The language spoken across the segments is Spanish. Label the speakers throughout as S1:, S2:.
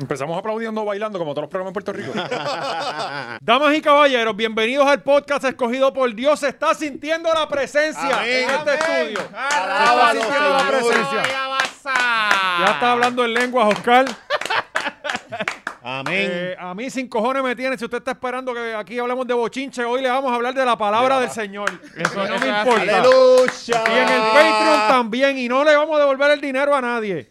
S1: Empezamos aplaudiendo, bailando, como todos los programas en Puerto Rico.
S2: Damas y caballeros, bienvenidos al podcast escogido por Dios. Se está sintiendo la presencia
S3: Amén.
S2: en este estudio.
S3: Alabado
S2: Se está sintiendo la
S3: sea el
S2: presencia. Ya está hablando en lengua, Oscar.
S3: Amén.
S2: Eh, a mí sin cojones me tiene. Si usted está esperando que aquí hablemos de bochinche, hoy le vamos a hablar de la palabra del Señor. Eso no
S4: eso
S2: me
S4: es
S2: importa.
S3: Aleluya.
S2: Y en el Patreon también. Y no le vamos a devolver el dinero a nadie.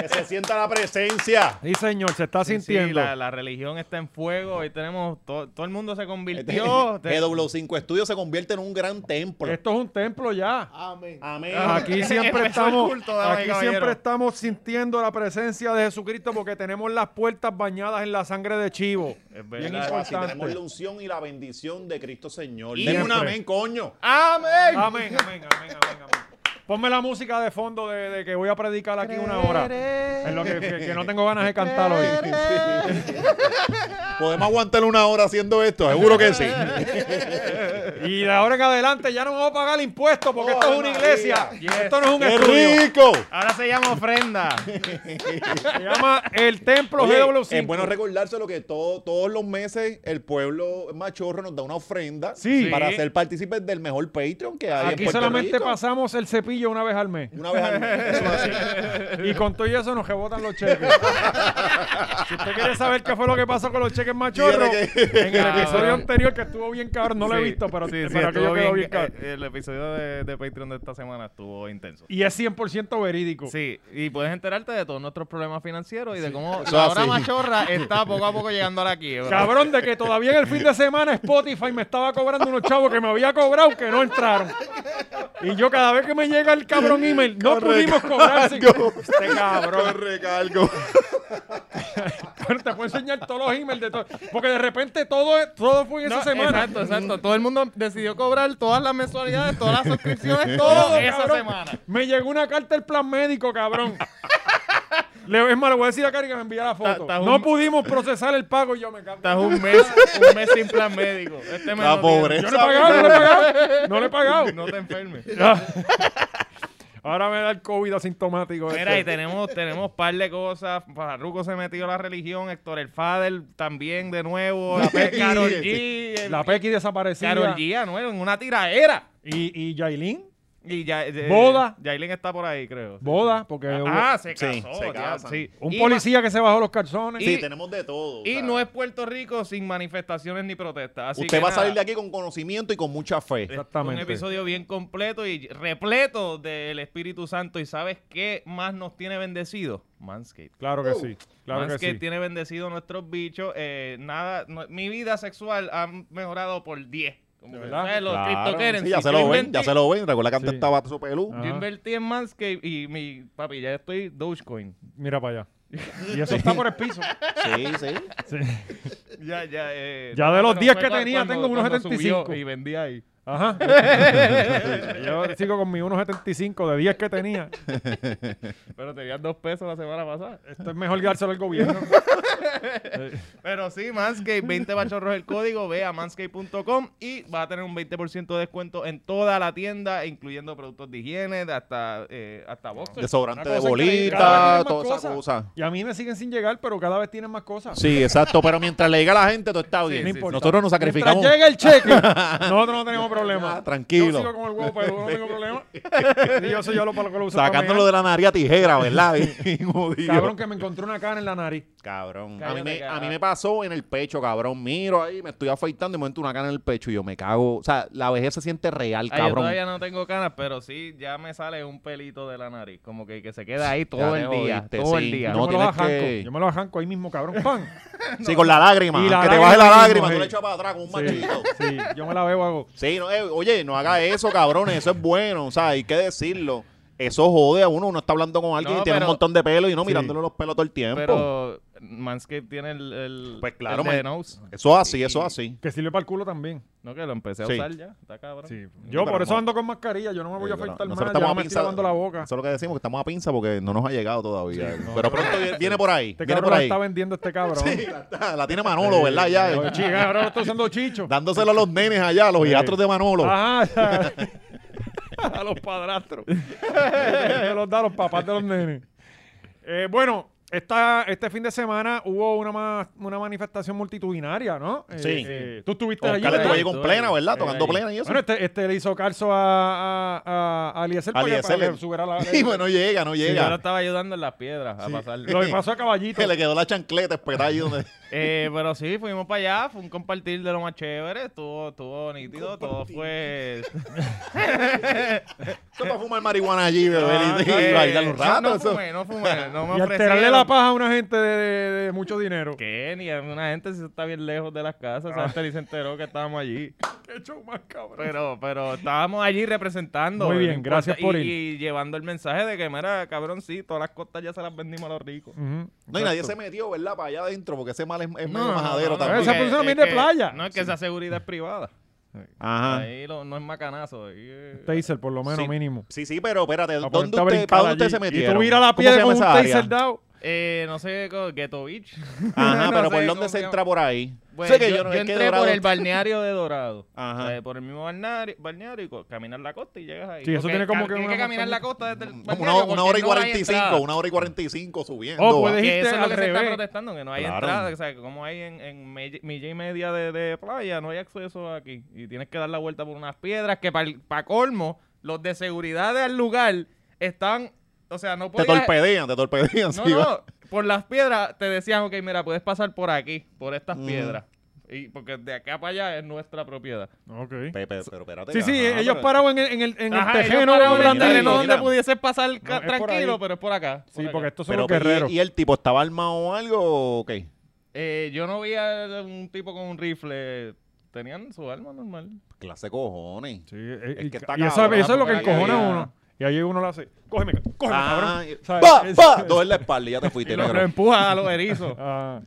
S3: Que se sienta la presencia.
S2: Sí, señor, se está
S4: Sí, sí,
S2: sintiendo.
S4: la, la religión está en fuego y tenemos to- todo el mundo se
S2: Este,
S3: Este,
S4: convirtió. Te-
S3: GW5 Estudio se convierte en un gran templo.
S2: Esto es un templo ya.
S3: Amén. Amén.
S2: Ah, Aquí siempre
S4: Empezó el
S2: estamos,
S4: culto, damas y
S2: aquí
S4: caballeros.
S2: siempre estamos sintiendo la presencia de Jesucristo porque tenemos las puertas bañadas en la sangre de chivo.
S4: Es
S2: Bien
S4: verdad.
S3: Así tenemos la
S2: importante.
S3: unción y la bendición de Cristo Señor.
S4: Y
S3: Denme un
S2: siempre. Ah,
S3: amén, coño.
S4: ¡Amén!
S2: Amén, amén, amén, amén, amén. Ponme la música de fondo de, de que voy a predicar aquí una hora. En lo que, que- que no tengo ganas de cantar hoy.
S3: ¿Podemos aguantar una hora haciendo esto? Seguro que sí.
S2: Y de ahora en adelante ya no vamos a pagar impuestos porque esto es una iglesia.
S4: Yes.
S2: Esto no es un
S3: Oh, ¡Qué
S2: estudio. Ah,
S3: rico!
S4: Ahora se llama ofrenda.
S2: Se llama el templo
S3: Oye,
S2: GW5.
S3: es bueno recordárselo que todo- todos los meses el pueblo machorro nos da una ofrenda
S2: Sí.
S3: para
S4: Sí.
S3: ser partícipes del mejor Patreon que hay en
S2: Aquí
S3: Puerto
S2: solamente
S3: Rico.
S2: pasamos el cepillo una vez al mes.
S3: Una vez al mes. Eso es así.
S2: Y con todo y eso nos rebotan los cheques. si usted quiere saber qué fue lo que pasó con los cheques machorros,
S3: Tiene
S2: en el episodio
S4: Cabrón.
S2: anterior que estuvo bien cabrón, no lo he
S4: Sí,
S2: visto, pero,
S4: sí, sí,
S2: pero aquello
S4: estuvo
S2: quedó bien
S4: bien-
S2: cabrón.
S4: eh, El episodio de, de Patreon de esta semana estuvo intenso.
S2: Y es 100% verídico.
S4: Sí, y puedes enterarte de todos nuestros problemas financieros y de cómo
S3: Eso
S4: la
S3: es
S4: hora
S3: así.
S4: machorra está poco a poco llegando ahora aquí. ¿verdad?
S2: Cabrón, de que todavía en el fin de semana Spotify me estaba cobrando unos chavos que me había cobrado que no entraron. Y yo cada vez que me llega el cabrón email, no pudimos cobrar. sin- Este cabrón.
S3: recargo.
S2: Bueno, te puedo enseñar todos los emails de todo. Porque de repente todo, todo fue en
S4: No,
S2: esa semana.
S4: Exacto, exacto. Todo el mundo decidió cobrar todas las mensualidades, todas las suscripciones, todo
S2: Todo,
S4: esa
S2: cabrón.
S4: semana.
S2: Me llegó una carta del plan médico, cabrón. Le, es más, le voy a decir a Cari que me envía la foto.
S4: Ta- ta-
S2: no
S4: un-
S2: pudimos procesar el pago y yo me cago.
S4: Estás un mes, un mes sin plan médico. Este mes
S3: La
S4: no tiene-
S3: pobreza.
S2: Yo no he pagado, no le he pagado. No le he pagado.
S4: No te enfermes.
S2: Ahora me da el COVID asintomático. este.
S4: Mira, y tenemos, tenemos par de cosas. Farruko se metió a la religión, Héctor el Fader también de nuevo,
S3: La Pequi.
S4: Carol G,
S2: La Pequi desaparecida.
S4: Carol G a nuevo, en una tiraera.
S2: Y, y Yailin,
S4: Y ya, eh,
S2: Boda.
S4: Yailin está por ahí, creo.
S2: boda, porque hubo
S4: Ah, se casó.
S3: Sí, se
S4: tía,
S3: casan.
S4: sí.
S2: un
S4: Y
S2: policía que se bajó los calzones.
S3: Sí,
S4: Y-
S3: tenemos de todo.
S4: Y
S3: ¿sabes?
S4: no es Puerto Rico sin manifestaciones ni protestas. Así
S3: Usted
S4: que
S3: va a
S4: nada,
S3: salir de aquí con conocimiento y con mucha fe.
S2: Exactamente.
S4: Un episodio bien completo y repleto del Espíritu Santo. ¿Y sabes qué más nos tiene bendecido? Manscaped.
S2: Claro que sí. Claro
S4: Manscaped
S2: que sí.
S4: tiene bendecido nuestros bichos. eh, nada, no- mi vida sexual ha mejorado por 10. Como
S2: ¿De
S4: que,
S2: verdad?
S4: ¿sabes? Los
S3: Claro.
S4: cryptocurrency.
S3: Sí, ya se
S4: Yo
S3: lo ven,
S4: invertí-
S3: ya se lo ven. Recuerda que antes
S2: Sí.
S3: estaba su pelú.
S2: Ah.
S4: Yo invertí en Manscaped y mi papi, ya estoy Dogecoin.
S2: Mira para allá. Y eso está por el piso.
S3: Sí, sí.
S4: Ya, ya, eh,
S2: Ya de los
S4: pero
S2: 10
S4: fue
S2: que
S4: cuando-
S2: tenía, tengo unos
S4: cuando subió
S2: 75.
S4: Y vendí ahí.
S2: Ajá. Yo sigo con mi 1.75 de 10 que tenía.
S4: Pero tenías dos pesos la semana pasada.
S2: Esto es mejor dárselo al gobierno.
S4: Pero sí, Manscaped, 20 bachorros el código, ve a manscaped.com y va a tener un 20% de descuento en toda la tienda, incluyendo productos de higiene, de hasta, eh, hasta boxers.
S3: Desodorante
S2: Una
S3: de
S2: cosa increíble. Cada
S3: bolita,
S2: vez tienen
S3: toda
S2: más
S3: esa
S2: cosas.
S3: cosa.
S2: Y a mí me siguen sin llegar, pero cada vez tienen más cosas.
S3: Sí, exacto. Pero mientras le llega a la gente, todo está
S2: No
S3: bien.
S2: importa.
S3: Nosotros nos sacrificamos.
S2: Mientras llegue el cheque, nosotros no tenemos problema.
S3: Ah, tranquilo.
S2: Yo sigo con el huevo peludo, no tengo problema. Y yo soy yo lo para lo que lo uso.
S3: Sacándolo de la nariz a tijera, ¿verdad? Bien jodido.
S2: Cabrón, que me encontré una cana en la nariz.
S3: Cabrón. A
S4: Cállate,
S3: mí, me, a
S4: cara.
S3: mí me pasó en el pecho, cabrón. Miro ahí, me estoy afeitando y me entra una cana en el pecho y yo me cago. O sea, la vejez se siente real,
S4: Ay, yo
S3: cabrón.
S4: todavía no tengo canas, pero sí, ya me sale un pelito de la nariz, como que, que se queda ahí
S3: Ya
S4: todo
S3: te
S4: el día,
S3: jodiste,
S4: todo
S3: sí.
S4: el día.
S3: No,
S2: yo, me lo
S3: tienes
S2: ajanco,
S3: que-
S2: yo me lo ajanco ahí mismo, cabrón. ¡Pam!
S3: Sí, con la lágrima.
S2: Y
S3: Que
S2: la
S3: te
S2: lágrima
S3: baje la
S2: mismo,
S3: lágrima,
S2: sí.
S3: tú le echas para atrás con un
S2: Sí,
S3: machito.
S2: sí, yo me la veo, hago.
S3: Sí, no, eh, oye, no haga eso, cabrones, eso es bueno, o sea, hay que decirlo. Eso jode a uno, uno está hablando con alguien
S4: No,
S3: y tiene
S4: pero-
S3: un montón de pelo y no mirándole los pelos todo el tiempo.
S4: Pero Manscaped tiene el, el-
S3: Pues claro,
S4: el de
S3: man.
S4: nose.
S3: eso es así, eso es así.
S2: Que sirve para el culo también.
S4: No, que lo empecé a
S3: Sí.
S4: usar ya, está cabrón.
S2: Yo por
S3: pero
S2: eso
S3: no.
S2: ando con mascarilla, yo no me voy a
S3: Sí, pero
S2: afectar más,
S3: nosotros
S2: ya
S3: estamos a
S2: me estoy
S3: pinza-
S2: lavando la boca.
S3: Eso es lo que decimos, que estamos a pinza porque no nos ha llegado todavía. pero pronto viene- viene por ahí,
S2: Este
S3: viene
S2: cabrón
S3: por
S2: la
S3: ahí.
S2: está vendiendo este cabrón.
S3: Sí, la, está- la tiene Manolo, ¿verdad? Ya,
S2: Oye, chica, cabrón, lo está usando Chicho.
S3: dándoselo a los nenes allá, a los hiatros de Manolo.
S2: Ah, Ajá. a los padrastros. Se los da a los papás de los nenes. Eh, bueno, Esta, este fin de semana hubo una, ma- una manifestación multitudinaria, ¿no? Eh,
S3: Sí.
S2: eh, tú estuviste allí.
S3: Oscar estuvo
S2: ¿verdad?
S3: ahí con plena, ¿verdad?
S4: Estoy
S3: Tocando
S4: ahí.
S3: plena y eso.
S2: Bueno, este, este le hizo calzo a, a, a, a Eliezer para que-
S3: Eliezer
S2: para que
S3: le-
S2: subiera la...
S3: Y bueno, llega, pues, no
S4: Sí, yo lo
S3: llega.
S4: estaba ayudando en las piedras a pasar.
S2: Lo que pasó a caballito.
S3: Que le quedó la chancleta espetada ahí donde...
S4: Eh, pero sí, fuimos para allá, fue un compartir de lo más chévere, estuvo, estuvo nítido, todo fue...
S3: Esto para fumar marihuana
S2: Ah,
S3: allí, beber y, y
S4: Eh,
S3: bailar un rato.
S4: No, no
S3: eso.
S4: fumé, no fumé, no me
S2: Y alterarle
S4: ofrecieron.
S2: la paja a una gente de, de- de mucho dinero.
S4: ¿Qué? Ni a una gente si está bien lejos de las casas,
S2: Ah.
S4: o sea, ni se enteró que estábamos allí.
S2: Qué show más cabrón.
S4: Pero, pero estábamos allí representando.
S2: Muy
S4: no
S2: bien,
S4: importa,
S2: gracias por
S4: y,
S2: ir.
S4: Y llevando el mensaje de que, mira, cabrón, sí, todas las costas ya se las vendimos a los ricos.
S2: Ujú.
S3: No, y nadie se metió, ¿verdad? Para allá adentro, porque ese mal es, es medio
S4: no,
S3: majadero
S4: no, no,
S3: también.
S2: Esa
S4: porque
S2: persona
S4: es
S2: viene de
S4: que-
S2: playa.
S4: No, es que esa seguridad es privada.
S3: Ajá.
S4: Ahí lo- no es macanazo. ahí, eh,
S2: Taser, por lo menos,
S3: Sí.
S2: mínimo.
S3: Sí, sí, pero espérate,
S2: Para
S3: ¿dónde
S2: ponerte a
S3: usted,
S2: brincar
S3: ¿para dónde
S2: allí.
S3: usted se metieron?
S2: Y tú ir a la
S3: ¿Cómo se
S2: piedra
S3: llama
S2: con un
S3: esa área?
S2: taser dado.
S4: eh, no sé, co- Ghetto Beach.
S3: Ajá,
S4: No
S3: pero
S4: sé
S3: ¿por
S4: cómo
S3: dónde se
S4: llama.
S3: entra por ahí?
S2: Pues
S4: Bueno,
S3: sé que
S4: yo,
S3: yo no
S4: yo
S3: es que
S4: entré
S3: Dorado-
S4: por el balneario de Dorado.
S3: Ajá.
S4: Eh, por el mismo balneario, balneario y co- caminar la costa y llegas ahí.
S2: Sí, eso
S4: Porque
S2: tiene como
S4: ca-
S2: que
S4: tienes
S2: una
S4: caminar
S2: montaña.
S4: la costa desde el
S2: Pues
S3: Como
S4: balneario.
S3: una, una hora y
S4: cuarenta
S3: cuarenta y cinco, una hora y cuarenta y cinco subiendo.
S2: Oh, puede
S4: Que
S2: Dijiste
S4: eso es
S2: al
S4: lo que se está
S2: revés.
S4: protestando, que no hay
S3: Claro.
S4: entrada, o sea, que como hay en, en mella milla y media de, de playa, no hay acceso aquí. Y tienes que dar la vuelta por unas piedras que para colmo, los de seguridad del lugar están, o sea, no
S3: Te
S4: podías...
S3: torpedean, te torpedean.
S4: No,
S3: sí, va.
S4: no, por las piedras te decían, ok, mira, puedes pasar por aquí, por estas
S3: Mm.
S4: piedras. Y porque de acá para allá es nuestra propiedad.
S2: Ok.
S3: Pepe, pero espérate.
S2: Sí, sí,
S3: ajá,
S2: ellos
S3: pero-
S2: paraban en el, en el, en el
S4: Ajá, ellos
S2: tejeno
S4: paraban en el
S2: blandito.
S3: blandito,
S4: terreno donde
S3: mira.
S4: pudiese pasar ca-
S2: es por ahí.
S4: tranquilo, pero es por acá. por
S2: Sí,
S4: acá.
S2: porque estos son
S3: Pero,
S2: los guerreros.
S3: ¿y, y el tipo estaba armado o algo o qué?
S4: Eh, yo no vi a un tipo con un rifle. Tenían su arma normal.
S3: Clase cojones.
S2: Sí, eh,
S3: Es
S2: y,
S3: que
S2: ca-
S3: está
S2: y eso-
S3: cabrón,
S2: eso, es lo que
S3: porque ahí
S2: encojona
S4: había-
S2: a uno. Y ahí uno lo hace. Cógeme, ca- cógeme,
S3: Ah,
S2: cabrón.
S3: y-
S2: ¿Sabes?
S3: ¡Pa!
S2: Es-
S3: ¡Pa! Dos en la espalda y ya te fuiste,
S4: Lo,
S3: negro.
S4: empuja a los erizos.
S2: Ah,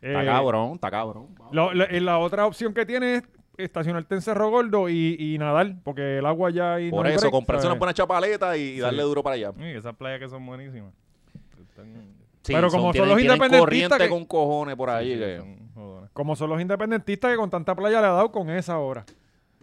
S3: Está
S2: eh,
S3: cabrón, está cabrón.
S2: lo- lo- eh, la otra opción que tiene es estacionarte en Cerro Gordo y, y nadar, porque el agua ya... ahí no
S3: Por
S2: hay
S3: eso,
S2: break,
S3: comprarse
S2: ¿sabes?
S3: unas buenas chapaletas y darle duro para allá.
S4: Uy, esas playas que son buenísimas. Están-
S3: Sí,
S2: Pero como son
S3: tienen-
S2: los
S3: tienen
S2: independentistas
S3: corriente
S2: que-
S3: con cojones por ahí.
S4: sí,
S3: que-
S4: son jodonas.
S2: Como son los independentistas que con tanta playa le ha dado con esa ahora.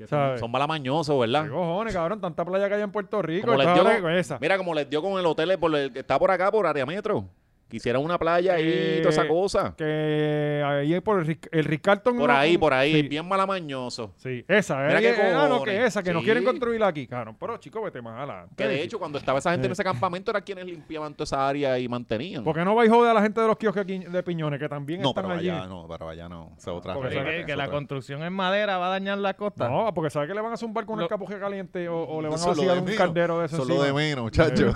S2: ¿Sabes?
S3: Son malamañosos, ¿verdad?
S2: ¿Qué cojones, cabrón? Tanta playa que hay en Puerto Rico.
S3: Ah. Como les
S2: esta
S3: dio
S2: hora
S3: con-
S2: con esa.
S3: mira, como les dio con el hotel por el- que está por acá, por área metro. Quisieran una playa ahí y toda esa
S2: Eh,
S3: cosa.
S2: Que ahí por el, Ric- el Ricarton.
S3: Por ahí, por ahí,
S2: Sí,
S3: bien malamañoso.
S2: sí, esa.
S3: Mira
S2: eh,
S3: qué
S2: eh, ah, no,
S3: cojones.
S2: que esa, que nos
S3: Sí.
S2: quieren construir aquí, cabrón. Pero, chico, vete más adelante.
S3: Que de hecho, cuando estaba esa gente en
S2: Eh.
S3: ese campamento, eran quienes limpiaban toda esa área y mantenían.
S2: ¿Por qué no vais a joder a la gente de los kiosques aquí de Piñones, que también
S3: No,
S2: están
S3: pero
S2: allí?
S3: allá no, pero allá no. Esa es otra
S2: Porque
S4: Sí,
S3: regla,
S2: sabe
S4: que,
S3: es
S4: que la
S3: otra.
S4: construcción en madera va a dañar la costa.
S2: No, porque sabe que le van a zumbar con un
S4: Lo-
S2: escapuje caliente o, o le van a
S3: Eso es lo
S2: vaciar
S3: de
S2: un
S3: menos.
S2: caldero de eso
S3: Eso es lo de
S2: encima.
S3: menos, muchachos.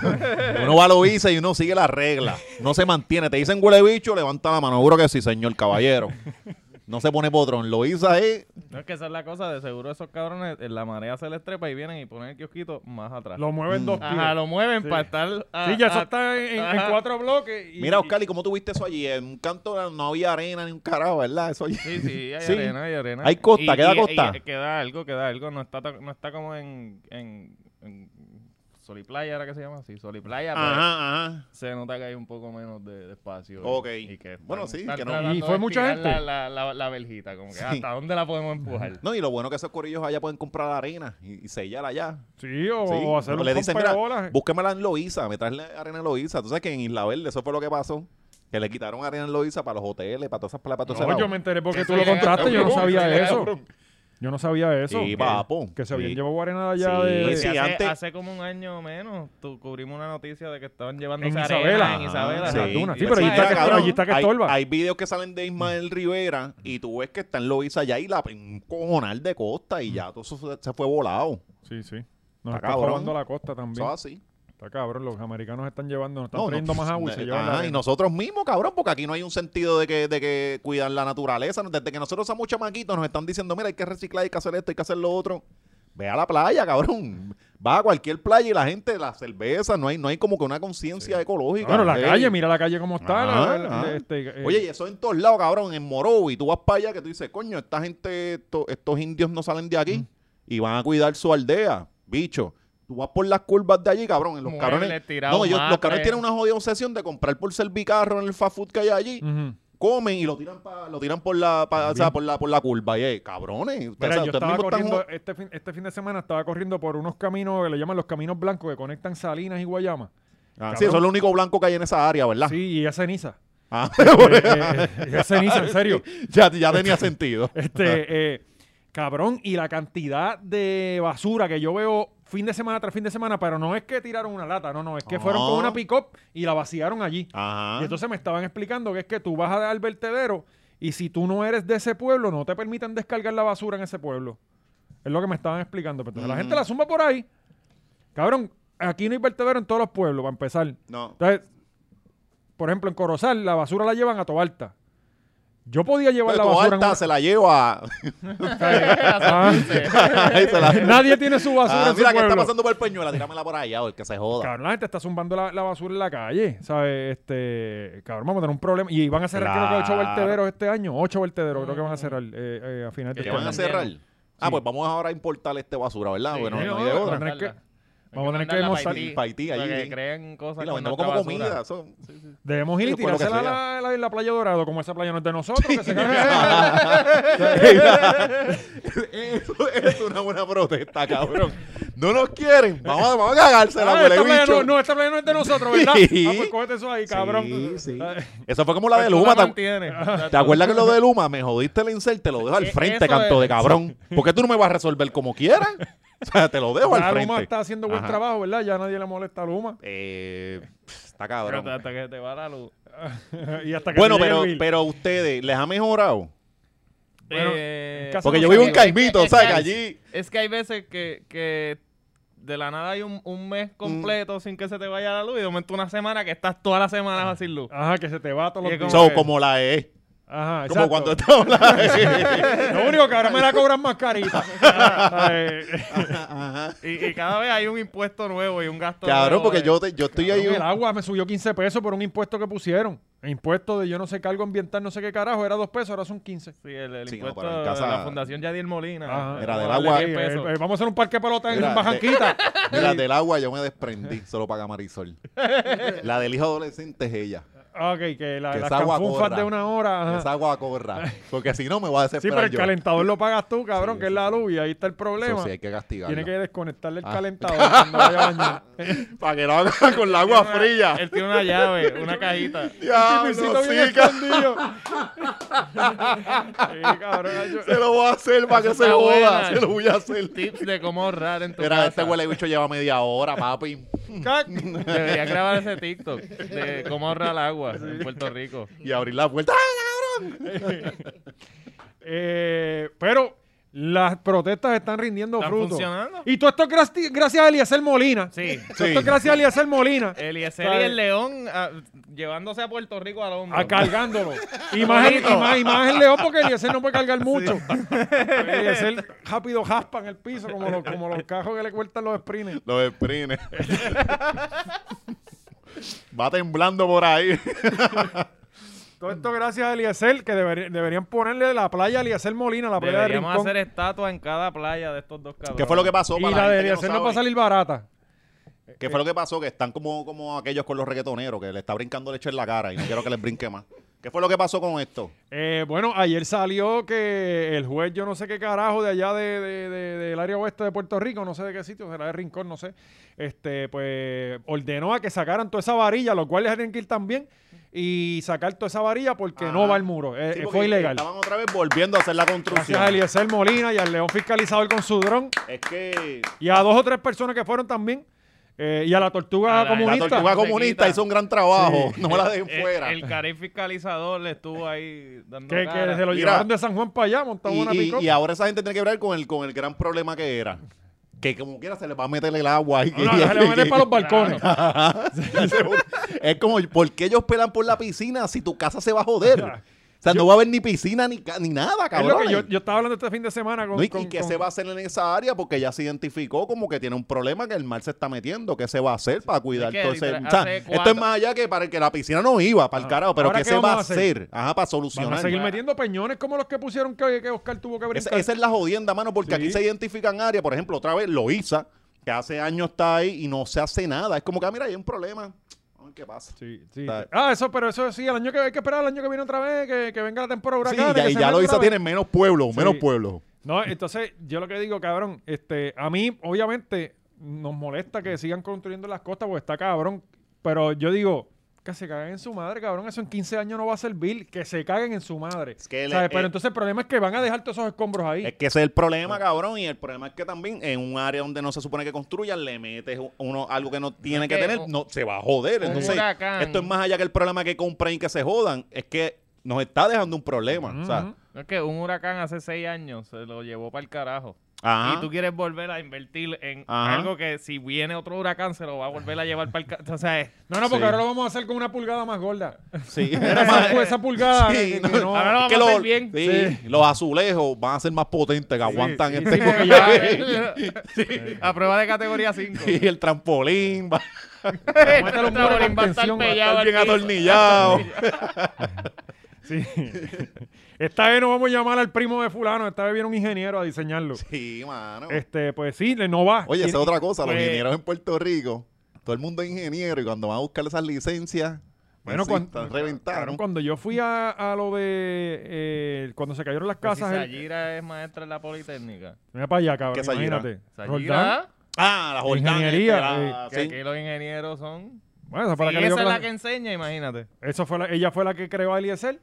S3: uno va a lo visa y uno sigue la regla. No se mantiene. Te dicen huele bicho, levanta la mano. Seguro que sí, señor caballero. No se pone potrón. Lo hizo es
S4: No es que esa es la cosa, de seguro esos cabrones, en la marea se les trepa y vienen y ponen el kiosquito más atrás.
S2: Lo mueven
S3: Mm.
S2: dos pies.
S4: Ajá, lo mueven
S2: Sí.
S4: para estar. a-
S2: Sí, ya
S4: a-
S2: eso está en, en- en
S4: Ajá.
S2: cuatro bloques. y-
S3: ah, Mira,
S2: y-
S3: Oscar, ¿y cómo tuviste eso allí? En un canto no había arena ni un carajo, ¿verdad? Eso allí.
S4: Sí, sí, hay
S3: Sí.
S4: arena, hay arena.
S3: Hay costa, queda costa.
S4: y- queda algo, queda algo. No está, tan- no está como en, en, en Soliplaya, ahora que se llama así. Soliplaya, pero
S3: Ajá, ajá.
S4: se nota que hay un poco menos de, de espacio.
S3: Ok.
S4: Y que
S3: Bueno,
S4: están-
S3: sí,
S4: están
S3: que no-
S4: tratando
S2: Y fue
S4: de
S2: mucha
S4: estirar
S2: gente.
S4: La, la, la, la verjita, como que
S3: Sí.
S4: hasta dónde la podemos empujar.
S3: No, y lo bueno que esos corillos allá pueden comprar arena y, y sellar allá.
S2: Sí, o,
S3: Sí.
S2: o hacer
S3: Pero
S2: un
S3: le dicen,
S2: rompe
S3: mira,
S2: bolas.
S3: búsquemela en Loiza, me traes la arena en Loiza. Tú sabes que en Isla Verde eso fue lo que pasó. Que le quitaron arena en Loiza para los hoteles, para todas esas para todos
S2: No,
S3: esos
S2: yo
S3: lados.
S2: me enteré porque
S4: Eso
S2: tú lo
S4: llega-
S2: contaste, yo no
S4: cabrón,
S2: sabía
S4: eso llega-
S2: eso. Yo no sabía eso.
S3: Sí,
S2: que-
S3: papo.
S2: Que se habían
S3: Sí.
S2: llevado arena de allá
S3: Sí,
S2: de...
S4: Y
S3: sí,
S4: hace,
S3: antes-
S4: hace como un año o menos, tú cubrimos una noticia de que estaban llevando
S2: En
S4: arena
S2: Isabela.
S4: en
S2: Ajá,
S4: Isabela. Ajá.
S2: las dunas.
S4: Y
S2: Sí, pero allí
S4: eso
S2: está
S4: era
S2: que-
S4: cabrón.
S2: allí está que
S3: hay,
S2: estorba.
S3: hay videos que salen de Ismael Rivera y tú ves que está en Loiza allá y la un cojonal de costa y ya todo eso se, se fue volado.
S2: Sí, sí. Nos está
S3: Está cabrón.
S2: robando la costa
S3: Eso
S2: también.
S3: es así.
S2: Está cabrón, los americanos están llevando, nos están
S3: No, no,
S2: trayendo más agua y
S3: pues,
S2: se llevan
S3: ajá,
S2: la
S3: y
S2: arena.
S3: nosotros mismos, cabrón, porque aquí no hay un sentido de que, de que cuidar la naturaleza. Desde que nosotros somos chamaquitos nos están diciendo, mira, hay que reciclar, hay que hacer esto, hay que hacer lo otro. Ve a la playa, cabrón. Va a cualquier playa y la gente, la cerveza, no hay, no hay como que una conciencia ecológica.
S2: Claro, Ah, la
S3: Ey.
S2: calle, mira la calle cómo está. la-
S3: Ajá,
S2: la-
S3: ajá.
S2: este, eh,
S3: Ah, Oye, y eso en todos lados, cabrón, en Morovi. Tú vas para allá que tú dices, coño, esta gente, esto- estos indios no salen de aquí y van a cuidar su aldea, bicho. Tú vas por las curvas de allí, cabrón. en Los
S4: Muebles
S3: cabrones.
S4: tirados,
S3: no, ellos- los
S4: matres.
S3: cabrones tienen una jodida obsesión de comprar por ser bicarro en el fast food que hay allí.
S2: ujú.
S3: Comen y lo tiran pa- lo tiran por la, pa- o sea, por la, por la curva. Y eh, cabrones, ustedes,
S2: Mira,
S3: o sea,
S2: yo
S3: ustedes
S2: estaba
S3: mismos están
S2: corriendo,
S3: jod-
S2: este fin, este fin de semana estaba corriendo por unos caminos que le llaman los caminos blancos que conectan Salinas y Guayama.
S3: Ah, sí, eso es lo único blanco que hay en esa área, ¿verdad?
S2: Sí, y es ceniza.
S3: Ah,
S2: Eh, eh, y es ceniza, en serio.
S3: ya, ya tenía sentido.
S2: Este, eh, cabrón, y la cantidad de basura que yo veo fin de semana tras fin de semana, pero no es que tiraron una lata, no, no, es que fueron
S3: Ah.
S2: con una pick-up y la vaciaron allí.
S3: Ajá.
S2: Y entonces me estaban explicando que es que tú vas a- al vertedero y si tú no eres de ese pueblo, no te permiten descargar la basura en ese pueblo. Es lo que me estaban explicando. Pero entonces la
S3: Ujú.
S2: gente la zumba por ahí. Cabrón, aquí no hay vertedero en todos los pueblos, para empezar.
S3: no.
S2: Entonces, por ejemplo, en Corozal, la basura la llevan a Tobalta. Yo podía llevar
S3: Pero
S2: la
S3: tu
S2: basura en
S3: alta
S2: una-
S3: se la lleva.
S2: Ah.
S3: Ahí se la-
S2: Nadie tiene su
S3: Ah,
S2: basura en su
S3: mira que está
S2: pueblo.
S3: pasando por el pañuelo, tíramela por allá, o el que se joda.
S2: Cabrón, la gente está zumbando la, la basura en la calle, ¿sabes? Este, cabrón, vamos a tener un problema. Y van a cerrar creo que ocho
S3: Claro.
S2: vertederos este año. Ocho vertederos creo que
S4: Mm.
S2: van a cerrar eh, eh, a finales de
S3: ¿Qué
S2: este
S3: van
S4: Que
S3: a
S2: año.
S3: cerrar? Ah, pues vamos ahora a importar este basura, ¿verdad?
S4: Sí,
S3: bueno,
S4: sí,
S3: no
S4: no,
S3: hay de
S4: no,
S2: Vamos a
S3: otra.
S4: no.
S2: tener que-
S4: Hay
S2: vamos a tener que
S4: mandarla
S2: demostrar-
S4: Haití,
S3: Pa' Haití,
S4: para
S3: ahí.
S4: que creen
S3: Sí,
S4: cosas
S3: la
S4: con
S3: vendemos
S4: nuestra
S3: como
S4: basura.
S3: comida. son-
S2: Debemos ir y
S3: Sí, por lo que
S2: tirársela a
S3: sea.
S2: la, la- la Playa Dorado, como esa playa no es de nosotros. Que se
S3: Eso es una buena protesta, cabrón. No nos quieren. Vamos a, vamos a cagársela,
S2: Ah,
S3: huele
S2: esta playa
S3: bicho.
S2: no, no, esta playa no es de nosotros, ¿verdad?
S3: Sí.
S2: Ah, pues cógete eso ahí, cabrón.
S3: Sí, sí.
S2: Ah,
S3: Eso fue como la de
S4: Pues tú
S3: Luma.
S4: la
S3: ¿Te,
S4: mantienes.
S3: te acuerdas que lo de Luma? Me jodiste el insert, te lo dejo
S2: E-,
S3: al
S4: Eh,
S3: frente,
S4: eso
S3: canto
S4: es.
S3: de cabrón. ¿Por qué tú no me vas a resolver como quieras? O sea, te lo dejo al
S2: ya
S3: frente.
S2: Luma está haciendo buen
S3: Ajá.
S2: trabajo, ¿verdad? Ya nadie le molesta a Luma.
S3: Eh, pff, está
S4: Pero
S3: cabrón.
S4: hasta- hasta que te va la luz.
S2: y hasta que
S3: Bueno,
S2: te llegue
S3: pero,
S2: el bill.
S3: pero ustedes, ¿les ha mejorado?
S2: Bueno,
S4: Eh,
S2: casi
S3: Porque
S2: no
S3: yo vivo
S2: sé.
S3: en Caimito,
S4: Eh,
S3: ¿sabes?
S4: eh,
S3: Allí.
S4: Es que hay veces que, que de la nada hay un, un mes completo sin que se te vaya la luz y de momento una semana que estás toda la semana
S3: Ah.
S4: sin luz.
S2: Ajá, que se te va todos los
S4: Y es
S2: días.
S4: como
S3: So,
S4: que-
S3: como la E.
S2: Ajá,
S3: Como
S2: exacto.
S3: cuando estaba la E.
S2: Lo único que ahora me la cobran más carita. Ay,
S4: Y, y cada vez hay un impuesto nuevo y un gasto
S3: Cabrón,
S4: nuevo
S3: porque
S4: de-
S3: yo, te- yo estoy ahí.
S2: el agua me subió 15 pesos por un impuesto que pusieron. El impuesto de yo no sé cargo ambiental, no sé qué carajo, era 2 pesos, ahora son 15.
S4: Sí, el, el
S3: Sí, no,
S4: impuesto
S3: pero en
S4: de
S3: casa-
S4: la Fundación Yadier Molina.
S2: Ajá.
S3: Era del
S4: Vamos a darle
S3: agua.
S4: 10
S2: Eh,
S4: pesos.
S2: eh, vamos a hacer un parque de pelota en
S3: Mira,
S2: un bajanquita.
S3: Mira, del agua yo me desprendí, se lo paga Marisol. La del hijo adolescente es ella.
S2: ok, que la,
S3: Que
S2: las
S3: esa agua
S2: canfunfas
S3: corra.
S2: de una hora. ajá.
S3: Esa agua corra. Porque si no, me voy a
S2: Ah. Sí, pero
S3: desesperar
S2: el
S3: yo.
S2: calentador lo pagas tú, cabrón,
S3: Sí,
S2: que
S3: sí,
S2: es la
S3: sí.
S2: luz y ahí está el problema.
S3: Eso sí, hay que castigarla.
S2: Tiene que desconectarle el
S3: Ah.
S2: calentador cuando vaya a Este bañar.
S3: Para que no haga con la agua fría.
S4: Él tiene una llave, una cajita.
S3: Diablo,
S2: Luisito bien
S3: sí, ca-
S2: escondido. Sí, cabrón, yo-
S3: se lo voy a hacer para que se
S4: está
S3: joda.
S4: buena.
S3: Se lo voy a hacer.
S4: Tips de cómo ahorrar en tu
S3: Mira,
S4: casa.
S3: este huele bicho lleva media hora, papi.
S2: Cac.
S4: Debería grabar ese TikTok de cómo ahorrar el agua en Puerto Rico.
S3: Y abrir la puerta. ¡Ay, cabrón!
S2: Eh, pero las protestas están rindiendo
S4: ¿Están
S2: frutos.
S4: funcionando?
S2: Y todo esto es grasti- gracias a Eliezer Molina.
S4: Sí.
S2: Todo esto es gracias a Eliezer Molina.
S4: Eliezer y
S2: ¿Sabe?
S4: el León ah, llevándose a Puerto Rico al hombro.
S2: a cargándolo. Y más, el, y, más, y más el león, porque Eliezer no puede cargar mucho. Eliezer rápido jaspa en el piso, como los, como los cajos que le cortan los sprints.
S3: Los sprints. Va temblando por ahí.
S2: Todo esto gracias a Eliezer, que deber- deberían ponerle la playa a Eliezer Molina, la playa de
S4: Deberíamos
S2: Rincón.
S4: hacer estatua en cada playa de estos dos cabrones.
S3: ¿Qué fue lo que pasó?
S2: Y
S3: para
S2: la
S3: gente
S2: de
S3: que no
S2: Eliezer no va a
S3: sabe?
S2: salir barata.
S3: ¿Qué
S2: Eh.
S3: fue lo que pasó? Que están como, como aquellos con los reggaetoneros, que le está brincando leche en la cara y no quiero que les brinque más. ¿Qué fue lo que pasó con esto?
S2: Eh, bueno, ayer salió que el juez, yo no sé qué carajo, de allá de- de- de- del área oeste de Puerto Rico, no sé de qué sitio, será de Rincón, no sé, este, pues ordenó a que sacaran toda esa varilla, los cuales tienen que ir también, y sacar toda esa varilla porque
S3: Ah.
S2: no va al muro, Eh,
S3: Sí,
S2: eh,
S3: porque
S2: fue ilegal.
S3: Estaban otra vez volviendo a hacer la construcción.
S2: Gracias a Eliezer Molina y al León Fiscalizador con su dron,
S3: Es que
S2: y a dos o tres personas que fueron también, eh, y a la tortuga
S4: A la- la
S3: la
S2: comunista.
S3: tortuga
S4: se
S3: comunista
S4: quita.
S3: hizo un gran trabajo. No la dejen
S4: El-
S3: fuera.
S4: Eh, El, Caribe fiscalizador le estuvo ahí dando
S2: que, que
S4: cara.
S2: se lo
S3: Mira.
S2: llevaron de San Juan para allá, montaron una
S3: y, y-
S2: pick
S3: y ahora esa gente tiene que ver con el, con el gran problema que era. Que como quiera se les va a meter el agua. ahí.
S2: No, no, se le van a meter para los balcones.
S3: es como, ¿por qué ellos pelan por la piscina si tu casa se va a joder? O sea, no va a haber ni piscina ni, ca- ni nada,
S2: Es lo
S3: cabrón.
S2: que yo, yo estaba hablando este fin de semana con...
S3: Ah, No, ¿Y, y
S2: con-
S3: qué
S2: con-
S3: se va a hacer en esa área? Porque ya se identificó como que tiene un problema que el mar se está metiendo. ¿Qué se va a hacer para cuidar
S4: que
S3: todo ese-
S4: literal-
S3: o sea,
S4: hace
S3: esto
S4: cuatro-
S3: es más allá que para el que la piscina no iba, para el carajo. Pero
S2: ¿Ahora
S3: ¿qué,
S2: qué
S3: se va a
S2: vamos a hacer?
S3: hacer? Ajá, para
S2: Van a
S3: solucionar.
S2: seguir
S4: Bueno.
S2: metiendo peñones como los que pusieron que, que Oscar tuvo que
S3: Esa,
S2: brincar.
S3: esa es la jodienda, mano, porque aquí
S2: Sí.
S3: se identifican áreas. Por ejemplo, otra vez Loiza, que hace años está ahí y no se hace nada. Es como que, ah, mira, hay un problema. Ay, ¿Qué pasa?
S2: Sí, sí.
S3: Está-
S2: Ah, eso, pero eso sí, el año que hay que esperar, el año que viene otra vez, que, que venga la temporada
S3: Sí,
S2: huracán.
S3: ya, y ya Loiza tiene menos pueblo, menos
S2: Sí.
S3: pueblo.
S2: No, entonces, yo lo que digo, cabrón, este, a mí, obviamente, nos molesta que sigan construyendo las costas porque está cabrón. Pero yo digo, que se caguen en su madre, cabrón. Eso en 15 años no va a servir. Que se caguen en su madre.
S3: Es que le-
S2: ¿Sabes? Pero
S3: eh,
S2: entonces el problema es que van a dejar todos esos escombros ahí.
S3: Es que ese es el problema, cabrón. Y el problema es que también en un área donde no se supone que construyan, le metes uno algo que no tiene que
S4: que
S3: tener,
S4: un-
S3: no se va a joder.
S4: un
S3: Entonces,
S4: huracán.
S3: esto es más allá que el problema que compren y que se jodan. Es que nos está dejando un problema. o sea,
S2: Ujú.
S4: No es que un huracán hace seis años se lo llevó para el carajo.
S3: ajá.
S4: Y tú quieres volver a invertir en
S3: Ah. Ajá.
S4: algo que si viene otro huracán se lo va a volver a llevar para el carajo. O sea, eh, es-
S2: No, no, porque
S3: Sí.
S2: ahora lo vamos a hacer con una pulgada más gorda.
S3: Sí.
S2: Esa, esa pulgada. que-
S3: Sí, no,
S2: que no-
S4: ahora lo
S3: es que
S4: vamos a
S3: los,
S4: hacer bien.
S3: sí, los azulejos van a ser más potentes que aguantan
S2: sí,
S3: este
S2: sí, porque
S4: Ya,
S3: golpe.
S4: eh, A prueba de categoría 5.
S3: Y el trampolín va
S2: meter un muro con tensión, va a
S3: a estar bien atornillado.
S2: Sí. Esta vez no vamos a llamar al primo de fulano, esta vez viene un ingeniero a diseñarlo.
S3: Sí, mano.
S2: Este, pues sí, le- no va.
S3: Oye,
S2: Tiene-
S3: esa es otra cosa. Los
S4: pues-
S3: ingenieros en Puerto Rico, todo el mundo es ingeniero y cuando van a buscar esas licencias,
S2: Bueno,
S3: así,
S2: cuando-
S3: están reventaron.
S2: Cabrón, cuando yo fui a, a lo de eh, cuando se cayeron las
S4: Casas
S2: casas,
S4: si
S2: el-
S4: Pues Sayira es maestra en la Politécnica.
S2: mira para allá, cabrón,
S3: ¿Qué Sayira?
S2: imagínate. Roldán.
S4: Sayira,
S3: Ah, la Jordán.
S2: Ingeniería,
S3: este, la-
S4: eh, que
S3: sí.
S4: aquí los ingenieros son...
S2: Bueno, esa fue
S4: Y
S2: la que le dio
S4: esa es la
S2: clase-
S4: que enseña, imagínate.
S2: Eso fue la- ella fue la que creó a Eliezer.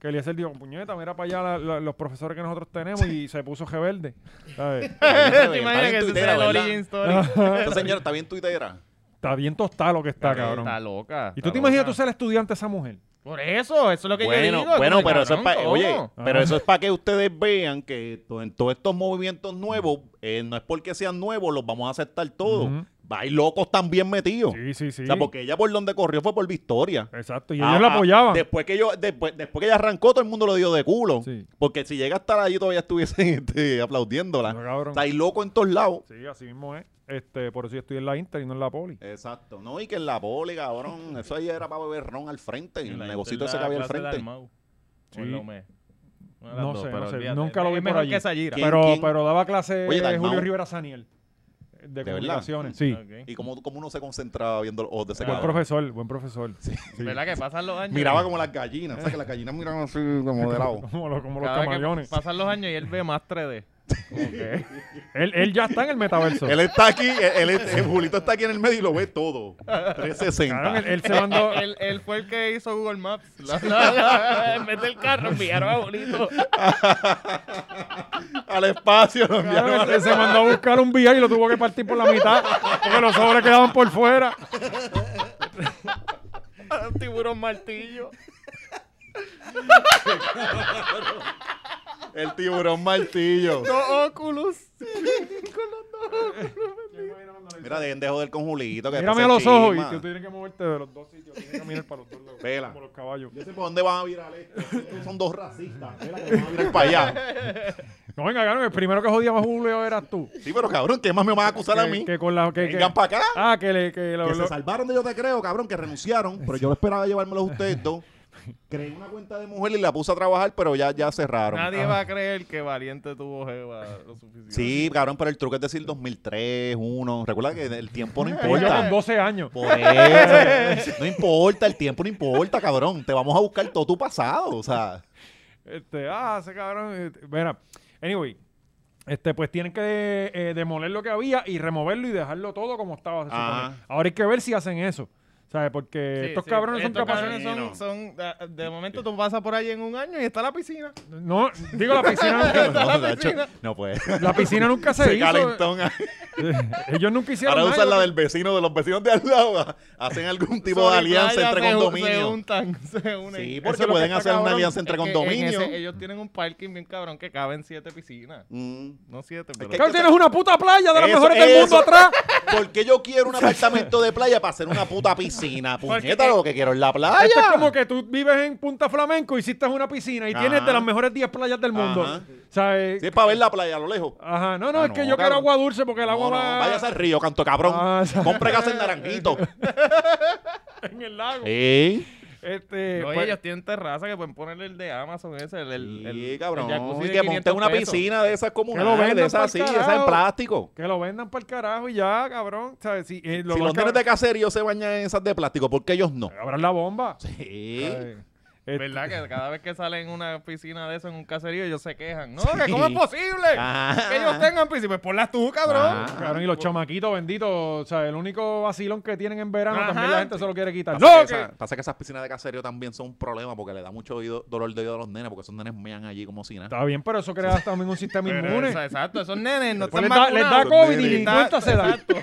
S2: Que Eliezer dijo, puñeta, mira para allá la- la- los profesores que nosotros tenemos y se puso rebelde. ¿sabes?
S4: ¿Te
S3: Está
S4: imaginas
S3: bien
S4: que ese
S3: tuitera,
S4: sea el
S3: ¿verdad?
S4: origin story?
S3: Esta señora está bien tuitera.
S2: está bien tostado lo que está, cabrón.
S4: Está loca.
S2: ¿Y
S4: está
S2: tú te imaginas
S4: loca.
S2: tú ser estudiante de esa mujer?
S4: Por eso, eso es lo que yo
S3: Bueno,
S4: digo.
S3: bueno,
S4: como,
S3: pero eso es
S4: cabrón,
S3: para,
S4: ¿cómo?
S3: oye, pero
S2: Ah.
S3: eso es para que ustedes vean que to- en todos estos movimientos nuevos, eh, no es porque sean nuevos, los vamos a aceptar todos.
S2: Ujú.
S3: Hay locos también metidos.
S2: Sí, sí, sí.
S3: O sea, porque ella por donde corrió fue por Victoria.
S2: Exacto, y
S3: Ah,
S2: ellos la
S3: ah,
S2: apoyaban.
S3: Después que, yo, después, después que ella arrancó, todo el mundo lo dio de culo.
S2: Sí.
S3: Porque si llega a estar allí, todavía estuviesen este, aplaudiéndola.
S2: No, cabrón.
S3: Está ahí loco en todos lados.
S2: Sí, así mismo es. Este, por eso yo estoy en la Inter y no en la Poli.
S3: Exacto. No, y que en la poli, cabrón. Eso ahí era para beber ron al frente. Y el
S4: La
S3: negocito
S4: Inter
S3: ese
S4: da
S3: que había al
S4: clase de
S3: frente.
S4: Dalmau.
S2: Sí.
S4: O en Lomé. Una de las
S2: No
S4: dos,
S2: sé,
S4: pero
S2: no sé.
S4: olvídate.
S2: Nunca lo vi
S4: Es
S2: por
S4: mejor
S2: allí.
S4: que Sayira.
S3: ¿Quién,
S2: Pero,
S3: quién?
S2: pero daba clase
S3: Oye,
S2: eh,
S3: Dalmau.
S2: Julio Rivera Saniel. eh, De,
S3: verdad?
S2: comunicaciones. Sí.
S4: Ok.
S3: Y como, como uno se concentraba viendo los ojos de ese
S2: Buen
S3: cabrón.
S2: profesor, buen profesor. Sí.
S4: ¿Verdad que pasan los años?
S3: Miraba como las gallinas. O sea, que las gallinas miraban así como de lado.
S2: Como, los- como los
S4: Cada vez que
S2: camaleones.
S4: pasan los años y él ve más 3D.
S2: Él, él ya está en el metaverso.
S3: Él está aquí, él, él- el Julito está aquí en el medio y lo ve todo.
S2: Cabrón,
S3: 360.
S2: él, él se mandó.
S4: él, él fue el que hizo Google Maps. La- la- la- en vez del carro enviaron a Bonito.
S3: Al espacio lo enviaron.
S2: cabrón, él se mandó a buscar un VR y lo tuvo que partir por la mitad. Porque los sobres quedaban por fuera.
S4: a un tiburón martillo.
S3: El tiburón martillo.
S4: No, Oculus.
S3: Mira, dejen de joder con Julito. Que
S2: Mírame a los
S3: después se
S2: ojos y
S3: chisma.
S2: tú tienes que moverte de los dos sitios. Tienes que caminar para los dos lados.
S3: Vela.
S2: Como los caballos.
S3: Yo sé por dónde van a virar esto. Estos Son dos racistas. Mira que van a virar para allá.
S2: No, venga, cabrón, el primero que jodía a Julio eras tú.
S3: Sí, pero cabrón, ¿qué más me van a acusar a
S2: Que-
S3: mí?
S2: Que con la, que, que-
S3: Vengan para acá.
S2: Ah, que le. Que lo-
S3: que se
S2: lo-
S3: salvaron de yo te creo, cabrón, que renunciaron, pero yo esperaba llevármelos a ustedes dos. Creé una cuenta de mujer y la puse a trabajar, pero ya, ya cerraron.
S2: Ah.
S4: Nadie va a creer que Valiente tuvo Jeva lo suficiente.
S3: Sí, cabrón, pero el truco es decir 2003, 1. Recuerda que el tiempo no
S2: Yo con
S3: importa.
S2: 12 años.
S3: Por eso. No importa, el tiempo no importa, cabrón. Te vamos a buscar todo tu pasado, o sea.
S2: Este, ah, ese cabrón. este, Mira, anyway. Este, pues tienen que eh, demoler lo que había y removerlo y dejarlo todo como estaba. se
S3: Ajá.
S2: supone. Ahora hay que ver si hacen eso. ¿Sabes? Porque
S4: Sí,
S2: estos
S4: sí,
S2: cabrones son
S4: estos
S2: capaces.
S4: cabrones son- son- de- de momento tú pasas por ahí en un año y está la piscina.
S2: No, digo, la piscina
S3: No,
S2: nunca,
S3: Nacho, no puede.
S2: la piscina nunca se
S3: Se
S2: hizo.
S3: calentón ahí.
S2: Ellos nunca hicieron
S3: Ahora
S2: nada.
S3: usan la del vecino, de los vecinos de al lado. ah, Hacen algún tipo de
S4: Sol y
S3: alianza
S4: playa
S3: entre
S4: se- Se
S3: condominios.
S4: juntan, se unen.
S3: Sí,
S4: Eso
S3: porque
S4: es lo que
S3: pueden
S4: está
S3: hacer una
S4: cabrón.
S3: alianza entre
S4: Es que en
S3: condominios.
S4: ese- ellos tienen un parking bien cabrón que caben siete piscinas.
S3: Mm.
S4: No siete, pero...
S3: que-
S2: Cabrón, tienes una puta playa de las
S3: Eso,
S2: mejores del mundo
S3: eso.
S2: atrás.
S3: Porque yo quiero un apartamento de playa para hacer una puta piscina. Puñeta,
S4: Porque-
S3: lo que quiero es la
S2: Esto es
S3: playa.
S2: como que tú vives en Punta Flamenco, hiciste una piscina y tienes
S3: Ajá.
S2: de las mejores 10 playas del mundo.
S3: Ajá.
S2: ¿Sabes?
S3: Si es para ver la playa a lo lejos.
S2: Ajá, no, no,
S3: Ah,
S2: es que
S3: no,
S2: yo quiero
S3: cabrón.
S2: agua dulce porque el agua
S3: No, no,
S2: va
S3: váyase al río, canto cabrón.
S2: Ah, esa-
S3: Compre gas en naranjito.
S2: en el lago.
S3: Eh, Sí.
S2: Este,
S4: No, y
S2: pues,
S4: ellos tienen terraza que pueden ponerle el de Amazon ese, el, el, el-
S3: Sí,
S4: el
S3: cabrón.
S4: jacuzzi
S3: Y
S4: de
S3: que monten
S4: 500
S3: una
S4: pesos.
S3: piscina de esas
S2: Que lo
S3: comunales,
S2: vendan
S3: de esas
S2: pa'l
S3: así, de esas en
S2: carajo.
S3: plástico.
S2: que lo vendan para el carajo y ya, cabrón. ¿Sabes? Si, eh, lo
S3: si
S2: más
S3: los nenes
S2: cabrón-
S3: de caserío se bañan en esas de plástico, ¿por qué ellos no?
S2: Abran la pues, bomba.
S3: Sí.
S2: ¿sabes? Este-
S4: ¿Verdad que cada vez que salen una piscina de eso en un caserío ellos se quejan? No, que ¿cómo es posible
S3: Ajá.
S4: que ellos tengan piscina? Pues ponlas tú, cabrón.
S3: Ajá.
S2: Cabrón, y los chamaquitos benditos, o sea, el único vacilón que tienen en verano
S4: Ajá.
S2: también la gente se lo quiere quitar.
S3: Pasa,
S2: ¡No!
S3: que
S2: que-
S3: esa- pasa que esas piscinas de caserío también son un problema porque le da mucho oído- dolor de oído a los nenes porque esos nenes mean allí como si nada.
S2: Está bien, pero eso crea también un sistema
S4: Pero
S2: inmune.
S4: esa- exacto, esos nenes no
S2: Después les da,
S4: están
S2: les da
S4: vacunados.
S2: COVID y
S3: nenes.
S2: ni cuenta se da.
S4: Exacto.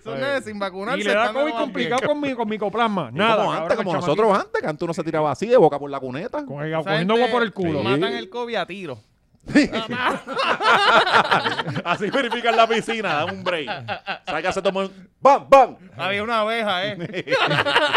S4: Esos nenes sin vacunarse
S2: Y le da
S4: están
S2: COVID
S4: más
S2: complicado
S4: bien.
S2: con, mi, con micoplasma.
S3: Y
S2: Nada.
S3: como
S2: cabrón,
S3: antes,
S2: el
S3: como
S2: chamaquito-
S3: nosotros antes, que antes uno se tiraba así de boca por la cuneta.
S2: Con el-
S4: Esa
S2: Cogiendo
S4: gente
S2: agua por el culo.
S4: Matan el COVID a tiro.
S3: Así verifican la piscina, dame un break. Sácase se toma un ¡Bam, bam!
S4: Había una abeja, ¿eh?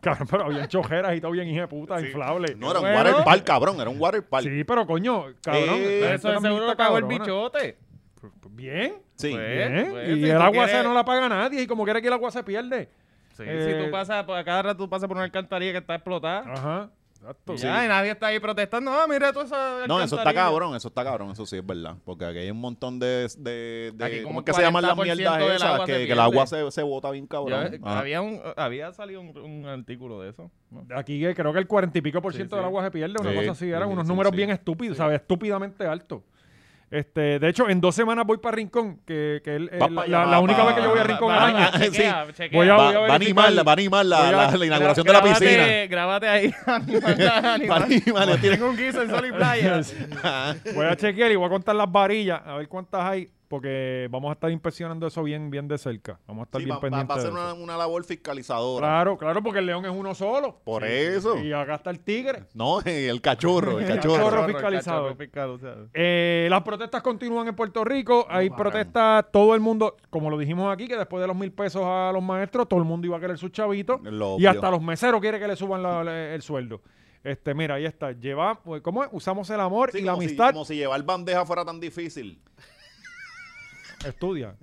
S2: Cabrón, pero bien chojeras y todo bien hija de puta, inflable. Pues,
S3: No, era un
S4: Bueno.
S3: water park, cabrón, era un water park.
S2: Sí, pero coño, cabrón.
S3: Eh,
S2: la
S4: Pero
S2: gente
S4: eso de
S2: también está
S4: seguro lo cagó el
S2: cabrona.
S4: bichote.
S2: Pues Bien.
S3: Sí.
S4: Pues,
S2: Bien.
S4: pues, si
S2: y
S4: tú
S2: el agua
S4: quieres-
S2: se no la paga nadie y como quiera que el agua se pierde.
S4: Sí,
S2: Eh,
S4: si tú pasas, por- a cada rato tú pasas por una alcantarilla que está explotada.
S2: Ajá. Exacto.
S4: y ya, y nadie está ahí protestando. Ah, mira toda esa
S3: No, eso está
S4: alcantarilla".
S3: cabrón, eso está cabrón, eso sí es verdad. Porque aquí hay un montón de. de, de-
S4: Aquí como
S3: ¿Cómo
S4: un
S3: es que se llaman las
S4: 40%
S3: mierdas
S4: del
S3: esas?
S4: agua se
S3: Que, que el
S4: pierde.
S3: agua se, se bota bien
S4: Ya,
S2: eh,
S3: cabrón. Ah. Ajá.
S4: había, un, había salido un, un artículo de eso. ¿no?
S2: Aquí eh, creo que el cuarenta y pico por
S4: Sí,
S2: ciento
S4: sí.
S2: del agua se pierde, una
S3: Sí,
S2: cosa así, eran
S3: sí,
S2: unos
S3: sí,
S2: números
S3: sí.
S2: bien estúpidos, ¿sabes? Estúpidamente altos. Este, de hecho, en dos semanas voy para Rincón, que, que el- el-
S3: Vas pa'
S2: la,
S3: allá,
S2: la
S3: va-
S2: única
S3: va-
S2: vez que yo voy a
S3: va-
S2: Rincón
S4: va-
S2: al año.
S4: va- chequea,
S3: Sí.
S4: chequea.
S2: Voy a-
S3: Va,
S2: voy
S3: va a animar, la- va a animar la,
S2: voy a-
S3: la- la inauguración de la
S4: Grábate-
S3: piscina.
S4: Grábate ahí.
S3: Va a animar, le tienen-
S4: Tengo un guiso en sol y playa.
S2: Voy a chequear y voy a contar las varillas, a ver cuántas hay, porque vamos a estar inspeccionando eso bien, bien de cerca. Vamos a estar
S3: Sí,
S2: bien
S3: va, va- va
S2: pendientes.
S3: a
S2: de
S3: ser
S2: eso.
S3: una, una labor fiscalizadora.
S2: Claro, claro, porque el león es uno solo.
S3: Por
S2: Sí,
S3: eso.
S2: Y acá está el tigre.
S3: No, el cachorro, el
S2: Cachorro
S3: cachorro.
S2: fiscalizado.
S4: cachorro fiscal, o sea.
S2: Eh, las protestas continúan en Puerto Rico. Hay
S3: bacán.
S2: protestas, todo el mundo, como lo dijimos aquí, que después de los mil pesos a los maestros, todo el mundo iba a querer sus chavitos.
S3: Lo
S2: Y
S3: obvio.
S2: hasta los meseros quieren que le suban la- la- el sueldo. Este, mira, ahí está. Lleva, pues, ¿cómo es? Usamos el amor
S3: Sí,
S2: y la
S3: como si-
S2: amistad.
S3: como si llevar bandeja fuera tan difícil.
S2: Estudia.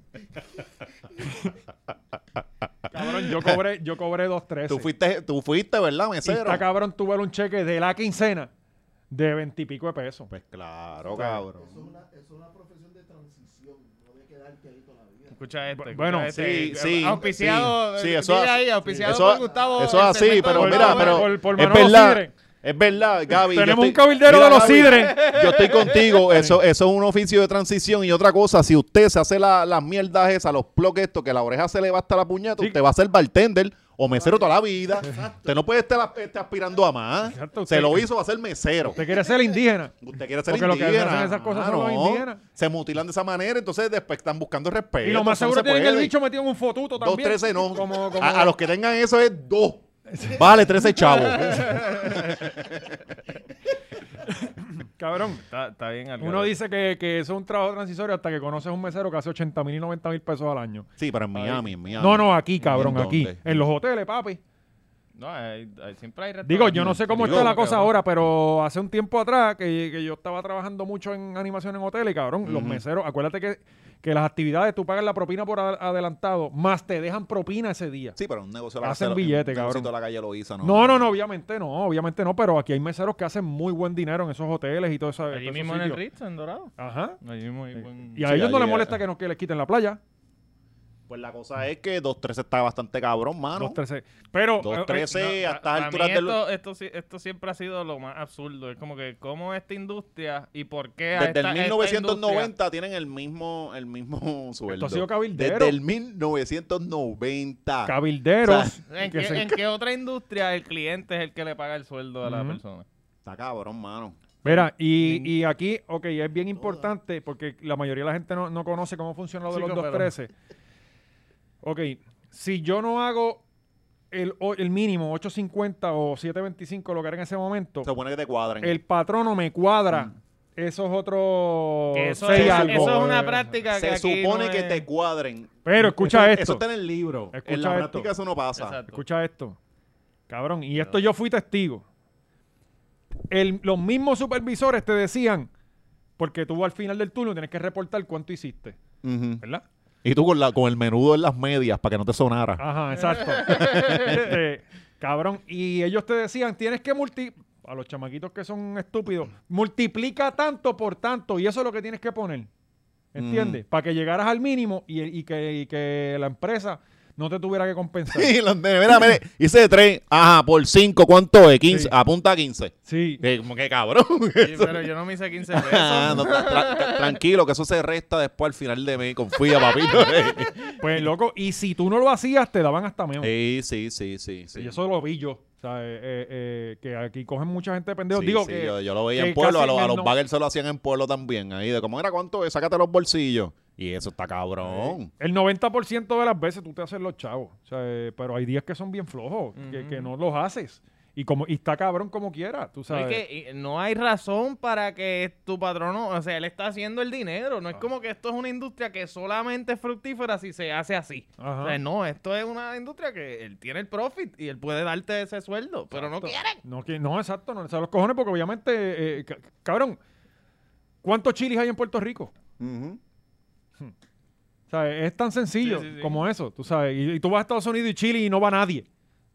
S2: cabrón, yo cobré, yo cobré dos tres.
S3: Tú fuiste, tú fuiste, ¿verdad, mesero?
S2: Está cabrón, tuve un cheque de la quincena de veintipico de pesos.
S3: Pues claro, cabrón.
S5: una, es una profesión de transición, no de quedarte ahí toda la vida.
S4: Escucha este. escucha
S2: Bueno,
S4: este.
S3: sí, sí,
S4: Auspiciado.
S3: sí, sí,
S4: eh,
S3: eso
S4: dile
S3: es-
S4: ahí, auspiciado
S3: Eso,
S4: por Gustavo.
S3: eso
S4: el
S3: es así,
S4: segmento de
S3: pero
S2: por-
S3: mira,
S4: Gustavo,
S3: pero
S2: por- por
S3: es
S2: Manolo
S3: verdad.
S2: Sidre.
S3: Es verdad, Gaby. yo
S2: Tenemos
S3: estoy-
S2: un cabildero de los
S3: Gaby,
S2: Sidre.
S3: Yo estoy contigo. Eso, eso es un oficio de transición. Y otra cosa, si usted se hace la- las mierdas esas, los bloques estos, que la oreja se le va hasta la puñeta,
S2: Sí.
S3: usted va a ser bartender o mesero toda la vida. Usted no puede estar estar aspirando a más.
S2: Exacto, usted-
S3: se lo hizo, va a ser mesero.
S2: Usted quiere ser indígena.
S3: Usted quiere ser
S2: Porque lo que
S3: indígena.
S2: hacen esas cosas son los indígenas.
S3: Se mutilan de esa manera, entonces después están buscando respeto.
S2: Y lo más
S3: eso no
S2: seguro
S3: se
S2: tienen el
S3: puede.
S2: bicho metido en un fotuto
S3: Dos,
S2: también.
S3: trece no.
S2: Como, como-
S3: A, a los que tengan eso es dos. Vale, trece chavos.
S2: Cabrón.
S4: Está, está bien, Algarve.
S2: Uno dice que, que eso es un trabajo transitorio hasta que conoces un mesero que hace 80 mil y 90 mil pesos al año.
S3: Sí, pero en Miami, en Miami.
S2: No, no, aquí, cabrón,
S3: ¿En
S2: aquí.
S3: dónde?
S2: En los hoteles, papi.
S4: No, hay- hay- siempre hay
S2: Digo, yo no sé cómo
S4: Digo,
S2: está la cosa
S4: cabrón.
S2: ahora, pero hace un tiempo atrás que, que yo estaba trabajando mucho en animación en hoteles, cabrón, los meseros, acuérdate que, que las actividades tú pagas la propina por a- adelantado, más te dejan propina ese día.
S3: Sí, pero un negocio
S2: Hacen
S3: un
S2: billete,
S3: negocito
S2: cabrón.
S3: de la calle Loíza, ¿no?
S2: No, no, no, obviamente no, obviamente no, pero aquí hay meseros que hacen muy buen dinero en esos hoteles y todo eso.
S4: Allí mismo en el Ritz, en Dorado.
S2: Ajá.
S4: Allí mismo hay buen-
S2: Y a
S3: Sí,
S2: ellos no
S3: allí,
S2: les molesta
S3: eh.
S2: que, no, que les quiten la playa.
S3: Pues la cosa es que 213 está bastante cabrón,
S4: Ah,
S3: mano.
S2: Dos, trece. Pero. eh, eh,
S3: 213
S4: No,
S3: hasta
S4: pa-
S3: alturas
S4: pa' mí
S3: del.
S4: esto, esto, sí- esto siempre ha sido lo más absurdo. Es como que, ¿cómo esta industria y por qué
S3: Desde
S4: a esta-
S3: el
S4: esta
S3: 1990
S4: industria?
S3: tienen el mismo, el mismo sueldo.
S2: ha sido cabildero.
S3: Desde el 1990.
S2: Cabilderos.
S3: O
S4: ¿En
S2: que
S4: qué,
S2: se-
S4: en qué otra industria el cliente es el que le paga el sueldo a la
S2: Ujú.
S4: persona?
S3: Está cabrón, mano.
S2: Mira, y, y aquí, ok, es bien importante porque la mayoría de la gente no, no conoce cómo funciona lo de los
S4: Chico, pero-
S2: 213. Ok, si yo no hago el, o- el mínimo 8.50 o 7.25, lo que era en ese momento,
S3: Se supone que te cuadran.
S2: el patrono me cuadra
S3: Mm.
S2: esos otros
S4: Que eso,
S2: seis
S4: es,
S2: algo.
S4: eso es
S2: Eh,
S4: una práctica
S3: Se
S4: que aquí
S3: supone
S4: no
S3: que
S4: es-
S3: te cuadren.
S2: Pero escucha
S3: Eso-
S2: esto.
S3: Eso está en el libro.
S2: Escucha
S3: en la
S2: esto.
S3: práctica eso no pasa.
S4: Exacto.
S2: Escucha esto. Cabrón, y esto yo fui testigo. El- los mismos supervisores te decían, porque tú al final del turno tienes que reportar cuánto hiciste,
S3: Ujú.
S2: ¿verdad?
S3: Y tú con, la, con el menudo en las medias para que no te sonara.
S2: Ajá, exacto. Eh, Este, cabrón, y ellos te decían, tienes que multi... A los chamaquitos que son estúpidos, multiplica tanto por tanto, y eso es lo que tienes Mm. que poner. ¿Entiendes? Para que llegaras al mínimo y, y que, y que la empresa no te tuviera que compensar.
S3: Sí, los nenes, mira, mira, hice tres. Ajá, por cinco, ¿cuánto es? 15.
S2: Sí.
S3: Apunta a 15.
S2: Sí.
S3: Eh, como que cabrón.
S4: Sí, pero yo no me hice 15 pesos.
S3: Ah, no, tra- tra- tranquilo, que eso se resta después al final de mes. Confía, papito.
S2: Pues loco, y si tú no lo hacías, te daban hasta menos.
S3: Sí, sí, sí, sí. sí.
S2: Y eso lo vi yo. O sea, eh, eh, eh, que aquí cogen mucha gente de pendejos.
S3: Sí,
S2: Digo
S3: sí,
S2: que.
S3: yo, yo lo veía
S2: que
S3: en pueblo, a,
S2: casi
S3: los, a
S2: en el
S3: los
S2: no-
S3: baggers se lo hacían en pueblo también. Ahí, de cómo era cuánto es, sácate los bolsillos. Y eso está cabrón.
S2: El 90% de las veces tú te haces los chavos. O sea, eh, pero hay días que son bien flojos, que, que no los haces. Y como y está cabrón como quiera, tú
S4: No,
S2: sabes.
S4: Es que eh, no hay razón para que tu patrono, o sea, él está haciendo el dinero.
S2: Ah.
S4: No es como que esto es una industria que solamente es fructífera si se hace así.
S2: Ajá.
S4: O sea, no, esto es una industria que él tiene el profit y él puede darte ese sueldo, pero no quieren.
S2: No, que, no, exacto, no les salen los cojones porque obviamente, eh, ca- cabrón, ¿cuántos chilis hay en Puerto Rico? O sea, es tan sencillo
S4: Sí, sí, sí.
S2: como eso, tú sabes. Y, y tú vas a Estados Unidos y Chile y no va nadie.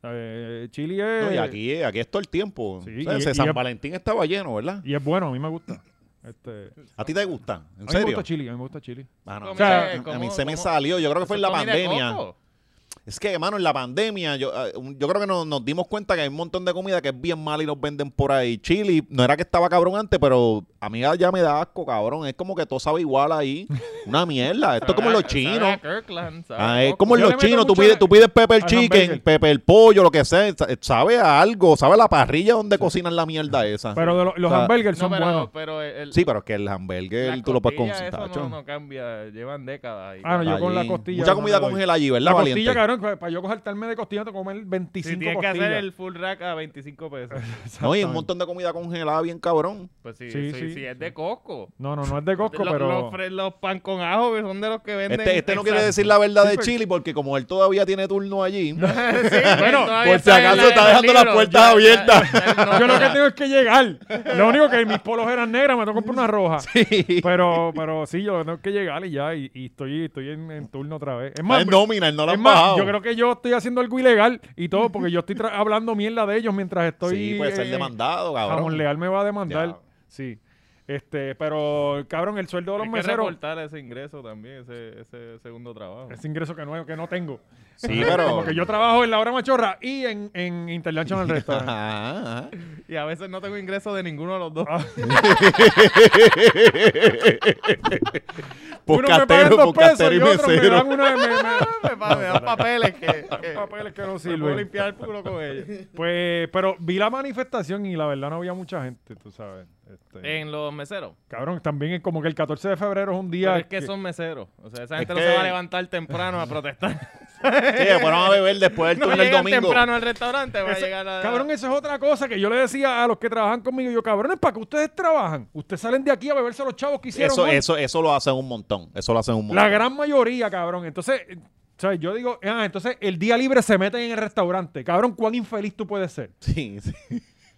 S2: ¿Sabes? Chile es...
S3: No, y aquí, aquí es todo el tiempo.
S2: Sí,
S3: O sea,
S2: y-
S3: ese
S2: y-
S3: San Valentín estaba lleno, ¿verdad?
S2: y es bueno, a mí me gusta. Este,
S3: ¿A ti te gusta? ¿En
S2: a mí me
S3: serio?
S2: gusta Chile, a mí me gusta Chile.
S3: Ah, no,
S4: Como
S3: o sea,
S4: que,
S3: a mí
S4: como-
S3: se me
S4: como-
S3: salió, yo creo que fue en la
S4: Eso es comida de
S3: pandemia.
S4: coco.
S3: Es que, hermano, en la pandemia, yo, ah, un- yo creo que nos, nos dimos cuenta que hay un montón de comida que es bien mala y nos venden por ahí. Chili, no era que estaba cabrón antes, pero a mí ya- ya me da asco, cabrón. Es como que todo sabe igual ahí. Una mierda. Esto es como los
S4: Sabe a-
S3: chinos.
S4: sabe a Kirkland, sabe a
S3: Ah, es
S4: coco.
S3: como en
S2: Yo
S3: los
S2: le meto
S3: chinos, tú
S2: mucho
S3: pides,
S2: a-
S3: tú pides pepper
S2: al
S3: chicken,
S2: hamburger.
S3: pepper pollo, lo que sea, sa- sabe a algo, sabe a la parrilla donde cocinan la mierda esa.
S2: Pero de lo- los
S3: O sea,
S2: hamburgers
S4: No,
S2: son
S4: pero,
S2: buenos.
S4: pero el,
S3: sí, pero es que el hamburger
S4: el,
S3: tú lo puedes conseguir.
S4: eso
S3: tacho.
S4: no, no cambia, llevan décadas. ahí.
S2: Ah, no, yo con la
S3: Allí.
S2: costilla,
S3: Mucha
S2: no
S3: comida
S2: le doy.
S3: congelada allí, ¿verdad,
S2: La
S3: Valiente?
S2: costilla, cabrón, pa- para yo cogerme de costilla tengo que comer 25
S4: Si tienes que
S2: costillas.
S4: hacer el full rack a 25 pesos.
S3: No, y un montón de comida congelada bien cabrón.
S4: Pues sí,
S2: Sí,
S4: sí,
S2: sí.
S4: sí, es de coco.
S2: No, no, no es de Costco,
S4: los,
S2: pero...
S4: los fre- los pan con ajo que son de los que venden.
S3: Este, este no
S4: Exacto.
S3: quiere decir la verdad
S2: Sí,
S3: de
S2: pero-
S3: Chili porque como él todavía tiene turno allí,
S4: Sí, bueno, todavía
S3: por si
S4: está en
S3: acaso está
S4: la- en el
S3: dejando las
S4: libro.
S3: puertas
S4: Ya-
S3: abiertas.
S4: ya- ya- no,
S2: Yo lo que
S4: ya.
S2: tengo es que llegar. Lo único que mis polos eran negras, me tengo que comprar una roja. Pero, pero sí, yo lo que tengo es que llegar y ya, y, y estoy, estoy en, en turno otra vez. Es más,
S3: es nómina, él no la
S2: es
S3: han
S2: más,
S3: bajado.
S2: yo creo que yo estoy haciendo algo ilegal y todo, porque yo estoy tra- hablando mierda de ellos mientras estoy.
S3: sí, puede ser
S2: eh,
S3: demandado,
S2: Jamón
S3: cabrón.
S2: Leal me va a demandar.
S3: Ya.
S2: Sí. Este, pero, cabrón, el sueldo de los
S4: Hay que
S2: meseros
S4: recortar ese ingreso también, ese, ese segundo trabajo.
S2: es ingreso que no, que no tengo.
S3: Sí, pero-
S2: Porque yo trabajo en la hora machorra y en, en International Restaurant.
S3: Ajá, ajá.
S4: Y a veces no tengo ingreso de ninguno de los dos.
S2: Ah. Uno me pagan
S3: Podcastero,
S2: dos pesos
S3: podcastero
S2: y
S3: y
S2: otro me
S3: mesero.
S2: dan una... me- me-
S4: me pa- me dan papeles que, que-
S2: papeles que no
S4: me puedo
S2: sirven.
S4: limpiar el culo con ellos.
S2: Pues, pero vi la manifestación y la verdad no había mucha gente, tú sabes. Este,
S4: En los meseros.
S2: Cabrón, también es como que el 14 de febrero es un
S4: Pero
S2: día.
S4: es que son meseros. O sea, esa
S3: Es
S4: gente
S3: que-
S4: no se va a levantar temprano a protestar.
S3: Sí, que fueron a beber después del
S4: No
S3: turno el
S4: llegan
S3: domingo.
S4: temprano al restaurante, va a
S2: Ese-
S4: llegar a...
S2: Cabrón, eso es otra cosa que yo le decía a los que trabajan conmigo. Yo, cabrones, ¿para qué ustedes trabajan? Ustedes salen de aquí a beberse los chavos que hicieron.
S3: Eso,
S2: hoy.
S3: eso, eso lo hacen un montón. Eso lo hacen un montón.
S2: La gran mayoría, cabrón. Entonces, eh, ¿sabes? yo digo, ah, entonces el día libre se meten en el restaurante. Cabrón, cuán infeliz tú puedes ser.
S3: Sí, sí.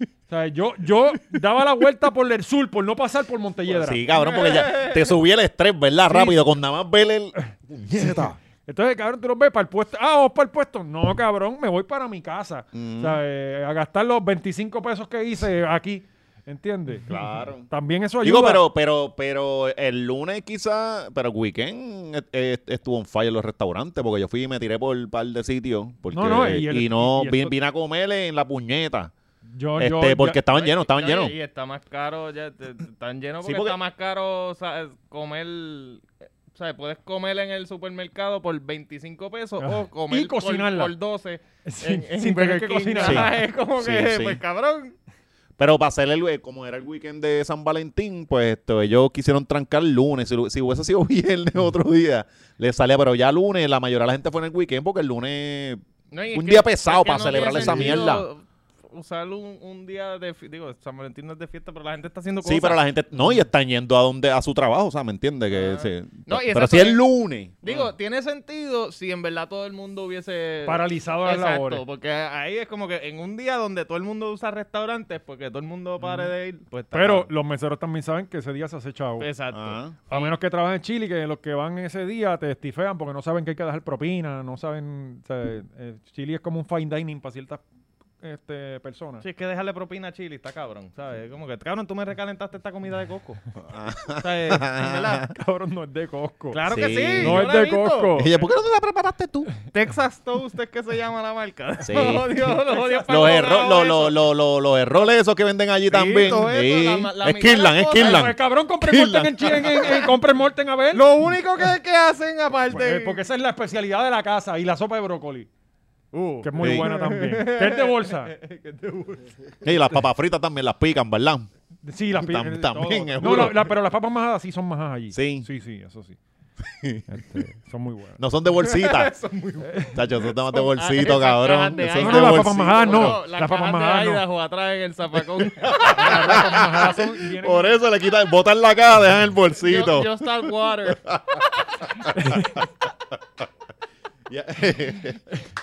S2: O sea, yo, yo daba la vuelta por el sur, por no pasar por Montelledra.
S3: Sí, cabrón, porque ya te subí el estrés, ¿verdad? Rápido, con nada más ver el. ¡Puñeta!
S2: Entonces, cabrón, tú los ves para el puesto. Ah, vamos para el puesto. No, cabrón, me voy para mi casa.
S3: Mm.
S2: O sea, eh, a gastar los 25 pesos que hice aquí. ¿Entiendes?
S3: Claro.
S2: También eso ayuda.
S3: Digo, pero, pero, pero el lunes quizá, pero el weekend eh, eh, estuvo en falla en los restaurantes, porque yo fui y me tiré por un par de sitios. Porque,
S2: No, no,
S3: y,
S2: y el-
S3: no
S2: y
S3: vi-
S2: esto-
S3: vine a comer en la puñeta.
S2: Yo, yo-
S3: este, porque
S2: ya-
S3: estaban llenos, estaban
S4: No, y-
S3: llenos.
S4: Y está más caro, ya, te- te- están llenos
S3: Sí,
S4: porque,
S3: porque-
S4: está más caro o sea, es comer. O sea, puedes comer en el supermercado por 25 pesos
S2: Ah.
S4: o comer
S2: Y cocinarla.
S4: Por, por 12.
S2: Sin- sin tener
S4: Burger
S2: que
S4: King.
S2: cocinar.
S4: Ajá, Es como
S3: Sí,
S4: que,
S3: sí.
S4: pues cabrón.
S3: Pero para hacer el, we- como era el weekend de San Valentín, pues esto, ellos quisieron trancar el lunes. Si, lo- si hubiese sido viernes otro día, les salía, pero ya lunes, la mayoría de la gente fue en el weekend porque el lunes.
S4: No, y es
S3: Un
S4: que-
S3: día pesado
S4: es que
S3: para
S4: no
S3: celebrar
S4: tiene
S3: esa
S4: sentido
S3: mierda.
S4: Usar un, un día de. fi- Digo, San Valentín no es de fiesta, pero la gente está haciendo cosas.
S3: Sí, pero la gente. No, y están yendo a donde, a su trabajo, o sea, ¿me entiendes? Que
S4: Ah.
S3: se-
S4: No, y
S3: pero
S4: exacto,
S3: si es
S4: eh,
S3: lunes.
S4: Digo, tiene sentido si en verdad todo el mundo hubiese.
S2: Paralizado las
S4: Exacto,
S2: labores.
S4: porque ahí es como que en un día donde todo el mundo usa restaurantes, porque todo el mundo pare de ir, pues está
S2: Pero
S4: mal.
S2: los meseros también saben que ese día se hace chavo.
S4: Exacto.
S3: Ajá.
S2: A menos que trabajen en Chile, que los que van ese día te estifean porque no saben que hay que dejar propina, no saben... o sea, eh, Chile es como un fine dining para ciertas este, personas.
S4: Sí, es que dejarle propina a Chile, está cabrón, ¿sabes? Como que, cabrón, tú me recalentaste esta comida de Costco. ¿Sabes? ¿Verdad?
S2: Ah, Cabrón, no es de Costco.
S4: Claro que
S3: Sí.
S4: sí.
S2: No
S4: yo
S2: es
S4: la he
S2: de
S4: visto.
S2: Costco.
S3: Ella, ¿por qué no te la preparaste tú?
S4: Texas Toast es que se llama la marca.
S3: Sí.
S4: Lo odio, lo odio para
S3: Los,
S4: colorado
S3: erro- lo- lo-
S4: eso.
S3: lo- lo- los errores esos que venden allí también.
S4: todo eso,
S3: Sí.
S4: la ma- la
S3: es
S4: mitad de
S3: Kirlan,
S4: las
S3: es
S4: cosas,
S3: Kirlan.
S2: Pues, cabrón, compré Morten en Chile, en, en- en- compré Morten a ver.
S4: Lo único que, que hacen aparte...
S2: Pues, porque esa es la especialidad de la casa y la sopa de brócoli,
S4: Uh,
S2: que es muy
S3: Sí.
S2: buena también. Que es de bolsa.
S3: Y las papas fritas también las pican, ¿verdad?
S2: Sí, las pi-
S3: Tam-
S2: eh,
S3: también
S2: todo.
S3: es
S2: No,
S3: bueno.
S2: la- la- pero las papas majadas sí son majadas allí.
S3: Sí.
S2: Sí, sí, eso sí. Este, son muy buenas.
S3: No son de bolsita. Chacho, son temas de bolsito,
S4: esas cajas
S3: cabrón.
S4: de
S3: Son
S2: No,
S4: Aida.
S2: no,
S3: de
S2: las
S3: bolsito.
S2: papas majadas Ah, no.
S4: las
S2: Las papas
S4: cajas de
S2: majadas ah, no.
S4: Idaho atrás en el zapacón.
S2: Las papas majadas son- vienen-
S3: Por eso le quitan, botan la cara, dejan el bolsito.
S4: yo, yo Star Water.
S3: Ya,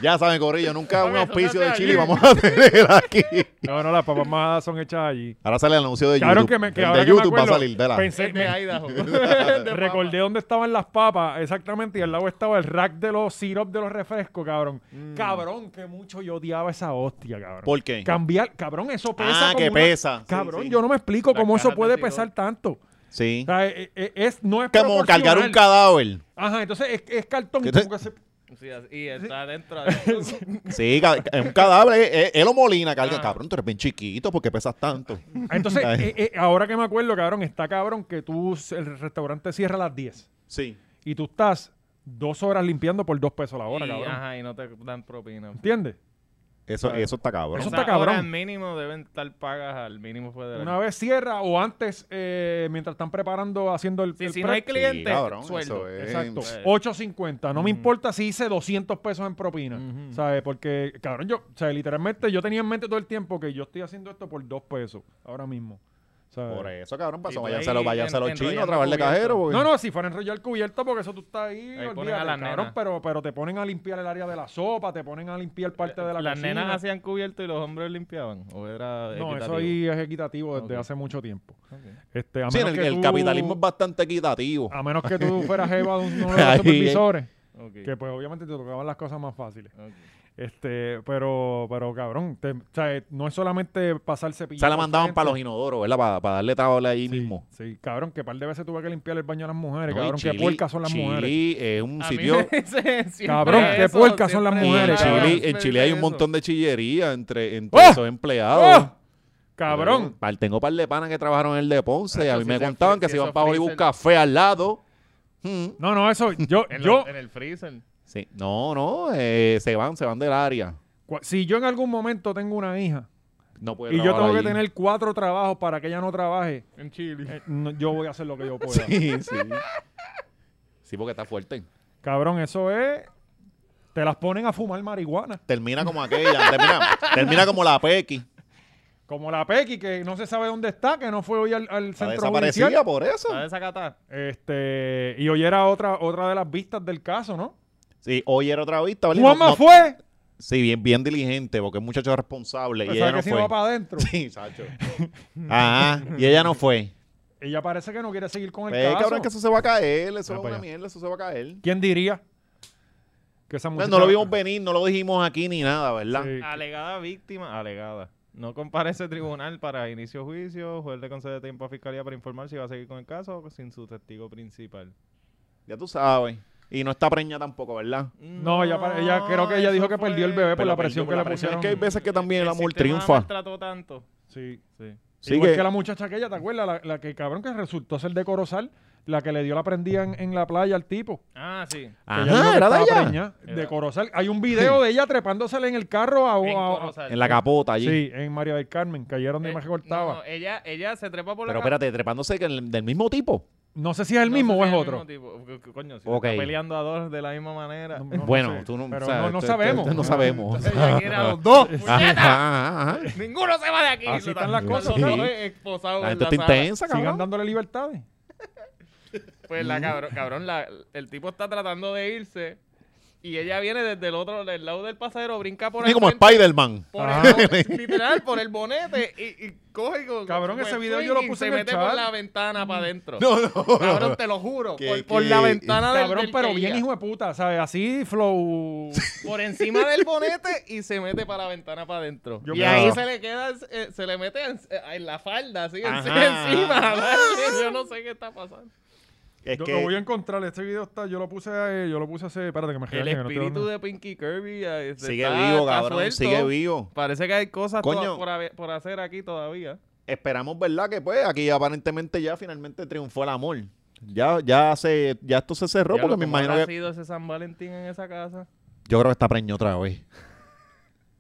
S3: ya saben, Corillo, nunca un
S4: Mami, eso
S3: auspicio
S4: se
S3: de
S4: hace
S3: Chile
S4: allí.
S3: vamos a tener aquí.
S2: No, no, las papas majadas son hechas allí.
S3: Ahora sale el anuncio de
S2: Claro
S3: YouTube.
S2: que me que
S3: El
S2: ahora
S3: de
S2: que me
S3: YouTube va a
S2: acuerdo,
S3: salir, vela.
S2: Pensé, me-
S4: de Idaho. De
S2: recordé dónde estaban las papas exactamente y al lado estaba el rack de los sirop de los refrescos, cabrón. Cabrón, que mucho yo odiaba esa hostia, cabrón.
S3: Mm. ¿Por qué?
S2: Cambiar, cabrón, eso pesa
S3: Ah,
S2: como
S3: que
S2: una-
S3: pesa. Sí,
S2: Cabrón,
S3: sí.
S2: yo no me explico
S4: Las
S2: cómo eso
S4: cajas de
S2: puede
S4: sirop.
S2: pesar tanto. O
S3: Sí.
S2: sea, eh, eh, es, no es
S3: Como cargar un
S2: proporcional.
S3: cadáver.
S2: Ajá, entonces es, es cartón.
S3: ¿Qué
S2: y
S3: te-
S2: como que se-
S4: papa. Sí, así- y está dentro.
S3: Sí, ca- es un cadáver. es- es- Él o Molina carga.
S4: Ah.
S3: Cabrón, tú eres bien chiquito porque pesas tanto.
S2: Entonces,
S3: Ay.
S2: eh, eh, ahora que me acuerdo, cabrón, está cabrón que tú, el restaurante cierra a las 10
S3: Sí.
S2: y tú estás dos horas limpiando por dos pesos la hora,
S4: y,
S2: cabrón.
S4: ajá, y no te dan propina.
S2: ¿Entiendes?
S3: Eso, eso está cabrón.
S2: Eso
S4: Esas
S2: está cabrón.
S4: horas mínimo deben estar pagas al mínimo federal.
S2: Una vez cierra o antes, eh, mientras están preparando, haciendo el,
S4: Sí,
S2: el
S4: si
S2: prep,
S4: no hay
S3: Sí,
S4: cliente,
S3: cabrón, eso
S4: sueldo.
S3: es.
S2: Exacto.
S4: Sí. pues.
S2: 8.50. No me importa si hice 200 pesos en propina.
S4: Ujú.
S2: ¿Sabes? Porque, cabrón, yo, o sea, literalmente yo tenía en mente todo el tiempo que yo estoy haciendo esto por 2 pesos ahora mismo. ¿Sabes?
S3: Por eso, cabrón,
S4: Y tú
S3: pasó.
S4: ahí
S3: Váyanse a los, váyanse a los
S4: en-
S3: chinos a
S4: enrollando
S3: trabajar de
S4: cubiertos.
S3: cajero. porque-
S2: No, no, si fuera enrollar cubierto, porque eso tú estás ahí.
S4: Ahí ponen
S2: olvídate,
S4: a las
S2: cabrón,
S4: nenas.
S2: pero, pero te ponen a limpiar el área de la sopa, te ponen a limpiar parte de la
S4: Las
S2: cocina.
S4: nenas hacían cubierto y los hombres limpiaban. O era
S2: No, eso
S4: equitativo?
S2: ahí es equitativo desde
S4: Ok.
S2: hace mucho tiempo.
S4: Ok.
S2: Este, a
S3: Sí, en
S2: menos
S3: el,
S2: que
S3: el
S2: tú-
S3: capitalismo es bastante equitativo.
S2: A menos que tú fueras jeva de uno de los
S3: Ahí,
S2: supervisores,
S4: Ok.
S2: que pues obviamente te tocaban las cosas más fáciles.
S4: Ok.
S2: Este, pero, pero cabrón, te- o sea, eh, no es solamente pasar
S3: O
S2: cepillo.
S3: sea, la mandaban para los
S2: inútiles
S3: inodoros, ¿verdad? Para, darle tabla ahí mismo.
S2: Sí, cabrón, que par de veces tuve que limpiar el baño a las mujeres,
S3: No, y
S2: cabrón,
S3: Chile-
S2: qué puercas son las
S3: Chile
S2: mujeres.
S3: es un
S4: A mí
S3: sitio...
S4: me dicen siempre
S2: Cabrón, qué
S4: eso,
S2: puercas son las
S4: siempre
S3: Y en
S2: mujeres,
S4: me dicen
S3: Chile,
S4: eso.
S3: en Chile hay un montón de chillería entre, entre
S2: ¡Ah!
S3: esos empleados.
S2: ¡Oh! Cabrón.
S3: Par- Tengo par de panas que trabajaron en el de Ponce. y a
S4: Eso
S3: mí
S4: sí
S3: me
S4: se
S3: contaban
S4: fri-
S3: que
S4: sí,
S3: se iban
S4: eso
S3: para Hollywood
S4: freezer.
S3: Café al lado. Mm,
S2: No, no, eso, yo,
S4: En,
S2: yo,
S4: lo- en el freezer.
S3: sí. No, no, eh, se van, se van del área.
S2: cua- si yo en algún momento tengo una hija
S3: No puede
S2: y yo tengo
S3: trabajar
S2: que
S3: allí.
S2: tener cuatro trabajos para que ella no trabaje,
S4: En Chile.
S2: eh, no, yo voy a hacer lo que yo pueda.
S3: Sí, sí. Sí, porque está fuerte.
S2: Cabrón, eso es, te las ponen a fumar marihuana.
S3: Termina como aquella, termina, termina como la Pequi.
S2: Como la Pequi, que no se sabe dónde está, que no fue hoy al, al
S3: Está
S2: centro
S3: desaparecida
S2: judicial.
S3: por eso.
S4: ¿Sabes esa cata?
S2: Este, y hoy era otra, otra de las vistas del caso, ¿no?
S3: Sí, hoy era otra vista, ¿verdad? Y no-
S2: Juanma
S3: no-
S2: fue.
S3: Sí, bien, bien diligente, porque es un muchacho responsable. y
S2: Pensaba
S3: ella
S2: que
S3: no
S2: si
S3: fue.
S2: no va para adentro.
S3: Sí, Sacho. Ajá, y ella no fue.
S2: Ella parece que no quiere seguir con el
S3: Ve,
S2: caso.
S3: Pues, cabrón, que eso se va a caer, eso
S2: Ah,
S3: es
S2: para
S3: una
S2: allá.
S3: mierda, eso se va a caer.
S2: ¿Quién diría? Que esa
S3: No,
S2: muchacha-
S3: Pues, no lo vimos venir, no lo dijimos aquí ni nada, ¿verdad?
S2: Sí.
S4: Alegada víctima, alegada. No comparece tribunal para inicio juicio. Juez le concede tiempo a fiscalía para informar si va a seguir con el caso o sin su testigo principal.
S3: Ya tú sabes. Y no está preña tampoco, ¿verdad?
S2: No, ella pare- ella- creo que ella
S4: eso
S2: dijo que perdió el bebé por
S3: Pero
S2: la presión
S3: perdió por
S2: que
S3: la
S2: le
S3: presión.
S2: pusieron.
S3: Es que hay veces que también el amor
S4: sistema
S3: triunfa.
S4: maltrató tanto.
S2: Sí.
S4: Sí.
S3: Sí,
S2: Igual
S3: que-
S2: que... la muchacha aquella, ¿te acuerdas? La, la que cabrón que resultó ser de Corozal, la que le dio la prendida en, en la playa al tipo.
S4: Ah, sí.
S2: Que ella dijo
S3: Ajá,
S2: que
S3: era de
S2: estaba
S3: allá.
S2: preña, De
S4: Era.
S2: Corozal. Hay un video de ella trepándosele en el carro a,
S4: En
S2: a- a-
S4: Corozal.
S3: En la capota allí.
S2: Sí, en María del Carmen, que allá era donde
S4: Eh,
S2: más
S4: no,
S2: recortaba.
S4: no, ella, ella se trepa por
S3: Pero
S4: la capota.
S3: espérate, trepándose que el- del mismo tipo.
S2: No sé si es el mismo o es otro.
S4: Coño, si
S3: Ok.
S4: está peleando a dos de la misma manera.
S2: No- no- no
S3: bueno,
S2: sé,
S3: tú no,
S2: pero
S3: o sea,
S2: no, no
S3: tú- tú-
S2: sabemos.
S3: tú no sabemos.
S4: Ella quiere a los dos.
S3: Ajá,
S4: ¡Puñeta!
S3: ajá, ajá.
S4: Ninguno se va de aquí.
S2: Así
S4: Lo
S2: están
S4: tam-
S2: las
S4: lo
S2: cosas,
S4: tam-
S3: ¿no?
S4: lo he esposado
S3: La
S4: en
S3: gente
S4: la
S3: está
S4: sala.
S3: intensa,
S2: Sigan
S3: cabrón.
S2: dándole libertades.
S4: Pues la cabrón, cabrón, la- el tipo está tratando de irse Y ella viene desde el otro, del lado del pasajero, brinca por
S6: Ni
S4: el
S6: como
S4: frente,
S6: Spider-Man.
S4: por el- literal, por el bonete y, y coge con-
S2: Cabrón,
S4: con
S2: ese
S4: el
S2: video
S4: swing
S2: yo lo
S4: y
S2: puse
S4: se
S2: en el
S4: mete
S2: chat. Mm.
S4: por la ventana para adentro.
S6: No, no,
S4: Cabrón,
S6: no.
S4: te lo juro.
S6: Que-
S4: por, por
S6: que-
S4: la ventana del
S2: Cabrón,
S4: del
S2: pero
S4: que
S2: bien
S4: guía.
S2: hijo de puta, ¿sabes? Así, flow.
S4: Por encima del bonete y se mete para la ventana para adentro.
S2: Yo
S4: Y
S2: creo-
S4: ahí
S6: No.
S4: se le queda, eh, se le mete en, en la falda, así, en-
S6: Ajá.
S4: encima. Yo no sé qué está pasando.
S6: Es
S2: Yo
S6: que
S2: lo voy a encontrar. Este video está, yo lo puse, eh, yo lo puse hace, espérate que me
S4: El
S2: regañen, que no estoy
S4: espíritu
S2: dando-
S4: de Pinky Kirby eh, se
S6: sigue
S4: está-
S6: vivo,
S4: está
S6: cabrón.
S4: suelto.
S6: Sigue vivo.
S4: Parece que hay cosas
S6: Coño.
S4: todas por, haber- por hacer aquí todavía.
S6: Esperamos, ¿verdad? Que pues aquí aparentemente ya finalmente triunfó el amor. Ya, ya se, ya esto se cerró,
S4: Diablo,
S6: porque me
S4: ¿cómo
S6: imagino
S4: habrá
S6: que.
S4: sido ese San Valentín en esa casa?
S6: Yo creo que está preñó otra vez.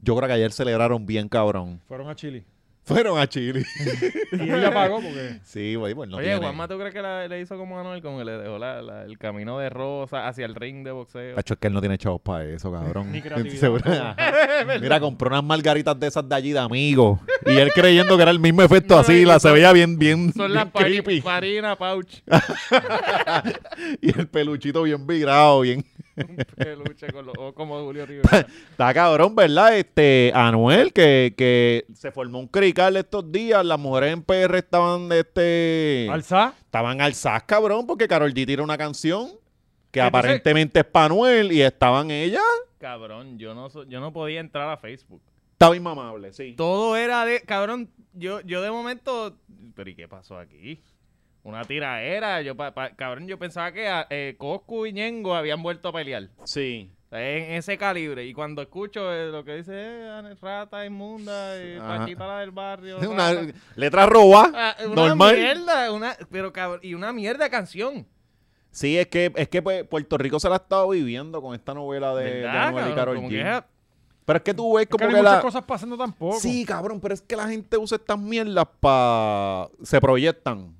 S6: Yo creo que ayer celebraron bien, cabrón.
S2: Fueron a Chile.
S6: Fueron a Chile.
S2: Y ella pagó porque.
S6: Sí, güey, pues no
S4: Oye,
S6: tiene.
S4: Juanma, ¿tú crees que la- le hizo como Anuel? Como que le dejó la- la- el camino de rosa hacia el ring de boxeo.
S6: Tacho, es que él no tiene chavos para eso, cabrón.
S2: Ni creatividad.
S6: Seguro- Ajá. Mira, compró unas margaritas de esas de allí de amigo. Y él creyendo que era el mismo efecto
S4: No,
S6: así,
S4: y
S6: la
S4: son-
S6: se veía bien, bien,
S4: Son
S6: bien
S4: las pari-
S6: creepy.
S4: Parina Pouch.
S6: Y el peluchito bien virado, bien.
S4: Peluche con los ojos como Julio Rivera.
S6: Está cabrón, ¿verdad? Este, Anuel, que, que se formó un crical estos días. Las mujeres en PR estaban, este...
S2: Alza.
S6: Estaban alzadas, cabrón, porque Carol G tira una canción que
S2: Entonces-
S6: aparentemente es para Anuel y estaban ellas.
S4: Cabrón, yo no, so- yo no podía entrar a Facebook.
S6: Estaba inmamable, sí.
S4: Todo era de. Cabrón, yo, yo de momento. ¿Pero y qué pasó aquí? Una tiraera. Yo, pa- pa- cabrón, yo pensaba que a- eh, Coscu y Ñengo habían vuelto a pelear.
S6: Sí.
S4: O sea, En ese calibre. Y cuando escucho eh, lo que dice eh, Ane- rata inmunda, eh,
S6: Ajá.
S4: Paquita la del barrio. rata.
S6: Una letra roba,
S4: Ah, una
S6: normal.
S4: mierda, una, pero cabrón, y una mierda de canción.
S6: Sí, es que, es que pues, Puerto Rico se la ha estado viviendo con esta novela de, de
S4: ¿Verdad,
S6: Anuel y
S4: cabrón?
S6: Karol
S4: Como
S6: G.
S4: que es-
S6: Pero es que tú ves
S2: Es que
S6: como
S2: no
S6: que,
S2: hay muchas
S6: la...
S2: cosas pasando tampoco.
S6: Sí, cabrón, pero es que la gente usa estas mierdas para... Se proyectan.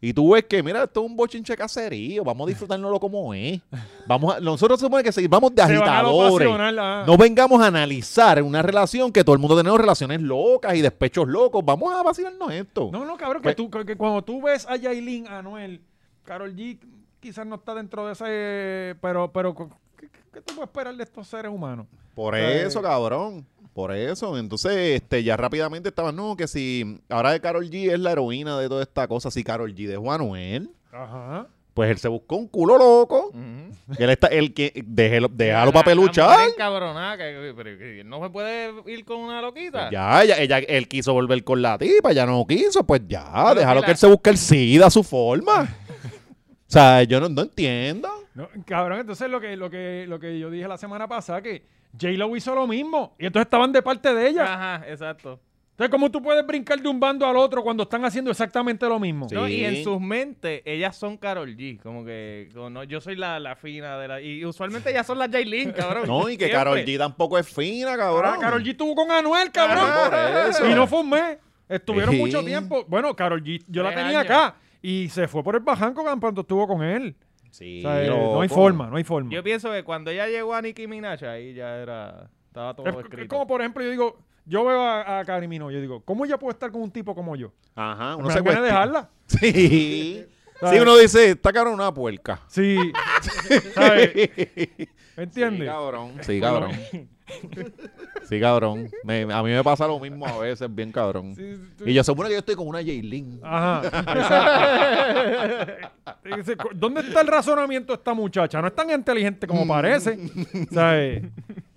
S6: Y tú ves que, mira, esto es un bochinche caserío. Vamos a disfrutárnoslo como es. Vamos a- Nosotros somos que si vamos de
S2: Se van a lo
S6: agitadores.
S2: pasional, ah.
S6: No vengamos a analizar una relación que todo el mundo tenemos relaciones locas y despechos locos. Vamos a vacilarnos esto.
S2: No, no, cabrón,
S6: Pues-
S2: que, tú, que, que cuando tú ves a Yailin, a Anuel, Carol G, quizás no está dentro de ese. Pero, pero ¿qué, qué- qué tú puedes esperar de estos seres humanos?
S6: Por
S2: Eh.
S6: eso, cabrón. Por eso. Entonces, este, ya rápidamente estaban, no, que si ahora de Carol G es la heroína de toda esta cosa, si Carol G dejó a Anuel,
S2: Ajá.
S6: pues él se buscó un culo loco.
S4: Ujú.
S6: Él está, él que, déjelo, déjalo
S4: La-
S6: para
S4: la
S6: peluchar.
S4: mujer encabronada, que- pero que no se puede ir con una loquita.
S6: Pues ya, ella, ella- él quiso volver con la tipa, ya no quiso, pues ya, déjalo
S4: si
S6: que
S4: la-
S6: él se busque el SIDA a su forma. o sea, yo no, no entiendo.
S2: No, cabrón, entonces lo que, lo, que, lo que yo dije la semana pasada, que J-Lo hizo lo mismo. Y entonces estaban de parte de ella.
S4: Ajá, exacto.
S2: Entonces, ¿cómo tú puedes brincar de un bando al otro cuando están haciendo exactamente lo mismo?
S6: Sí.
S4: No, y en sus mentes, ellas son Carol G. Como que como no, yo soy la, la fina de la. Y usualmente ellas son las Jailin, cabrón.
S6: No, y que
S4: Siempre.
S6: Carol G tampoco es fina, cabrón.
S2: Ahora, Carol Ah, G estuvo con Anuel, cabrón.
S6: Ajá, Ah, por eso.
S2: Y no fue un mes. Estuvieron
S6: Sí.
S2: mucho tiempo. Bueno, Carol G, yo la
S4: Tres
S2: tenía
S4: años.
S2: acá. Y se fue por el bajanco tan pronto estuvo con él.
S6: Sí,
S2: O sea, eh, no hay
S6: loco.
S2: forma, no hay forma.
S4: Yo pienso que cuando ella llegó a Nicki Minaj, ahí ya era. Estaba todo
S2: Es- es,
S4: escrito.
S2: como, por ejemplo, yo digo, yo veo a, a Karimino, yo digo, ¿cómo ella puede estar con un tipo como yo?
S6: Ajá,
S2: No
S6: uno
S2: se
S6: se
S2: puede
S6: cuestiona.
S2: dejarla.
S6: Sí.
S2: ¿Sabes?
S6: Sí, uno dice, está cabrón una puerca.
S2: Sí. ¿Sabes? ¿Me
S6: Sí,
S2: entiendes?
S6: cabrón. Sí, cabrón. Sí, cabrón. Me- a mí me pasa lo mismo a veces, bien cabrón.
S2: Sí, sí, sí. Ah,
S6: Y yo supone que yo estoy con una Jaylin.
S2: Ajá. exacto. Y dice, "Co- ¿Dónde está el razonamiento de esta muchacha? No es tan inteligente
S6: Mm.
S2: como parece. ¿Sabes?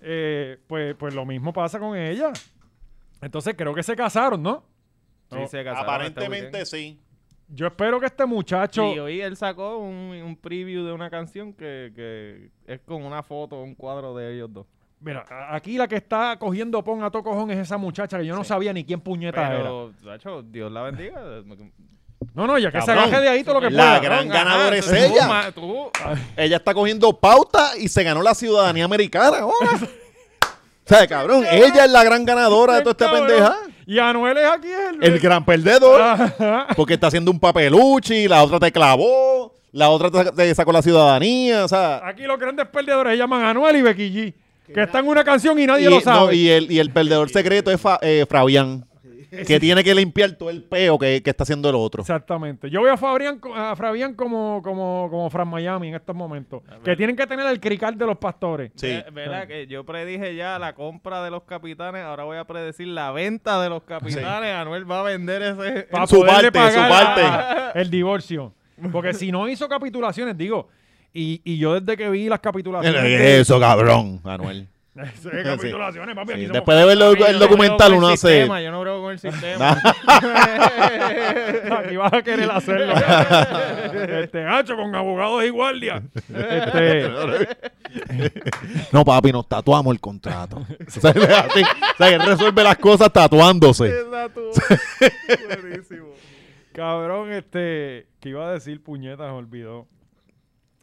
S2: Eh, pues, pues lo mismo pasa con ella. Entonces creo que se casaron, ¿no?
S4: Sí, se casaron
S6: Aparentemente
S4: este
S6: sí.
S2: Yo espero que este muchacho.
S4: weekend. Y hoy él sacó un, un preview de una canción que, que es con una foto, un cuadro de ellos dos.
S2: Mira, a- aquí la que está cogiendo pon a to cojón es esa muchacha que yo no sabía ni quién puñeta era.
S4: Pero, Nacho, Dios la bendiga.
S2: No, no, ya que se
S6: Cabrón.
S2: agaje de ahí todo lo que
S6: La
S2: pueda.
S6: gran
S4: Cabrón,
S6: ganadora
S4: ajá,
S6: es
S4: tú-
S6: ella.
S4: ma- tú-
S6: Ella está cogiendo pauta y se ganó la ciudadanía americana ahora. o sea, cabrón, ella es la gran ganadora de toda esta
S2: Cabrón.
S6: pendeja.
S2: Y Anuel es aquí el.
S6: El gran perdedor.
S2: Ajá.
S6: Porque está haciendo un papeluchi, la otra te clavó, la otra te- te sacó la ciudadanía, o sea...
S2: Aquí los grandes perdedores se llaman Anuel y Becky G. Que están en una canción y nadie
S6: y,
S2: Ah, lo
S6: no,
S2: sabe.
S6: y el, y el perdedor secreto es Fa- eh, Fabián.
S7: Sí.
S3: que tiene que limpiar todo el peo que, que está haciendo el otro.
S2: Exactamente. Yo veo a Fabián, a Fabián como, como, como Fran Miami en estos momentos. Que tienen que tener el crical de los pastores.
S3: Sí.
S4: Ve- ¿Verdad? Que yo predije ya la compra de los capitanes, ahora voy a predecir la venta de los capitanes. Anuel va a vender ese...
S2: Para
S3: Su
S2: poderle
S3: parte, su
S2: pagar
S3: parte.
S2: a- el divorcio. Porque si no hizo capitulaciones, digo, y, y yo desde que vi las capitulaciones... de-
S3: Eso, cabrón,
S6: Ah,
S3: Manuel.
S2: Sí, capitulaciones, papi, aquí
S3: Sí,
S2: somos-
S3: Después de ver lo-
S4: Yo
S3: el
S4: no
S3: documental,
S4: brego con
S3: uno
S4: el
S3: hace.
S4: sistema, Yo no brego con el sistema.
S2: Aquí vas a querer hacerlo. este hacho con abogados y guardias. Este,
S3: No, papi, nos tatuamos el contrato. o sea, así, o sea, él resuelve las cosas tatuándose.
S4: Exacto. Buenísimo.
S2: cabrón, este. ¿Qué iba a decir, puñetas? Me olvidó.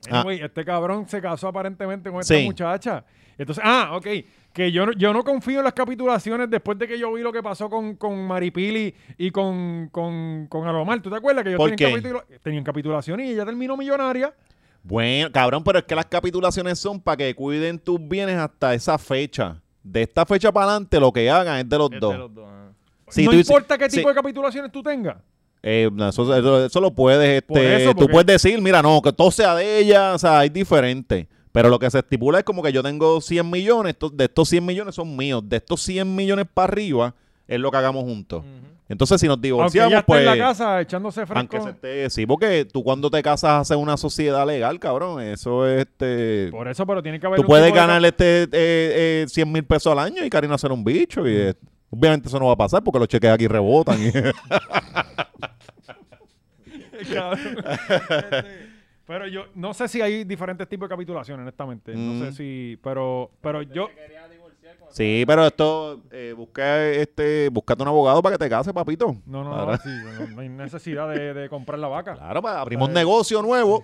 S3: Ah.
S2: Anyway, este cabrón se casó aparentemente con esta
S3: Sí.
S2: muchacha. Entonces, ah, ok. Que yo no, yo no confío en las capitulaciones después de que yo vi lo que pasó con, con Maripili y con, con, con Alomar. ¿Tú te acuerdas que yo
S3: ¿Por
S2: tenía, en
S3: qué?
S2: capitula- tenía en capitulación y ella terminó millonaria?
S3: Bueno, cabrón, pero es que las capitulaciones son para que cuiden tus bienes hasta esa fecha. De esta fecha para adelante, lo que hagan es de los
S4: Es de
S3: dos.
S4: los dos, ah. ajá.
S3: Si
S2: no
S3: tú dices-
S2: importa qué
S3: si-
S2: tipo de capitulaciones tú tengas.
S3: Eh, no, eso, eso- eso lo puedes,
S2: Por
S3: este,
S2: eso,
S3: tú
S2: porque-
S3: puedes decir, mira, no, que todo sea de ella, o sea, es diferente. Pero lo que se estipula es como que yo tengo 100 millones, estos- de estos 100 millones son míos, de estos 100 millones para arriba es lo que hagamos juntos. Entonces, si nos
S2: Aunque ella
S3: divorciamos,
S2: esté
S3: pues,
S2: en la casa echándose
S3: aunque
S2: fresco.
S3: se esté, sí, porque tú cuando te casas haces una sociedad legal, cabrón, eso es, este,
S2: Por eso, pero tiene que haber
S3: tú
S2: un
S3: puedes
S2: tipo de-
S3: ganar este, eh, eh, 100 mil pesos al año y Karina ser un bicho y eh, obviamente eso no va a pasar porque los cheques aquí rebotan. y-
S2: Cabrón. Este, pero yo no sé si hay diferentes tipos de capitulaciones, honestamente.
S3: Mm.
S2: No sé si, pero, pero yo,
S3: Sí, pero esto, eh, busca este, búscate un abogado para que te case, papito.
S2: no, no, no,
S3: Ahora-
S2: sí, no, no hay necesidad de, de comprar la vaca.
S3: Claro, para
S2: Eh.
S3: abrimos un negocio nuevo.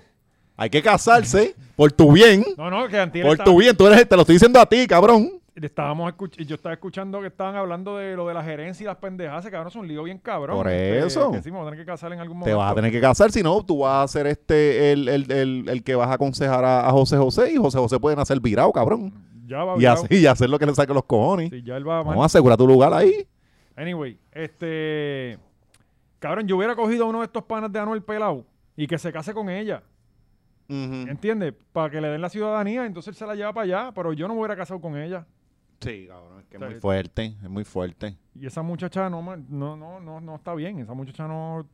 S3: Hay que casarse por tu bien.
S2: No, no, que antes
S3: Por tu bien, tú eres, te lo estoy diciendo a ti, cabrón.
S2: estábamos escuch- yo estaba escuchando que estaban hablando de lo de la gerencia y las pendejadas, cabrón, es un lío bien cabrón.
S3: Por
S2: Este,
S3: eso.
S2: que sí, me voy a tener que casar en algún
S3: Te
S2: momento.
S3: vas a tener que casar, si no, tú vas a ser este el, el, el, el que vas a aconsejar a, a José José y José José pueden hacer virado, cabrón.
S2: Ya va,
S3: Y,
S2: ya-
S3: hace- y hacer lo que le saque los cojones.
S2: sí, ya él va mal.
S3: Vamos a asegurar tu lugar ahí.
S2: Anyway, este. Cabrón, yo hubiera cogido a uno de estos panas de Anuel Pelao y que se case con ella.
S3: Ujú.
S2: ¿Entiendes? Para que le den la ciudadanía, entonces él se la lleva para allá, pero yo no me hubiera casado con ella.
S3: Sí, cabrón, es que es
S2: Sí.
S3: muy fuerte, es muy fuerte.
S2: Y esa muchacha no, ma- no, no, no, no está bien. Esa muchacha no. o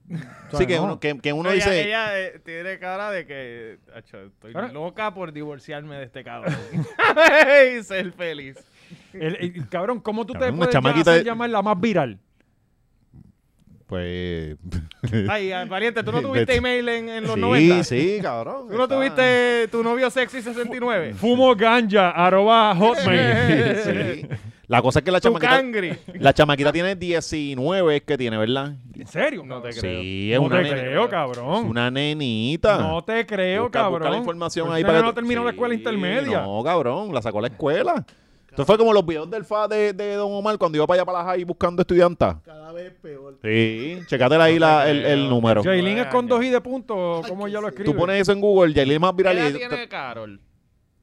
S2: sea,
S3: Sí, que
S2: no.
S3: uno, que, que uno
S4: ella,
S3: dice...
S4: ella, eh, tiene cara de que "Acho, estoy
S2: Ahora-
S4: loca por divorciarme de este cabrón y ser feliz.
S2: El, el- cabrón, ¿cómo tú
S3: Cabrón,
S2: te
S3: una
S2: puedes
S3: chamaquita
S2: hacer
S3: de-
S2: llamar la más viral?
S3: Pues...
S4: Ay, ay, valiente, tú no tuviste email en, en los 90.
S3: Sí, sí, cabrón.
S4: Tú no
S3: Está-
S4: tuviste tu novio sexy 69.
S2: Fumo ganja, arroba hotmail.
S3: Sí. La cosa es que la
S4: Tu
S3: chamaquita,
S4: cangri.
S3: la chamaquita tiene 19 es que tiene, ¿verdad?
S2: ¿En serio?
S4: No te
S2: cabrón?
S4: creo.
S3: Sí, es
S2: No
S3: una,
S2: te
S3: neni-
S2: creo, cabrón.
S3: una nenita.
S2: No te creo,
S3: Ah. Busca- busca
S2: cabrón.
S3: la información
S2: Pero
S3: ahí
S2: ese
S3: para
S2: nene no
S3: tú-
S2: terminó la
S3: Sí,
S2: escuela intermedia.
S3: No, cabrón, la sacó a la escuela. Esto fue como los videos del FA de, de Don Omar cuando iba para allá para la high buscando estudiantes.
S5: Cada vez es peor.
S3: Sí, checate ahí la, el, el número.
S2: Jailin es
S4: Nueve
S2: con
S4: años.
S2: dos i de punto,
S5: Ay,
S2: ¿cómo
S5: qué
S2: ya lo
S5: sé.
S2: escribe?
S3: Tú pones eso en Google, Yailin más
S4: ¿Qué
S3: viral.
S4: edad
S3: y-
S4: tiene Carol?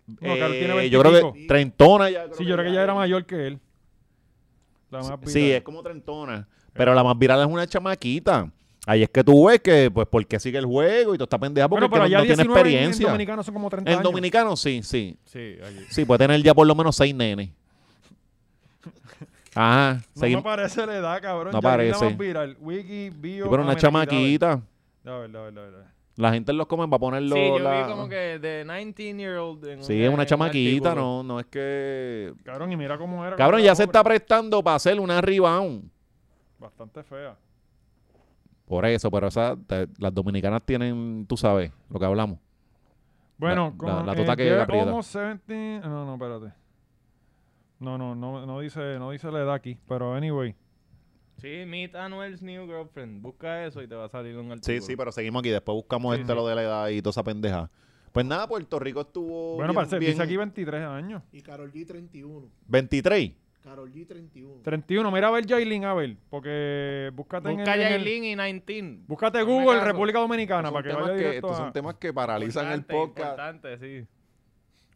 S2: No, Carol tiene
S3: eh,
S2: 20
S3: yo creo
S2: y
S3: que treintona ya. creo
S2: Sí, yo creo que ella era mayor que él. La más
S3: Sí,
S2: viral.
S3: es como trentona. Pero la más viral es una chamaquita. Ahí es que tú ves que, pues, porque sigue el juego y tú estás pendeja porque
S2: Bueno, pero
S3: es que
S2: allá
S3: no, no tiene
S2: 19 en- En,
S3: experiencia. En,
S2: dominicano son como 30 años.
S3: dominicano, sí, sí.
S2: Sí, allí.
S3: Sí, puede tener ya por lo menos seis nenes. Ajá.
S2: No
S3: seguimos.
S2: me parece la edad, cabrón. Ya
S3: No
S2: vi la
S3: parece.
S2: más viral. Wiki, bio.
S3: Sí, pero una
S2: Amena, quita,
S3: chamaquita.
S2: A ver, a ver, a ver, a ver.
S3: La gente en los comen va a ponerlo.
S4: Sí, yo
S3: la-
S4: vi como que de 19 year old. en
S3: Sí, es
S4: en
S3: una
S4: un
S3: chamaquita,
S4: artículo.
S3: no, no es que.
S2: Cabrón, y mira cómo era.
S3: Cabrón,
S2: cómo
S3: ya
S2: era
S3: se
S2: pobre.
S3: está prestando para hacer una rebound.
S2: Bastante fea.
S3: Por eso, pero esa, te- las dominicanas tienen, tú sabes, lo que hablamos.
S2: Bueno,
S3: la-
S2: con,
S3: la tota que
S2: Jeff
S3: la aprieta.
S2: Almost 17 No, no, espérate. No, no, no, no dice, no dice la edad aquí. Pero anyway.
S4: Sí, Meet Anuel's New Girlfriend. Busca eso y te va a salir un
S3: Sí,
S4: artículo.
S3: sí, pero seguimos aquí. Después buscamos
S4: Sí,
S3: este
S4: sí.
S3: lo de la edad y toda esa pendeja. Pues nada, Puerto Rico estuvo.
S2: Bueno,
S3: bien-
S2: parece,
S3: bien-
S2: dice aquí 23 años.
S5: Y Carol G 31.
S3: 23.
S5: Carol G 31.
S2: 31. Mira a ver Jailin, a ver. Porque búscate en el-
S4: Busca
S2: en el-
S4: Jailin y 19.
S2: Búscate
S4: Hazme
S2: Google,
S4: caso.
S2: República Dominicana,
S3: Estos son
S2: para que
S3: temas
S2: vaya
S3: que-
S2: directo
S3: estos
S2: a-
S3: son temas que paralizan el
S4: Importante,
S3: podcast.
S4: importante, sí.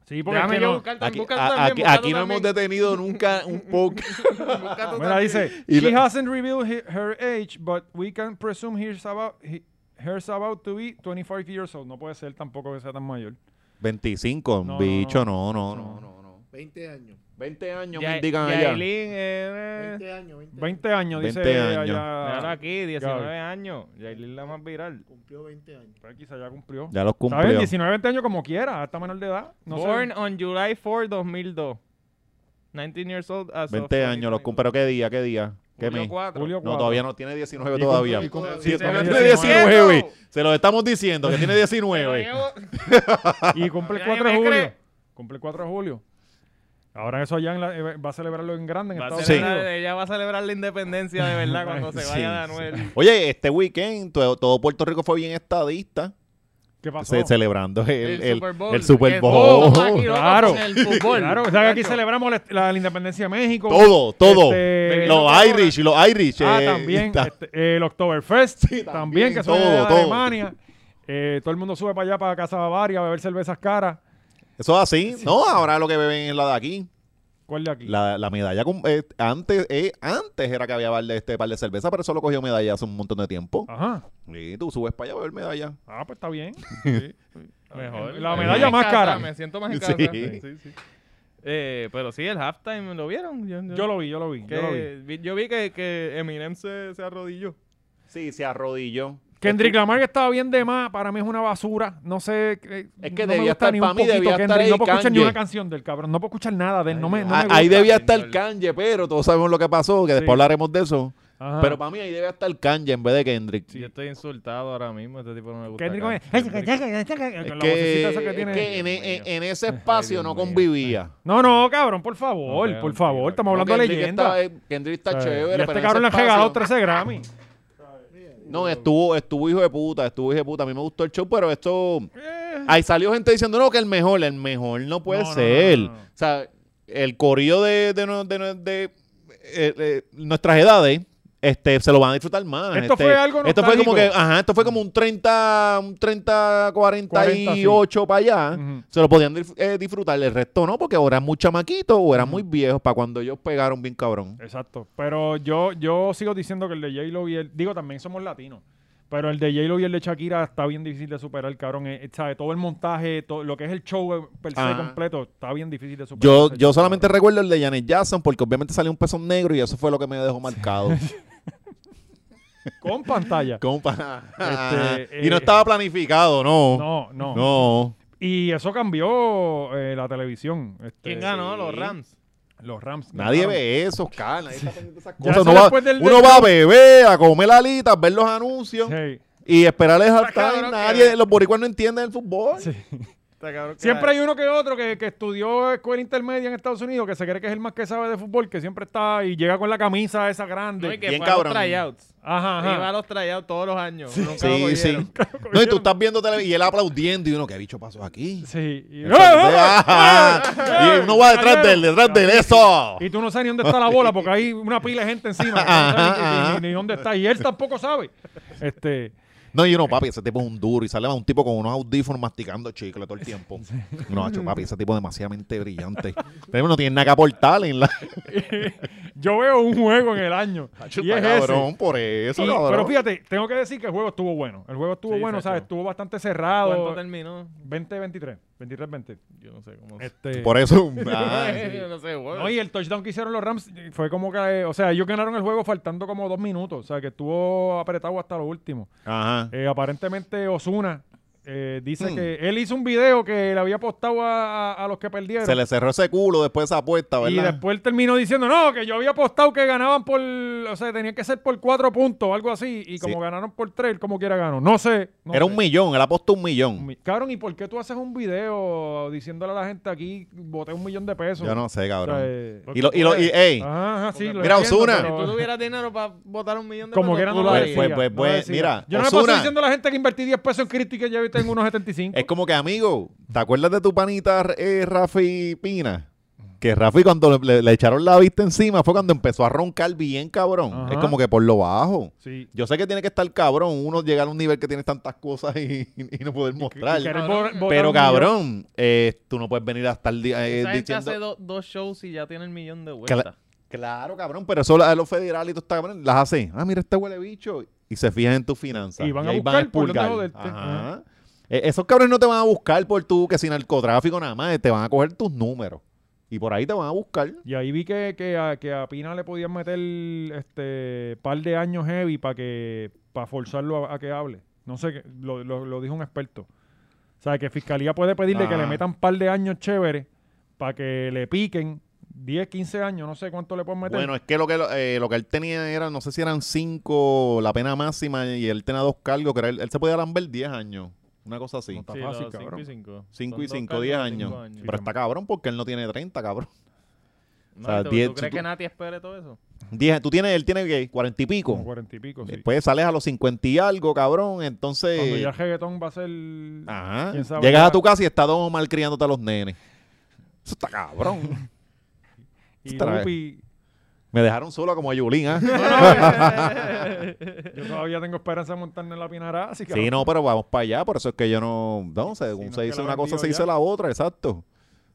S2: Sí, porque es
S4: Déjame
S2: que
S4: yo
S2: no-
S4: buscar
S6: Aquí,
S4: también, busca tú
S6: a-
S4: también,
S6: aquí-
S4: busca tú
S6: aquí no hemos
S4: también.
S6: detenido nunca un podcast.
S4: Busca tú
S2: Mira,
S4: también.
S2: dice,
S6: Y
S2: she
S6: lo-
S2: hasn't revealed he- her age, but we can presume he's about, he- he's about to be 25 years old. No puede ser tampoco que sea tan mayor.
S6: 25,
S2: No, no,
S6: bicho, no, no, no.
S2: No,
S6: no, no.
S3: 20 años.
S6: 20 años
S4: Ya-
S6: me indican allá.
S4: Yailin, eh,
S3: 20 años, 20 años.
S2: 20 años, dice
S6: 20
S2: ella
S6: años.
S2: ya-
S4: Míralo aquí, 19
S2: Gaby.
S4: años. Yailin la más viral.
S3: Cumplió 20 años.
S2: Pues quizá ya cumplió.
S6: Ya los
S2: Está bien,
S6: cumplió.
S2: 19, 20 años como quiera, hasta menor de edad. No sé.
S4: Born on July 4, 2002. 19 years old as of
S6: 20 años los
S4: 2021.
S6: cumplió. ¿Pero qué día? ¿Qué día? ¿Qué
S4: Julio
S6: mes?
S4: 4.
S2: Julio
S6: No,
S2: cuatro.
S6: todavía no tiene 19
S2: Y
S6: todavía.
S2: cumplió-
S3: y
S6: Sí,
S3: cumplió
S6: todavía no
S2: dieciocho.
S6: tiene 19, güey. Se lo estamos diciendo, que tiene 19.
S2: Y cumple el
S4: Nadie
S2: 4 de
S4: me
S2: julio.
S4: cree.
S2: Cumple el 4 de julio. Ahora eso allá en la- eh, va a celebrarlo en grande en
S4: Va a
S2: Estados
S4: celebrar-
S2: Unidos.
S4: Ella va a celebrar la independencia de verdad cuando se
S6: Sí,
S4: vaya de
S6: sí.
S4: Anuel.
S6: Oye, este weekend to- todo Puerto Rico fue bien estadista,
S4: eh,
S2: ¿Qué pasó?
S6: se- celebrando el,
S4: El
S6: el-
S4: Super Bowl.
S6: el Super
S4: Que
S6: Bowl.
S4: todo aquí, loco,
S2: Claro.
S4: con El fútbol.
S2: Claro, o sea que aquí
S4: Chacho.
S2: celebramos la, la independencia de México.
S6: Todo, todo.
S2: Este,
S6: los Irish, los Irish.
S2: Ah,
S6: eh,
S2: también.
S6: está-
S2: este, eh, el Oktoberfest. también,
S6: también,
S2: que son de
S6: todo, todo.
S2: Alemania. Eh, todo el mundo sube para allá, para Casa Bavaria, a beber cervezas caras.
S6: Eso es así. No, ahora lo que beben es la de aquí.
S2: ¿Cuál de aquí?
S6: La, la medalla con- eh, antes eh, antes era que había par de, este par de cerveza, pero eso lo cogió medalla hace un montón de tiempo.
S2: Ajá.
S6: Y tú subes para allá a beber medalla.
S2: Ah, pues está bien.
S4: Mejor.
S2: La
S4: Me
S2: medalla
S4: en
S2: más
S4: casa,
S2: cara.
S4: Me siento más en
S6: Sí.
S4: casa. Sí, sí. Eh, pero sí, el halftime, ¿lo vieron? Yo,
S2: Yo lo vi, yo lo vi.
S4: que-
S2: Yo lo vi.
S4: vi- yo vi que, que Eminem se, se arrodilló.
S6: Sí, se arrodilló.
S2: Kendrick Lamar que estaba bien de más, para mí es una basura. No sé. eh,
S6: Es que
S2: no me
S6: debía
S2: gusta
S6: estar-
S2: ni
S6: pa'
S2: un
S6: mí debía
S2: poquito
S6: estar
S2: Kendrick.
S6: ahí
S2: No puedo escuchar ni
S6: Kanye.
S2: una canción del cabrón. No puedo escuchar nada de él. No me, no me gusta.
S6: Ah, ahí debía estar
S4: Kendall.
S6: Kanye, pero todo sabemos lo que pasó, que después
S2: Sí.
S6: hablaremos de eso.
S2: Ajá.
S6: Pero para mí ahí debe estar Kanye en vez de Kendrick.
S4: Yo estoy insultado ahora mismo. Este tipo no me gusta.
S2: Kendrick
S4: acá.
S2: Lamar.
S6: Es
S2: La
S6: que,
S2: vocecita esa que
S6: es
S2: tiene.
S6: que en, e,
S4: Dios
S6: en-
S4: mío.
S6: en ese espacio
S4: Ay, Dios
S6: no
S4: mío.
S6: convivía.
S2: No, no, cabrón, por favor,
S4: No, no,
S2: por
S4: no,
S2: favor.
S4: no,
S2: Estamos
S6: No,
S2: hablando de
S6: Kendrick
S2: leyenda.
S6: está- Kendrick está
S2: O sea,
S6: chévere,
S2: y a
S6: pero
S2: este
S6: en
S2: cabrón
S6: ese
S2: le han regalado
S6: espacio-
S2: 13 Grammy.
S6: No, estuvo, estuvo hijo de puta, estuvo hijo de puta. A mí me gustó el show, pero esto... Ahí salió gente diciendo, no, que el mejor, el mejor no Eh, puede
S2: No, no, no,
S6: ser.
S2: no, no.
S6: O sea, el corillo de, de no- de no- de, eh, eh, nuestras edades este, se lo van a disfrutar más.
S2: Esto
S6: Este,
S2: fue algo
S6: Esto fue como que,
S2: nostálgico.
S6: ajá, esto fue como un 30, un 30, 48 para allá.
S2: Ujú.
S6: Se lo podían dif- eh, disfrutar, el resto no, porque o eran muy chamaquitos o eran muy viejos para cuando ellos pegaron bien cabrón.
S2: Exacto. Pero yo, yo sigo diciendo que el de J-Lo y el. Digo, también somos latinos. Pero el de J-Lo y el de Shakira está bien difícil de superar, cabrón. Eh, eh, ¿sabe? Todo el montaje, todo, lo que es el show eh, per se
S6: Ajá.
S2: completo, está bien difícil de superar.
S6: Ah. Yo,
S2: ese
S6: yo
S2: show,
S6: solamente
S2: cabrón.
S6: recuerdo el de Janet Jackson porque obviamente salió un pezón negro y eso fue lo que me dejó marcado.
S2: Con pantalla.
S6: Compa.
S2: Este,
S6: y no
S2: eh,
S6: estaba planificado, no.
S2: No, no,
S6: No.
S2: Y eso cambió eh, la televisión. este,
S4: ¿Quién ganó?
S6: Sí.
S4: Los Rams.
S2: Los Rams.
S6: Nadie
S2: ganaron.
S6: ve eso, Oscar. Nadie está pendiente de esas
S2: Ya
S6: cosas.
S2: eso
S6: Uno, va,
S2: después del-
S6: uno
S2: del-
S6: va a beber, a comer alitas, ver los anuncios
S2: Sí. Ah,
S6: y esperar el halftime.
S4: cabrón,
S6: Nadie,
S4: que-
S6: los boricuas no entienden el fútbol.
S4: Está cabrón que-
S2: Siempre hay uno que otro que, que estudió escuela intermedia en Estados Unidos que se cree que es el más que sabe de fútbol, que siempre está y llega con la camisa esa grande.
S4: No, y que
S6: Bien
S4: fue a los
S6: cabrón.
S4: tryouts.
S2: Ajá, ajá.
S4: Iba a los tryouts todos los años. Nunca lo
S6: Sí, sí.
S4: cogieron.
S6: No, y tú estás viendo televisión y él aplaudiendo y uno, ¿qué bicho pasó aquí?
S2: Sí. Y, ¡Eh,
S6: Ajá. ah, y uno va detrás de él, detrás de él, eso.
S2: Y tú no sabes ni dónde está la bola porque hay una pila de gente encima. que no sabe ni, ni- ni dónde está. Y él tampoco sabe. Este,
S6: No, y uno, papi, ese tipo es un duro. Y sale un tipo con unos audífonos masticando chicle todo el tiempo. No, hacho, papi, ese tipo es demasiadamente brillante. Pero no tiene nada que aportar en la...
S2: yo veo un juego en el año.
S6: Hacho,
S2: y
S6: está
S2: es ese.
S6: Ah, cabrón, por eso,
S2: Y-
S6: cabrón.
S2: pero fíjate, tengo que decir que el juego estuvo bueno. El juego estuvo
S4: Sí,
S2: bueno,
S4: exacto.
S2: ¿sabes? Estuvo bastante
S4: ¿Cuánto
S2: cerrado.
S4: terminó?
S2: 20-23. 23-20.
S4: Yo no sé cómo.
S2: Este,
S6: Por eso... ah,
S4: Yo no sé, güey.
S2: No, y el touchdown que hicieron los Rams eh, fue como que, eh, o sea, ellos ganaron el juego faltando como dos minutos, o sea, que estuvo apretado hasta lo último.
S6: Ajá.
S2: Eh, aparentemente Osuna eh, dice
S6: Hmm.
S2: que él hizo un video que le había apostado a, a- a los que perdieron.
S6: Se le cerró ese culo después de esa apuesta, ¿verdad?
S2: y después él terminó diciendo, no, que yo había apostado que ganaban por, o sea, tenía que ser por cuatro puntos, algo así, y como
S6: Sí.
S2: ganaron por tres, él como quiera ganó. No sé. no
S6: Era
S2: sé.
S6: un millón, él apostó un
S2: Un
S6: millón.
S2: mi- Cabrón, ¿y por qué tú haces un video diciéndole a la gente aquí, boté un millón de pesos?
S6: Yo no sé,
S2: O sea,
S6: cabrón.
S2: eh,
S6: Y lo... Y lo y, ey,
S2: Ajá, ajá, sí, lo
S6: Mira,
S2: entiendo,
S6: Ozuna.
S4: Si
S2: pero-
S4: tú tuvieras dinero para votar un millón de
S2: Como
S4: pesos,
S2: que
S4: tú
S2: no lo
S6: Pues,
S2: decía,
S6: pues, pues,
S2: no lo
S6: pues,
S2: decía.
S6: mira,
S2: Yo no me paso
S6: Ozuna.
S2: diciendo a la gente que invertí 10 pesos en Cristo y que ya yo tengo unos 75.
S6: es como que, amigo, ¿te acuerdas de tu panita eh, Rafi Pina?
S3: Que Rafi cuando le, le- le echaron la vista encima fue cuando empezó a roncar bien cabrón.
S2: Ajá.
S3: Es como que por lo bajo.
S2: Sí.
S3: Yo sé que tiene que estar cabrón uno llegar a un nivel que tiene tantas cosas y, y no poder mostrar.
S2: Querer
S4: Cabrón.
S2: bo- botar
S3: Pero
S2: un millón.
S3: cabrón, eh, tú no puedes venir a estar di- eh,
S4: Esa gente hace
S3: diciendo...
S4: do- dos shows y ya tiene el millón de vueltas.
S3: Claro, cabrón, pero eso la- los federales y todo está cabrón, las hacen. Ah, mira este huele bicho. Y se fijan en tus finanzas.
S2: Y van a
S3: ahí
S2: buscar por dónde
S3: expurgar.
S2: joderte.
S3: Ajá. Eh, esos cabrones no te van a buscar por tú, que sin narcotráfico nada más, eh, te van a coger tus números. Y por ahí te van a buscar.
S2: Y ahí vi que, que, a, que a Pina le podían meter este par de años heavy para que para forzarlo a, a que hable. No sé, qué- lo, lo, lo dijo un experto. O sea, que Fiscalía puede pedirle que
S3: Ah.
S2: le metan par de años chéveres para que le piquen 10, 15 años, no sé cuánto le pueden meter.
S3: Bueno, es que lo que, lo- eh, lo que él tenía era, no sé si eran cinco, la pena máxima, y él tenía dos cargos, que era él, él se podía lamber 10 años, una cosa así.
S2: No está
S4: Sí,
S2: fácil,
S4: los
S2: cabrón.
S4: 5.
S3: Cinco y cinco, 10 años. Pero está cabrón porque él no tiene 30, cabrón.
S4: No,
S3: O sea,
S4: ¿tú,
S3: diez-
S4: ¿Tú crees
S3: tú-
S4: que Nati espere todo eso?
S3: 10, tú tienes, él tiene ¿qué? 40 y
S2: como
S3: pico.
S2: 40 y pico, sí.
S3: Después sales a los 50 y algo, cabrón.
S2: Cuando ya
S3: Entonces,
S2: el reggaetón va a ser...
S6: Ah,
S3: ajá,
S2: quién sabe,
S3: llegas
S2: ya-
S3: a tu casa y está Don Omar criándote a los nenes. Eso está cabrón.
S2: y
S3: otra vez.
S2: Lupi,
S3: Me dejaron solo como a Yulín, ¿ah?
S2: yo todavía tengo esperanza de montarme en la Pinará, así que...
S3: Sí, no, pero vamos para allá, por eso es que yo no, no sé, según
S2: no es
S3: se
S2: que
S3: dice
S2: la
S3: una cosa,
S2: vendió
S3: se dice
S2: ya.
S3: la otra, exacto.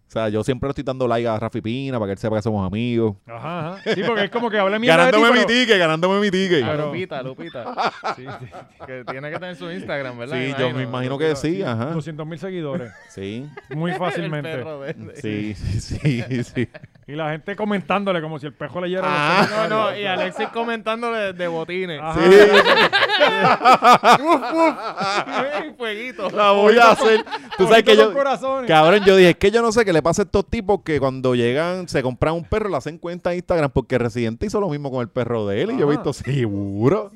S3: O sea, yo siempre le estoy dando like a Rafi Pina para que él sepa que somos amigos.
S2: Ajá, ajá. Sí, porque es como que habla mierda de ti, pero-
S3: ticket, ganándome mi ticket.
S4: A
S2: Pero-
S4: Lupita, a Lupita. Sí, sí, que tiene que tener su Instagram, ¿verdad?
S3: sí, yo me imagino que sí, ajá.
S2: 200 mil seguidores,
S3: Sí,
S2: muy
S4: El
S2: fácilmente.
S4: perro verde.
S3: sí, sí, sí, sí.
S2: y la gente comentándole como si el pejo leyera. los
S3: Ah.
S4: No,
S2: comentarios.
S4: no, y Alexis comentándole de, de botines.
S2: Ajá.
S4: Ey, Fueguito.
S3: La voy a hacer. Tú
S2: Ojitos
S3: sabes que
S2: con
S3: yo,
S2: corazones.
S3: cabrón, yo dije, es que yo no sé qué le pasa a estos tipos que cuando llegan, se compran un perro, le hacen cuenta en Instagram, porque Residente hizo lo mismo con el perro de él, y yo he
S2: Ajá.
S3: visto, seguro.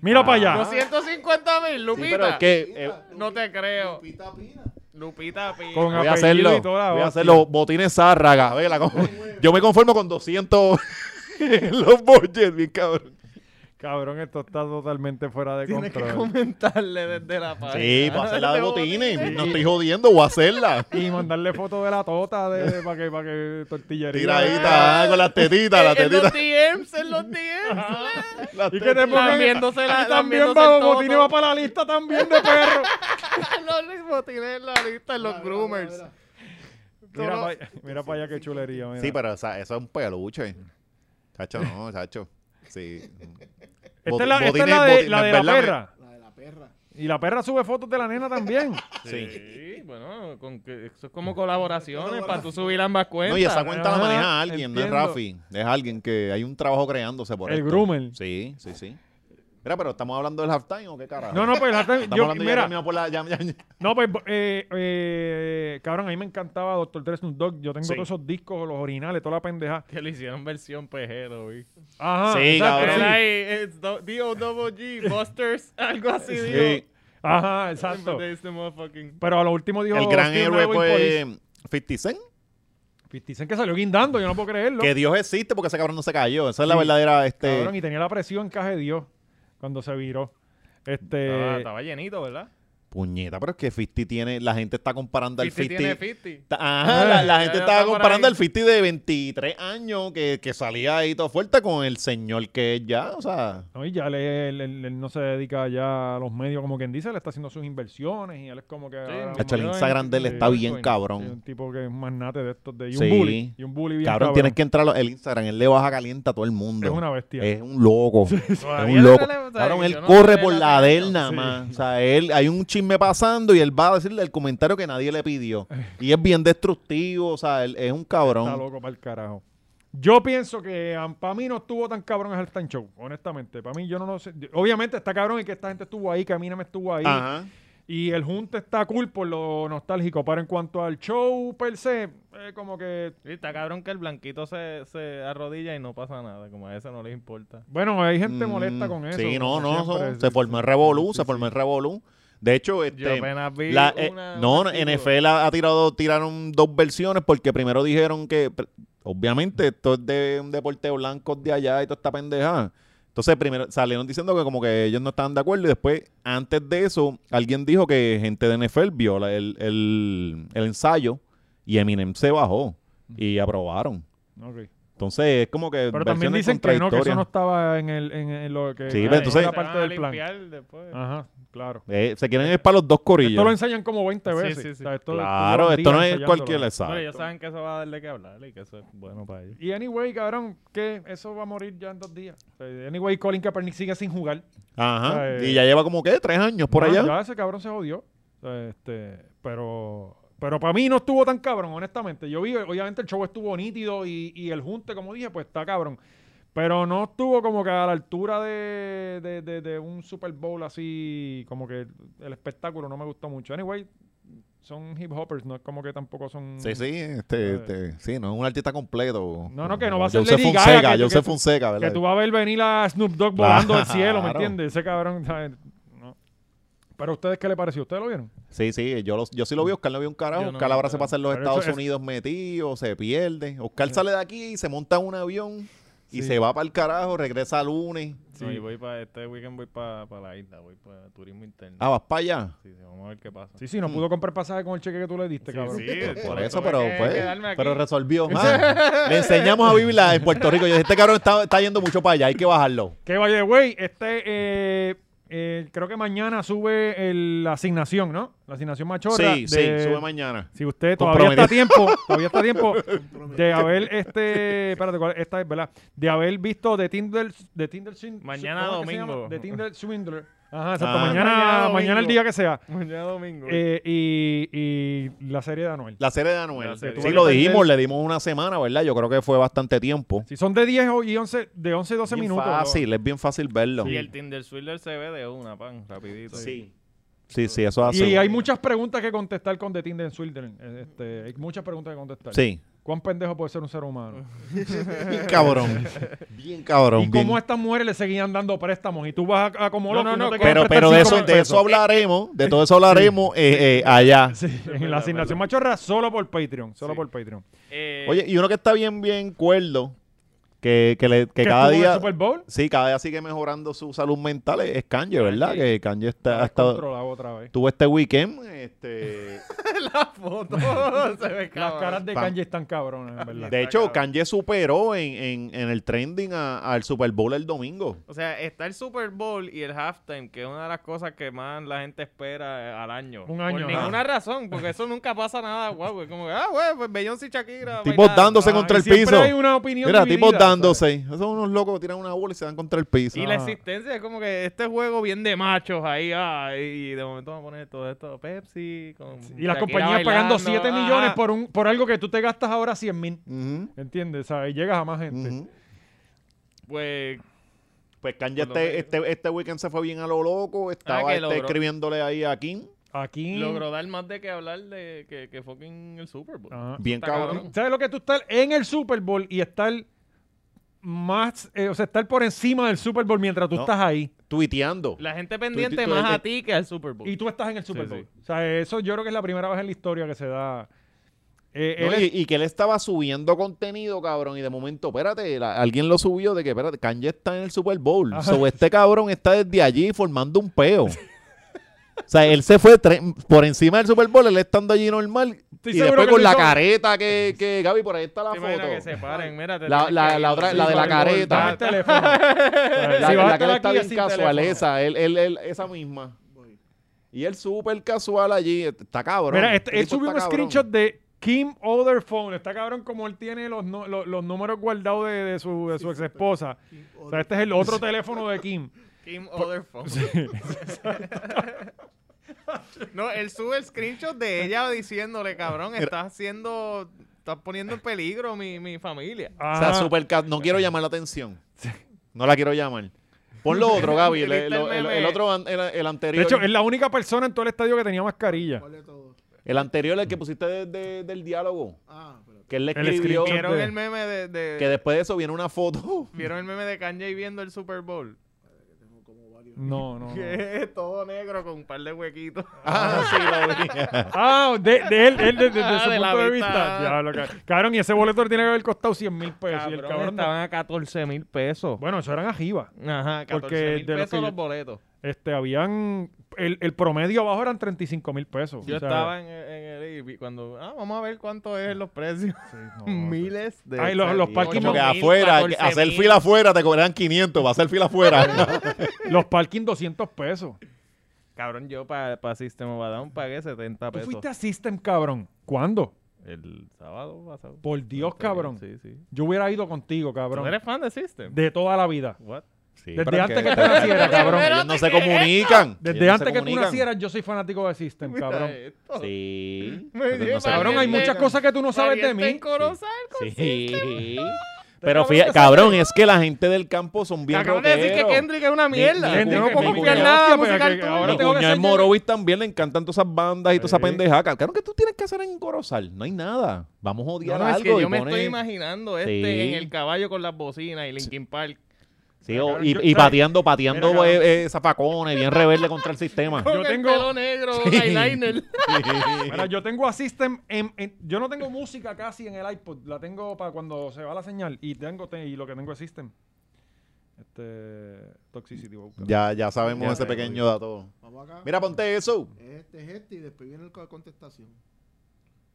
S2: Mira para allá.
S4: 250 mil,
S3: Sí,
S4: Lupita.
S3: pero es que... eh,
S4: No te creo.
S8: Lupita Pina.
S4: Lupita, pi.
S2: Con
S3: Voy a
S2: apellido
S3: hacerlo.
S2: y toda la
S3: Voy a
S2: hostia.
S3: hacerlo. Botines Zárraga. Vela, como- Yo me conformo con 200 en los budgets, bien cabrón.
S2: Cabrón, esto está totalmente fuera de
S4: Tienes que
S2: control.
S4: comentarle desde la página.
S3: Sí, voy a hacerla de
S4: Desde
S3: botines. No estoy jodiendo, voy a hacerla.
S2: Y mandarle fotos de la tota de, para que, para que tortillería.
S3: Tiradita, ah, con las tetitas, las
S4: eh, En los
S3: tetitas.
S4: DMs, en los DMs.
S3: las
S2: Y que te
S3: tetitas.
S2: pongan.
S4: Lambiéndose la-
S2: y también
S4: lambiéndose
S2: va,
S4: el toto.
S2: Botini va para la lista también de perro.
S4: los Ah, Luis Botines en la lista, en los
S8: Mira, mira,
S4: groomers.
S8: mira,
S2: Mira para mira pa allá qué chulería. mira.
S3: Sí, pero o sea, eso es un peluche. Chacho, no, chacho. Sí.
S2: esta es la, esta es la de, la, de la perra.
S8: La de la perra.
S2: Y la perra sube fotos de la nena también.
S3: Sí.
S4: Sí, bueno, con que, eso es como colaboraciones para tú subir ambas cuentas.
S3: No, y esa cuenta la
S2: Ajá,
S3: maneja alguien, no es
S2: entiendo.
S3: Rafi. Es alguien que hay un trabajo creándose por
S2: El
S3: esto.
S2: groomer.
S3: Sí, sí, sí. Mira, pero ¿estamos hablando del halftime o qué carajo?
S2: No, no, pues la-
S3: Estamos
S2: yo,
S3: hablando ya
S2: mira,
S3: terminado por la- ya- ya- ya.
S2: No, pues, eh, eh, cabrón, a mí me encantaba Doctor Dre Snoop Dogg. Yo tengo
S3: Sí.
S2: todos esos discos, los originales, toda la pendeja.
S4: Que le hicieron versión pejero, vi.
S2: Ajá.
S3: Sí,
S2: exacto,
S3: cabrón.
S4: Era
S2: sí.
S4: ahí, es do- D.O.G., Busters, algo así,
S3: Sí.
S4: digo.
S2: Ajá, exacto.
S4: There's the este motherfucking-
S2: Pero a lo último dijo...
S3: El gran
S2: Steve
S3: héroe
S2: Irwin Police.
S3: fue 50 Cent.
S2: Fifty Dicen que salió guindando, yo no puedo creerlo.
S3: Que Dios existe porque ese cabrón no se cayó. Esa es la
S2: Sí.
S3: verdadera. Este,
S2: Cabrón, y tenía la presión en caja de Dios cuando se viró.
S4: Estaba,
S2: Este...
S4: estaba llenito, ¿verdad?
S3: Puñeta, pero es que 50 tiene. La gente está comparando al
S4: 50
S3: 50.
S4: tiene 50.
S3: Ta- Ajá, la, la
S4: Ya
S3: gente
S4: está
S3: estaba
S4: por
S3: comparando
S4: ahí.
S3: al 50 de 23 años que, que salía ahí todo fuerte con el señor que es ya. O sea,
S2: No, y ya él, él- él- él no se dedica ya a los medios, como quien dice, él está haciendo sus inversiones y él es como que... ahora
S4: no.
S2: un-
S3: hecho, el
S4: yo en-
S3: Instagram de él está
S4: sí,
S3: bien
S4: coño,
S2: sí, un
S3: cabrón.
S2: tipo que es un magnate de estos de... Y un
S3: Sí.
S2: bully. Y un bully bien
S3: Cabrón, tienes que Eh, entrar. al el Instagram, él le baja caliente a todo el mundo.
S2: Es una bestia.
S3: Es un loco. es
S4: Todavía
S3: un loco.
S4: no le- o sea,
S3: Cabrón,
S4: yo
S3: él
S4: no
S3: corre
S4: sé
S3: por
S4: la
S3: la de él
S4: atención.
S3: nada
S2: Sí.
S3: más. O sea, él, hay un chisme pasando y él va a decirle el comentario que nadie le pidió. Y es bien destructivo. O sea, él es un
S2: Está
S3: cabrón.
S2: loco para el carajo. Yo pienso que para mí no estuvo tan cabrón el halftime show, honestamente. Para mí yo no lo sé. Obviamente está cabrón y que esta gente estuvo ahí, que a mí no me estuvo ahí.
S3: Ajá.
S2: Y el junte está cool por lo nostálgico. Pero en cuanto al show per se, eh, como que...
S4: Sí, está cabrón que el blanquito se, se arrodilla y no pasa nada, como a ese no le importa.
S2: Bueno, hay gente
S3: Mm,
S2: molesta con eso.
S3: Sí, no,
S2: como
S3: no.
S2: siempre.
S3: no, se formó el revolú, se formó el revolú. De hecho, este,
S4: Yo apenas vi
S3: la, eh,
S4: una...
S3: no,
S4: un artículo.
S3: NFL ha, ha tirado, tiraron dos versiones porque primero dijeron que, pr- obviamente, esto es de un deporte blanco de allá y toda esta pendejada. Entonces, primero salieron diciendo que como que ellos no estaban de acuerdo y después, antes de eso, alguien dijo que gente de NFL vio la- el, el- el ensayo y Eminem se bajó. y aprobaron.
S2: Ok.
S3: Entonces es como que.
S2: Pero también
S3: versiones
S2: dicen que no, que eso
S3: contradictorias.
S2: no estaba en, el, en, en lo que.
S3: Sí,
S2: en
S3: pero entonces- Ah,
S2: la parte del plan.
S4: después.
S2: Ajá, claro.
S3: Eh, se quieren ir para los dos corillos.
S2: Esto lo ensayan como 20
S4: Sí,
S2: veces.
S4: sí, sí.
S2: O sea, esto-
S3: claro,
S2: duran
S3: esto no
S2: días
S3: es
S2: ensayándolo.
S3: cualquier
S4: Pero
S3: examen.
S4: ellos saben que eso va a darle que hablar y que eso es bueno para ellos.
S2: Y anyway, cabrón, que eso va a morir ya en dos días. O sea, Anyway, Colin Kaepernick sigue sin jugar.
S3: Ajá.
S2: Eh,
S3: y ya lleva como que tres años por
S2: Ah,
S3: allá.
S2: Ya ese cabrón se jodió. Este, pero pero para mí no estuvo tan cabrón, honestamente. Yo vi, obviamente el show estuvo nítido y, y el junte, como dije, pues está cabrón. Pero no estuvo como que a la altura de, de- de- de un Super Bowl así, como que el espectáculo no me gustó mucho. Anyway, son hip hoppers, no es como que tampoco son...
S3: Sí, sí, este, este, sí, no es un artista completo.
S2: Mm. No, no, que no va a ser
S3: Joseph
S2: Lady Gaga,
S3: Fonseca,
S2: que- que-
S3: Joseph
S2: que-
S3: Fonseca,
S2: Que
S3: ¿verdad?
S2: tú vas a ver venir a Snoop Dogg volando del cielo, ¿me entiendes? Ese cabrón, ¿sabes? No. Pero a ustedes, ¿qué le pareció? ¿Ustedes lo vieron?
S3: Sí, sí, yo, los- yo sí lo vi, Oscar no vio un carajo,
S4: Yo no
S3: Oscar
S4: vi
S3: ahora
S4: un
S3: se pasa en los
S2: Pero
S3: Estados
S2: eso es-
S3: Unidos metido, se pierde, Oscar sale de aquí y se monta en un avión y se va para el carajo, regresa el lunes,
S4: No, y voy para este weekend voy para la isla, voy para turismo interno.
S3: ah, vas para allá.
S4: Sí, sí, vamos a ver qué pasa. este
S2: Sí, sí,
S3: Mm.
S2: no pudo comprar pasaje con el cheque que tú le diste, cabrón.
S3: este Por
S4: tuve
S3: eso, pero
S4: que
S3: pues,
S4: quedarme aquí.
S3: pero resolvió. mano. le enseñamos a vivir la- en Puerto Rico. Yo dije, este cabrón está, está yendo mucho para allá, hay que bajarlo.
S2: Que by the way, este, eh, eh, creo que mañana sube el- la asignación, ¿no? La asignación machorra. de-
S3: Sí, sí, sube mañana.
S2: Si usted todavía está a
S3: Comprometido.
S2: tiempo, todavía está a tiempo de haber este, espérate, ¿cuál? esta es verdad, de haber visto de Tinder, de Tinder Swin-
S4: Mañana
S2: ¿cómo es que se
S4: domingo.
S2: llama? de Tinder Swindler. Ajá, exacto,
S3: Ah.
S2: mañana,
S4: Mañana
S2: mañana,
S4: domingo.
S2: el día que sea.
S4: Mañana domingo.
S2: Eh, y, y la serie de Anuel.
S3: La serie de Anuel.
S4: La serie.
S3: Sí, lo dijimos, le dimos una semana, ¿verdad? Yo creo que fue bastante tiempo.
S2: Si son de 10 o- y 11, de 11 y 12
S3: Bien
S2: minutos.
S3: fácil, es bien fácil verlo.
S4: Y el Tinder Swindler se ve de una, pan, rapidito.
S3: Sí, sí, eso hace.
S2: Y hay muchas preguntas que contestar con The Tinder en Swindler. Eh, Este, hay muchas preguntas que contestar.
S3: Sí.
S2: ¿Cuán pendejo puede ser un ser humano?
S3: Bien cabrón. Bien cabrón.
S2: ¿Y
S3: bien-
S2: cómo a estas mujeres le seguían dando préstamos? Y tú vas a, a como loco
S4: No, no,
S2: y no
S4: no,
S2: te quieren
S3: Pero,
S2: prestar
S3: pero de
S2: cinco
S3: eso,
S2: mil
S3: de eso
S2: pesos.
S3: hablaremos, de todo eso hablaremos eh, eh, allá.
S2: Sí, en la asignación machorra solo por Patreon. Solo por Patreon.
S4: Eh,
S3: Oye, y uno que está bien, bien cuerdo, que, que, le- que
S2: ¿Qué
S3: cada
S2: estuvo en el
S3: día,
S2: Super Bowl?
S3: sí, cada día sigue mejorando su salud mental, es es Kanye, ¿verdad? Que Kanye está, ha estado,
S2: Controlado otra vez.
S3: tuvo este weekend, este,
S4: se ve
S2: Las caras de
S3: Pam.
S2: Kanye están cabronas, en verdad.
S3: de hecho, Kanye superó en, en, en el trending a- al Super Bowl el domingo.
S4: O sea, está el Super Bowl y el halftime, que es una de las cosas que más la gente espera eh, al año.
S2: Un año,
S4: Por
S2: ajá.
S4: ninguna razón, porque eso nunca pasa nada, guau, güey. Como que, ah, güey, pues Beyoncé y Shakira.
S3: Tipos
S4: bailando.
S3: dándose
S2: Ah,
S3: contra
S2: y
S3: el
S2: siempre
S3: piso.
S2: hay una opinión
S3: Mira,
S2: dividida,
S3: tipos
S2: ¿sabes?
S3: dándose. Esos son unos locos que tiran una bola y se dan contra el piso.
S4: Y la
S2: Ah.
S4: existencia es como que este juego bien de machos ahí, ah, y de momento vamos a poner todo esto, Pepsi, con
S2: Y las
S4: Shakira
S2: compañías
S4: bailando,
S2: pagando 7
S4: ajá.
S2: millones por, un, por algo que tú te gastas ahora 100 mil.
S3: Ujú,
S2: ¿Entiendes? ¿Sabes? Y llegas a más gente.
S3: ujú.
S4: Pues,
S3: Pues Kanye
S4: Por lo menos.
S3: este, este, este weekend se fue bien a lo loco, estaba
S4: que
S3: este,
S4: logró.
S3: escribiéndole ahí a Kim.
S2: Aquí.
S4: logró dar más de que hablar de que, que fucking el Super Bowl.
S2: Ajá.
S3: Bien
S4: Está cabrón.
S3: cabrón.
S2: ¿Sabes lo que tú estás en el Super Bowl y estar más, eh, o sea, estar por encima del Super Bowl mientras tú
S3: No.
S2: estás ahí
S3: Tuiteando.
S4: La gente pendiente
S3: tú-
S4: más
S3: eh,
S4: a ti que al Super Bowl.
S2: y tú estás en el Super
S4: Sí,
S2: Bowl? O sea, eso yo creo que es la primera vez en la historia que se da. Eh,
S3: No,
S2: él
S3: y,
S2: es-
S3: y que él estaba subiendo contenido, cabrón, y de momento, espérate, la- alguien lo subió de que, espérate, Kanye está en el Super Bowl. So, este cabrón está desde allí formando un peo. o sea, él se fue tre- por encima del Super Bowl, él estando allí normal.
S2: Estoy
S3: y
S2: seguro
S3: después
S2: que
S3: con
S2: lo
S3: la
S2: hizo-
S3: careta que, que Gaby, por ahí está la
S4: ¿Te imaginas
S3: foto.
S4: que se paren? Mira, te
S3: La,
S4: tienes
S3: la,
S4: que
S3: la
S4: ir.
S3: otra,
S4: Sí,
S3: la de la
S2: Super Bowl, dame el
S3: careta.
S2: teléfono.
S3: La,
S2: Si vas a
S3: la
S2: estar
S3: careta
S2: aquí,
S3: bien
S2: sin
S3: casual,
S2: teléfono.
S3: esa, él, él, él- esa misma.
S9: Voy.
S3: Y él súper casual allí, está cabrón.
S2: Mira, este- él
S3: tipo
S2: subió un
S3: está cabrón.
S2: screenshot de Kim Other Phone. Está cabrón como él tiene los, no- los, los números guardados de, de su, de su ex esposa. O sea, este es el otro teléfono de Kim.
S4: Kim Other Phone. no, él sube el screenshot de ella diciéndole, cabrón, estás haciendo, estás poniendo en peligro mi, mi familia.
S3: O sea,
S2: Ajá.
S3: super ca- no quiero llamar la atención. No la quiero llamar. Pon lo otro, Gaby. El, el- el- el otro, an- el, el
S2: De
S3: anterior.
S2: hecho, es la única persona en todo el estadio que tenía mascarilla.
S9: ¿Cuál de todos?
S3: El anterior, el que pusiste de- de- del diálogo.
S9: Ah, espérate.
S3: Que él le
S2: El
S3: escribió.
S2: screenshot.
S4: Vieron
S2: de-
S4: el meme de, de-
S3: Que después de eso viene una foto.
S4: vieron el meme de Kanye viendo el Super Bowl.
S9: Tengo como varios.
S2: No, no. no.
S4: Que es todo negro con un par de huequitos.
S3: Ah, sí, lo vi.
S2: Ah, de, de él, él desde
S4: Ah,
S2: su
S4: de la
S2: punto de
S4: vista.
S2: vista. Diablo, ca- cabrón, y ese boleto le tiene que haber costado 100 mil pesos. y Pues el cabrón
S4: a 14 mil pesos.
S2: Bueno, eso eran arriba.
S4: Ajá, 14
S2: Porque
S4: mil
S2: de lo
S4: pesos
S2: que yo-
S4: los boletos.
S2: Este, habían. El, el promedio abajo eran 35 mil pesos.
S4: Yo
S2: O sea,
S4: estaba en, en el IBI cuando, ah, vamos a ver cuánto es los precios. Miles de.
S2: Ay, los- los parking
S3: Como que
S2: Ocho
S3: afuera, que hacer fila afuera te cobran 500, va a hacer fila afuera.
S2: Los parking 200 pesos.
S4: Cabrón, yo para System of a Down pagué 70
S2: Tú
S4: pesos.
S2: fuiste a System, cabrón. ¿Cuándo?
S4: El sábado pasado.
S2: Por Dios,
S4: Sí,
S2: cabrón.
S4: Sí, sí.
S2: Yo hubiera ido contigo,
S4: ¿Tú no
S2: cabrón.
S4: eres fan de System?
S2: De toda la vida.
S4: What?
S3: Sí,
S2: Desde
S3: pero es
S2: antes que tú nacieras, cabrón.
S3: Ellos no se comunican.
S2: Desde
S3: Ellos no se
S2: antes que tú
S3: comunican.
S2: nacieras, yo soy fanático de System, cabrón.
S3: Sí.
S4: Me
S3: Pero
S4: dio
S3: no se
S2: Cabrón, hay
S3: comunican.
S2: muchas cosas que tú no sabes de mí.
S3: Sí. Pero fíjate, cabrón, es que la gente del campo son bien
S4: Acaban de decir que
S3: rockeros.
S4: Kendrick es una mierda.
S2: Kendrick
S4: Yo no
S2: es
S4: puedo
S2: mi
S4: confiar
S2: cuñado,
S4: nada pues,
S2: hostia,
S4: musical
S2: pero que
S4: tuyo.
S2: ahora
S3: Mi
S2: tengo que
S3: cuñado
S2: ser
S3: en
S2: yo.
S3: Morovis también le encantan todas esas bandas y toda esa
S2: Sí.
S3: pendeja. Claro, ¿qué tú tienes que hacer en Corozal? No hay nada. Vamos a
S4: No,
S3: odiar
S4: no,
S3: algo
S4: es que
S3: y
S4: yo me
S3: poner-
S4: estoy imaginando este
S3: Sí.
S4: en el caballo con las bocinas y Linkin Park.
S3: Sí, o-
S2: Cabrón,
S3: y,
S2: yo-
S3: y
S2: ¿sabes?
S3: pateando, pateando
S2: Mira, cabrón.
S3: eh, eh, zafacones, bien rebelde contra el sistema.
S4: Con
S2: Yo
S4: el
S2: tengo-
S4: pelo negro, eyeliner.
S2: Mira, yo tengo a System en, en- yo no tengo música casi en el iPod, la tengo para cuando se va la señal y tengo te- y lo que tengo es System. Este Toxicity voy a buscar.
S3: Ya, ya sabemos
S2: Ya
S3: ese
S2: sé,
S3: pequeño dato.
S5: Vamos acá.
S3: Mira, ponte eso.
S5: Este es este y después viene la contestación.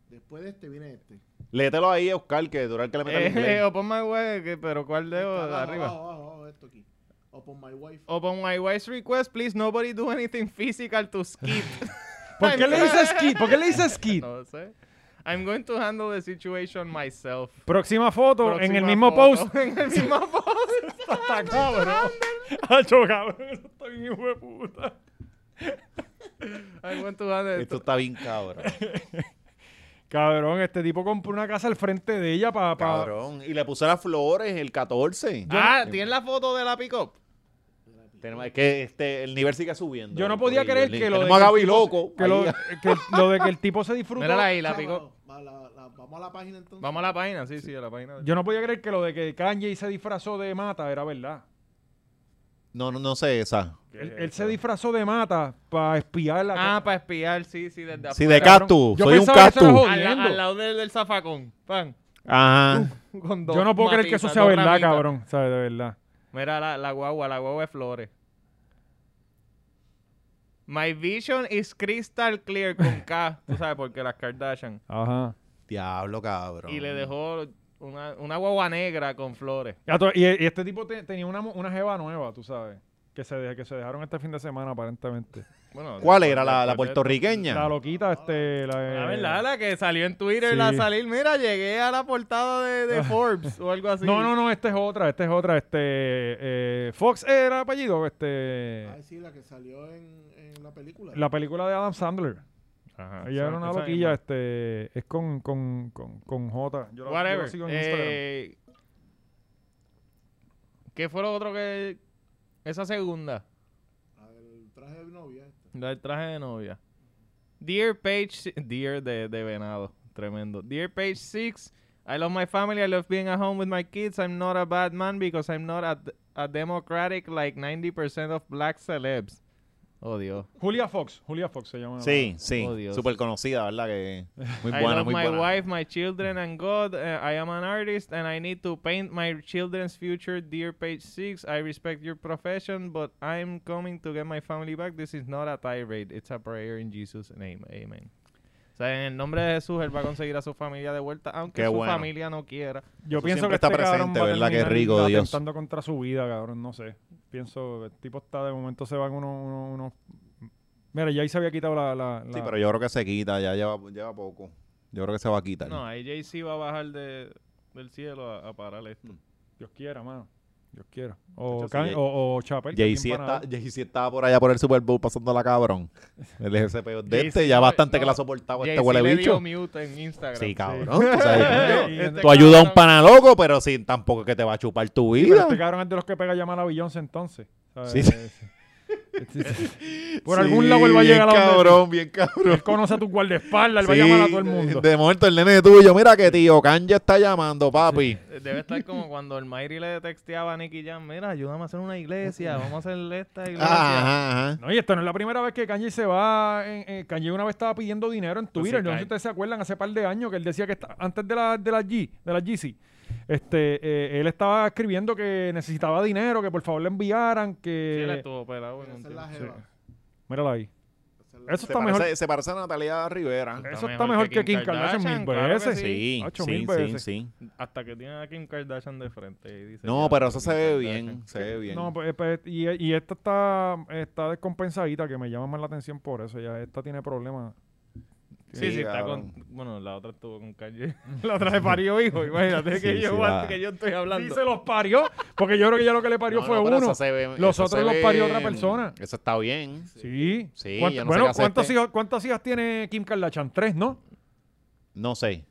S5: Después de este viene este.
S3: Léetelo ahí, Oscar, que durar que le meta el
S4: Eh,
S3: inglés.
S4: o ponme güey, que- pero ¿cuál dedo
S5: Abajo,
S4: arriba?
S5: abajo, abajo, abajo, esto aquí. Upon my wife.
S4: Upon my wife's request, please nobody do anything physical to skip.
S2: ¿Por qué le dices Skid? ¿Por qué le dices Skid?
S4: No sé. I'm going to handle the situation myself.
S2: Próxima foto en
S4: Próxima
S2: el mismo
S4: foto.
S2: post.
S4: en el mismo post.
S2: Está cabrón. Hacho, cabrón, eso está bien hijo de puta.
S4: I'm going to handle
S3: Esto está bien cabrón.
S2: Cabrón, este tipo compró una casa al frente de ella para
S3: Cabrón. Y le puse las flores el 14.
S4: Ah, ¿tienes la foto de la pick-up?
S3: Tenemos- es que este, el nivel sigue subiendo.
S2: Yo no podía
S3: Corillo.
S2: creer que lo de
S3: Tenemos
S2: que
S3: a
S2: el
S3: Gaby
S2: tipo-
S3: Loco.
S2: que lo,
S3: ahí.
S2: que lo de que el tipo se disfrutó.
S4: Mírala ahí, la
S5: Ah,
S4: pick-up.
S5: bueno, va, la- la- vamos a la página entonces.
S4: Vamos a la página, sí, sí, a la página.
S2: Yo no podía creer que lo de que Kanye se disfrazó de mata era verdad.
S3: No, no, no sé esa.
S2: Él, él se disfrazó de mata para espiar la
S4: Ah,
S2: ca-
S4: para espiar, sí, sí, desde
S3: Sí,
S4: afuera.
S3: de Cactus.
S2: Yo
S3: Soy un
S2: pensaba que eso era
S3: Cactus.
S2: joda.
S4: Al,
S2: jodiendo.
S4: al lado del, del zafacón. Pan.
S3: Ajá.
S4: Con dos
S2: Yo no puedo creer que eso
S4: matitas,
S2: sea
S4: dos
S2: verdad,
S4: ramitas.
S2: cabrón. ¿Sabes? De verdad.
S4: Mira la, la guagua, la guagua de flores. My vision is crystal clear con K, tú sabes, porque las Kardashian.
S2: Ajá.
S3: Diablo, cabrón.
S4: Y le dejó una, una guagua negra con flores.
S2: Ya to- Y, y este tipo te- tenía una, mu- una jeva nueva, tú sabes. Que se, de- que se dejaron este fin de semana, aparentemente.
S4: Bueno,
S3: ¿Cuál
S4: después-
S3: era? ¿La, la
S4: después de-
S2: La
S3: puertorriqueña?
S2: loquita, este. La,
S4: La Ah, verdad, la que salió en Twitter,
S2: Sí.
S4: la salir, mira, llegué a la portada de, de Forbes o algo así.
S2: No, no, no, esta es otra, esta es otra. Este. eh, Fox era apellido, este.
S5: Ah, sí, la que salió en, en la película.
S2: La película de Adam Sandler.
S4: Ajá,
S2: Ella
S4: esa-
S2: era una
S4: esa
S2: loquilla,
S4: misma.
S2: este. Es con, con, con, con J. Yo la- yo la
S4: Whatever.
S2: sigo en Instagram.
S4: Eh, ¿Qué fue lo otro que... Esa segunda,
S5: La del traje de novia. esta.
S4: la del traje de novia. Dear Page... si- Dear de, de venado. Tremendo. Dear Page 6. I love my family. I love being at home with my kids. I'm not a bad man because I'm not a, a democratic like 90% of black celebs. Oh, Dios.
S2: Julia Fox, Julia Fox se llama.
S3: Sí, sí.
S4: Oh, Dios.
S3: Súper conocida, ¿verdad? Que muy
S4: I
S3: buena,
S4: love
S3: muy
S4: my
S3: buena.
S4: wife, my children, and God. Uh, I am an artist, and I need to paint my children's future. Dear Page Six, I respect your profession, but I'm coming to get my family back. This is not a tirade; it's a prayer in Jesus' name. Amen. O sea, en el nombre de Jesús, él va a conseguir a su familia de vuelta, aunque
S3: Qué
S4: su
S3: bueno.
S4: familia no quiera.
S2: Yo
S3: Eso
S2: pienso
S3: siempre
S2: que
S3: está
S2: este cabrón
S3: presente,
S2: va a
S3: ¿verdad? Qué
S2: terminar
S3: rico, Dios.
S2: atentando contra su vida, cabrón, no sé. Pienso, el tipo está de momento se van unos... unos, unos- Mira, ya ahí se había quitado la... la-
S3: Sí,
S2: la-
S3: pero yo creo que se quita, ya lleva, lleva poco. Yo creo que se va a quitar.
S4: No, AJ sí va a bajar de, del cielo a, a parar esto.
S2: Dios quiera, mano. Dios quiera. O,
S3: Yo sé,
S2: Can-
S3: Jay-
S2: o, o Chappell, que
S3: Jay-Z
S2: aquí en
S3: está,
S2: Panamá-
S3: Jay-Z estaba por allá por el Super Bowl pasándola cabrón. El ese peor de
S4: Jay-Z
S3: este, ya
S4: no-
S3: bastante que
S4: no,
S3: la ha soportado
S4: Jay
S3: este huele
S4: le
S3: bicho.
S4: dio mute en Instagram.
S3: Sí, cabrón. tú sabes,
S2: Y
S4: Este
S2: este-
S3: tú ayudas a un
S4: cabrón-
S3: pana loco, pero sí, tampoco es que te va a chupar tu
S2: Sí, pero
S3: vida.
S2: este cabrón es de los que pega a llamar a Beyoncé entonces. ¿sabes?
S3: Sí,
S2: Sí, sí. Por
S3: Sí,
S2: algún lado él va a llegar a
S3: bien
S2: donde
S3: cabrón, bien cabrón.
S2: ti. Él conoce a tu guardaespaldas, él va a llamar a todo el
S3: Sí,
S2: mundo.
S3: De momento el nene tuyo, mira que tío, Kanye está llamando, papi.
S4: Debe estar como cuando el Mayri le texteaba a Nicky Jam, mira, ayúdame a hacer una iglesia, vamos a hacer esta iglesia.
S3: Ajá, ajá.
S2: No, y esta no es la primera vez que Kanye se va. En, en- Kanye una vez estaba pidiendo dinero en Twitter.
S4: Pues sí,
S2: no sé
S4: Kanye.
S2: si ustedes se acuerdan, hace par de años que él decía que está- antes de la, de la G, de la GC, Este, eh, él estaba escribiendo que necesitaba dinero, que por favor le enviaran,
S4: Sí, él
S2: que...
S4: estuvo pelado. en
S5: Esa
S4: un
S5: es la
S4: tiempo.
S5: jeva.
S2: Mírala ahí.
S5: Esa es la-
S2: Eso
S6: Se
S2: está mejor.
S6: parece, se parece a Natalia Rivera.
S2: Eso está mejor que Kim Kardashian mil
S4: claro que
S2: veces.
S6: Sí,
S2: Ocho
S6: sí,
S2: mil
S6: sí,
S2: veces.
S6: sí.
S4: Hasta que tiene a Kim Kardashian de frente. Y dice,
S6: No,
S4: "Ya,
S6: pero eso
S4: Kim
S6: se ve
S4: Kardashian".
S6: bien, se ve bien.
S2: No, pues, pues, y, y esta está, está descompensadita, que me llama más la atención por eso. Ya esta tiene problemas.
S4: Sí, sí, está
S6: cabrón.
S4: con. Bueno, la otra estuvo con Kanye. la otra se parió hijo. Imagínate que,
S6: Sí,
S4: yo,
S6: sí, va.
S4: que yo estoy hablando.
S2: Y se los parió, porque yo creo que ya lo que le parió
S6: No,
S2: fue
S6: no, pero
S2: uno.
S6: eso se ve-
S2: Los
S6: eso
S2: otros
S6: se
S2: los
S6: ve-
S2: parió otra persona.
S6: Eso está bien.
S2: Sí.
S6: Sí,
S2: ¿Cuánta-
S6: yo no sé qué
S2: bueno,
S6: hace
S2: ¿cuántos
S6: este.
S2: hijos, ¿cuántas hijas tiene Kim Kardashian? Tres, ¿no?
S6: No sé.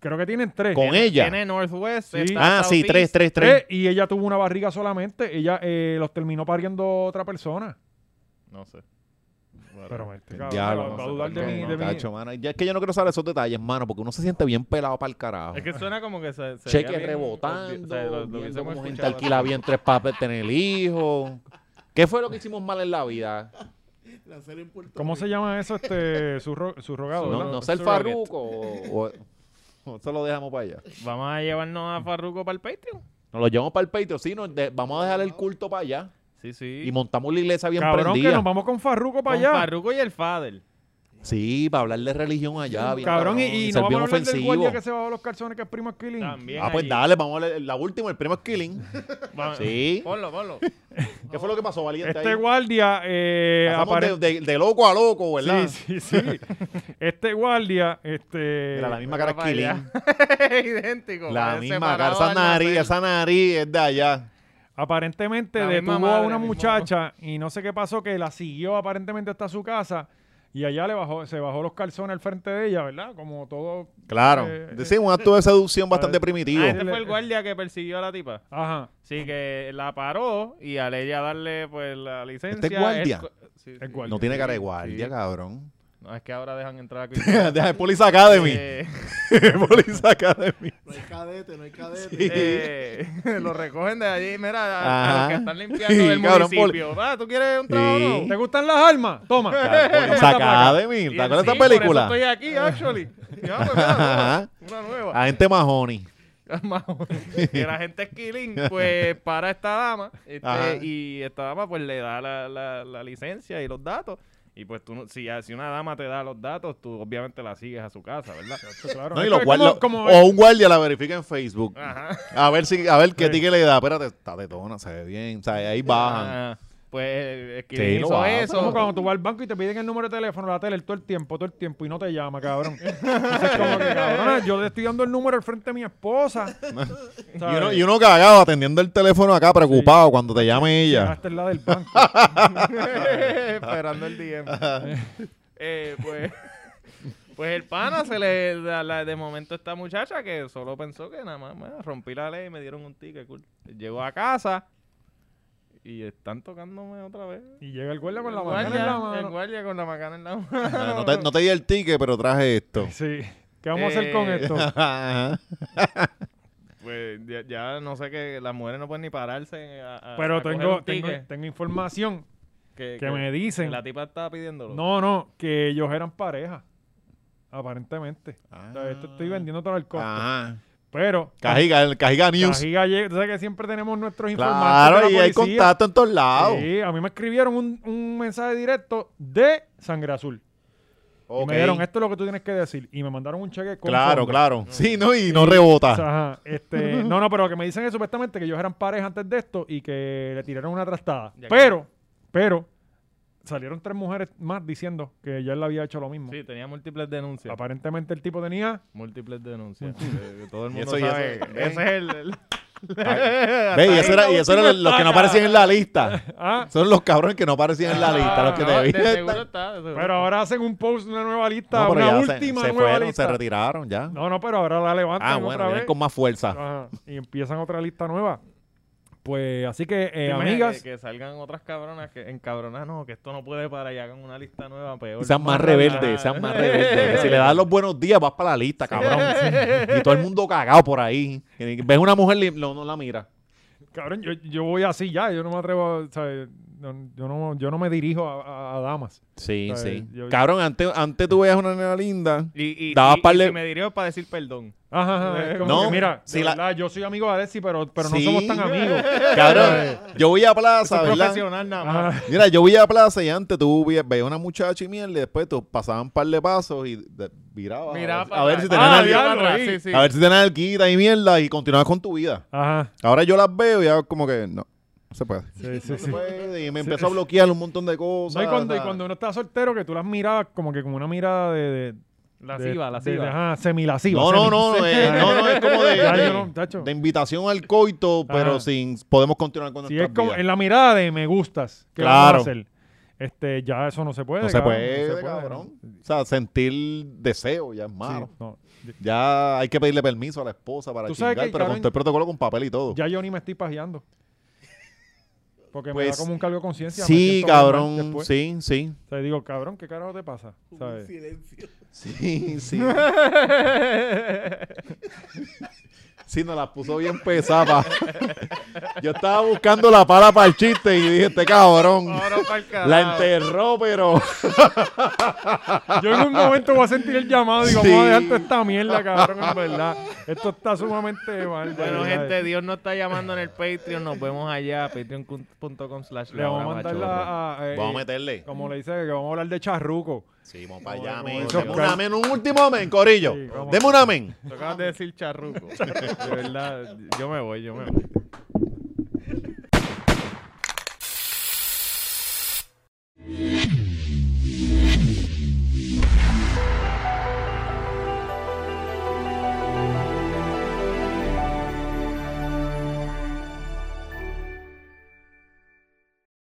S2: Creo que tienen tres.
S6: Con ella.
S4: Tiene Northwest.
S2: Sí.
S4: está
S6: Ah, sí,
S4: Southeast.
S6: tres, tres,
S2: Tres,
S6: tres.
S2: y ella tuvo una barriga solamente. Ella eh, los terminó pariendo otra persona.
S4: No sé.
S2: Pero este cabrón
S6: Diablo,
S2: va- va a
S6: no sé
S2: dudar
S6: por
S2: de
S6: qué,
S2: mí.
S6: no,
S2: de mí.
S6: tacho, mano. Ya es que yo no quiero saber esos detalles, mano, porque uno se siente bien pelado para el carajo.
S4: Es que suena como que se. se
S6: Cheque
S4: veía bien
S6: rebotando,
S4: obvio, o sea, lo- lo
S6: viendo
S4: hubiésemos
S6: cómo gente
S4: escuchado.
S6: alquila bien tres para tener hijos. ¿Qué fue lo que hicimos mal en la vida?
S5: la serie en Puerto
S2: ¿Cómo
S5: Rico.
S2: se llama eso? Este, surro- surrogado,
S6: No,
S2: ¿verdad?
S6: no sé el
S4: Surrogate.
S6: farruco o, o- o eso lo dejamos para allá.
S4: Vamos a llevarnos a Farruko para el Patreon.
S6: Nos lo llevamos para el Patreon, sí, nos de- vamos a dejar el culto para allá
S4: Sí, sí.
S6: y montamos la iglesia bien
S2: Cabrón, que
S6: prendida.
S2: nos vamos con Farruco para
S4: Con
S2: allá.
S4: Farruko y el Fader.
S6: Sí, para hablar de religión allá. bien
S2: Cabrón, y, y
S6: ser
S2: no vamos
S6: bien
S2: a hablar del
S6: ofensivo.
S2: guardia que se bajó los calzones que es primo Killing.
S4: También.
S6: Ah, pues
S4: allí.
S6: dale, vamos a hablar- la última, el primo es Killing.
S4: Va-
S6: Sí.
S4: Ponlo, ponlo.
S6: ¿Qué fue lo que pasó, Valiente?
S2: Este
S6: ahí?
S2: guardia eh,
S6: Pasamos
S2: apare-
S6: de, de- de loco a loco, ¿verdad?
S2: Sí, sí, sí. este guardia, este...
S6: Mira, la misma cara es
S4: Vaya.
S6: Killing.
S4: Idéntico.
S6: La
S4: eh,
S6: misma
S4: separado
S6: cara, esa
S4: al
S6: nariz,
S4: nacer.
S6: esa nariz es de allá.
S2: Aparentemente
S4: La misma
S2: detuvo a
S4: madre,
S2: una
S4: mismo-
S2: muchacha y no sé qué pasó, que la siguió aparentemente hasta su casa y allá le bajó, se bajó los calzones al frente de ella, ¿verdad? Como todo...
S6: Claro.
S2: Eh,
S6: Sí, un acto de seducción bastante
S2: eh,
S6: primitivo.
S4: Ah, este fue el guardia que persiguió a la tipa.
S2: Ajá.
S4: Sí, que la paró y al ella darle pues la licencia.
S6: ¿Este es guardia?
S4: él co- sí, sí.
S2: Es guardia.
S6: No tiene cara de guardia, cabrón.
S4: No, es que ahora dejan entrar a Cristiano.
S6: Deja el Police Academy.
S4: Eh,
S6: Police Academy.
S5: No hay cadete, no hay cadete.
S6: Sí.
S4: eh, lo recogen de allí, mira, a, a
S6: Ajá.
S4: los que están limpiando del
S6: Sí, cabrón,
S4: municipio. Ah, ¿tú quieres un trabajo?
S6: Sí.
S4: nuevo?
S2: ¿Te gustan las armas? Toma.
S6: Police Academy.
S4: Y
S6: ¿Te
S4: él,
S6: acuerdas de
S4: sí,
S6: esa película?
S4: Por eso estoy aquí, actually. Ya, pues, mira,
S6: Ajá.
S4: toma, una nueva.
S6: Agente Mahoney.
S4: Más o menos. que la gente es killing, pues para esta dama este,
S6: Ajá.
S4: y esta dama pues le da la, la- la licencia y los datos. Y pues tú, no- si, si una dama te da los datos, tú obviamente la sigues a su casa, ¿verdad?
S2: Pues Claro,
S6: No, y
S2: esto
S6: los
S2: es
S6: guardias-
S2: como- como-
S6: o un guardia la verifica en Facebook.
S4: Ajá.
S6: A ver si, a ver qué
S2: Sí.
S6: tique le da. Espérate, está tetona, se ve bien. O sea, ahí bajan.
S4: Ah, Pues el
S6: Sí,
S4: killing
S6: lo
S4: hizo
S6: hace.
S2: Es como
S4: eso.
S2: cuando tú vas al banco y te piden el número de teléfono, la tele, el todo el tiempo, todo el tiempo, y no te llama, cabrón. Entonces, como que, cabrona, yo le estoy dando el número al frente a mi esposa.
S6: Y uno, y uno cagado atendiendo el teléfono acá, preocupado cuando te llame
S2: Ah,
S6: ella.
S2: Esta es la del banco.
S4: Esperando el DM. Eh, pues, pues el pana se le la- la- de momento esta muchacha que solo pensó que nada más bueno, rompí la ley y me dieron un ticket. cool. Llegó a casa y están tocándome otra vez.
S2: Y llega el guardia con la
S4: El
S2: macana
S4: guardia-
S2: en la
S4: El
S2: mano.
S4: guardia con la macana en la
S6: Ah,
S4: mano.
S6: No te, no te di el ticket, pero traje esto.
S2: Sí. ¿Qué vamos a hacer con
S4: Eh,
S2: esto?
S6: Ajá.
S4: Pues ya, ya no sé que las mujeres no pueden ni pararse. a- a- a
S2: Pero
S4: coger
S2: tengo,
S4: Ah, un
S2: tengo,
S4: ticket
S2: tengo información
S4: que,
S2: que me dicen.
S4: La tipa estaba pidiéndolo.
S2: No, no, que ellos eran pareja. Aparentemente.
S6: Ah.
S2: O sea, esto estoy vendiendo todo el costo.
S6: Ajá.
S2: Pero.
S6: Cajiga, Cajiga News.
S2: Cajiga llega- tú sabes que siempre tenemos nuestros informantes.
S6: Claro,
S2: de
S6: y
S2: la
S6: hay
S2: policía.
S6: contacto en todos lados.
S2: Sí, a mí me escribieron un, un mensaje directo de Sangre Azul. Y
S6: Ok.
S2: me dijeron, esto es lo que tú tienes que decir. Y me mandaron un cheque con
S6: Claro,
S2: fondo. Mm.
S6: claro. Sí, ¿no? Y no
S2: O
S6: rebota.
S2: sea, ajá, este, no, no, pero lo que me dicen es supuestamente que ellos eran pares antes de esto y que le tiraron una trastada.
S4: Ya que-
S2: Pero, pero, salieron tres mujeres más diciendo que ya él había hecho lo mismo.
S4: Sí, tenía múltiples denuncias.
S2: Aparentemente el tipo tenía...
S4: Múltiples denuncias. Eh, todo el
S6: Y
S4: mundo
S6: eso- y eso-
S4: sabe.
S6: ven.
S4: Ese es el. el-
S6: Ve, y
S2: ahí
S6: eso era,
S2: la
S6: y eso era
S2: última
S6: lo- los que no
S2: estaca.
S6: aparecían en la lista.
S2: Ah,
S6: Son los cabrones que no aparecían en la lista, los que
S4: Ah, No,
S6: te
S4: de
S6: vi.
S4: seguro está, de seguro.
S2: pero ahora hacen un post, una nueva lista,
S6: No, pero
S2: una
S6: ya se-
S2: última
S6: se,
S2: nueva
S6: fueron,
S2: lista.
S6: se retiraron ya.
S2: No, no, pero ahora la levantan
S6: ah,
S2: otra
S6: bueno,
S2: vez.
S6: vienen con más fuerza.
S2: Ajá, y empiezan otra lista nueva. Pues así que, eh,
S4: ¿Te imaginas
S2: amigas,
S4: Que, que salgan otras cabronas que encabronas, no, que esto no puede parar y hagan una lista nueva peor.
S6: Y Sean más rebeldes, sean más rebeldes. Que si le das los buenos días, vas para la lista, cabrón. Y todo el mundo cagado por ahí. Que Ves una mujer, li- no, no la mira.
S2: cabrón, yo, yo voy así ya, yo no me atrevo, a- ¿sabes? No- yo, no, yo no me dirijo a- a- a damas.
S6: Sí,
S2: Ay,
S6: sí.
S2: yo-
S6: Cabrón, antes, antes tú veías una nena linda.
S4: Y, y,
S6: Dabas
S4: y-
S6: par
S4: y
S6: de-
S4: si me dirijo para decir perdón.
S2: Ajá,
S4: Eh,
S2: ajá, es como
S6: No,
S2: que, mira,
S6: si
S2: de
S6: la-
S2: verdad, yo soy amigo de Alexi, pero, pero no
S6: Sí.
S2: somos tan amigos.
S6: Cabrón, yo voy a plaza, ¿verdad?
S10: Profesional nada más.
S2: Ajá.
S6: Mira, yo voy a plaza y antes tú vi- veías una muchacha y mierda, y después tú pasaban un par de pasos y de- virabas.
S10: Miraba
S6: a, ver,
S10: para
S6: a
S10: atrás.
S6: ver si
S2: Ah,
S6: tenían
S2: diablo,
S6: al-
S2: ahí.
S10: Sí, sí.
S6: a ver si tenían alquita y mierda y continuabas con tu vida.
S2: Ajá,
S6: Ahora yo las veo y hago como que no, no se puede.
S2: sí, sí,
S6: No se
S2: sí.
S6: puede, y me empezó a bloquear un montón de
S2: No,
S6: cosas.
S2: y cuando, y
S6: o sea,
S2: cuando uno está soltero, que tú las mirabas como que con una mirada de. de
S4: Lasciva,
S2: de-
S4: lasciva.
S2: de- ajá, semilasiva.
S6: no, no, no, eh, no, no, es como de,
S2: Ya,
S6: de-
S2: yo no, tacho.
S6: de invitación al coito, pero
S2: Ajá.
S6: sin podemos continuar con
S2: Si es
S6: nuestras
S2: como
S6: vidas.
S2: en la mirada de me gustas. ¿qué
S6: Claro.
S2: vamos a hacer? Este, ya eso no se puede.
S6: No se
S2: cabrón,
S6: puede, cabrón. O sea, sentir deseo ya es malo.
S2: Sí, no.
S6: Ya hay que pedirle permiso a la esposa para
S2: Tú sabes
S6: chingar,
S2: que,
S6: pero
S2: cabrón,
S6: con todo el protocolo con papel y todo.
S2: Ya yo ni me estoy pajeando. Porque me da
S6: Pues,
S2: como un cargo de conciencia. me
S6: sí,
S2: siento muy mal
S6: cabrón,
S2: después.
S6: sí, sí.
S2: O sea, digo, cabrón, ¿qué carajo te pasa?
S5: Hubo un
S2: ¿Sabes?
S5: silencio.
S6: Sí, sí. Sí, nos la puso bien pesada. Yo estaba buscando la pala para el chiste y dije, este cabrón. La enterró, pero.
S2: Yo en un momento voy a sentir el llamado y digo,
S6: Sí.
S2: vamos a dejar toda esta mierda, cabrón, en verdad. Esto está sumamente mal. de
S4: Bueno,
S2: verdad.
S4: gente, Dios nos está llamando en el Patreon. Nos vemos allá, patreon.com slash
S2: Le vamos a mandar la... a, eh,
S6: Vamos a meterle.
S2: Como le dice, que vamos a hablar de charruco.
S6: Sí, vamos para allá,
S2: Como-
S6: men.
S2: como-
S6: Deme un amén, un último amén, Corillo.
S2: Sí, vamos.
S6: Deme un amén.
S4: Acabas de decir charruco. De verdad, yo me voy, yo me voy.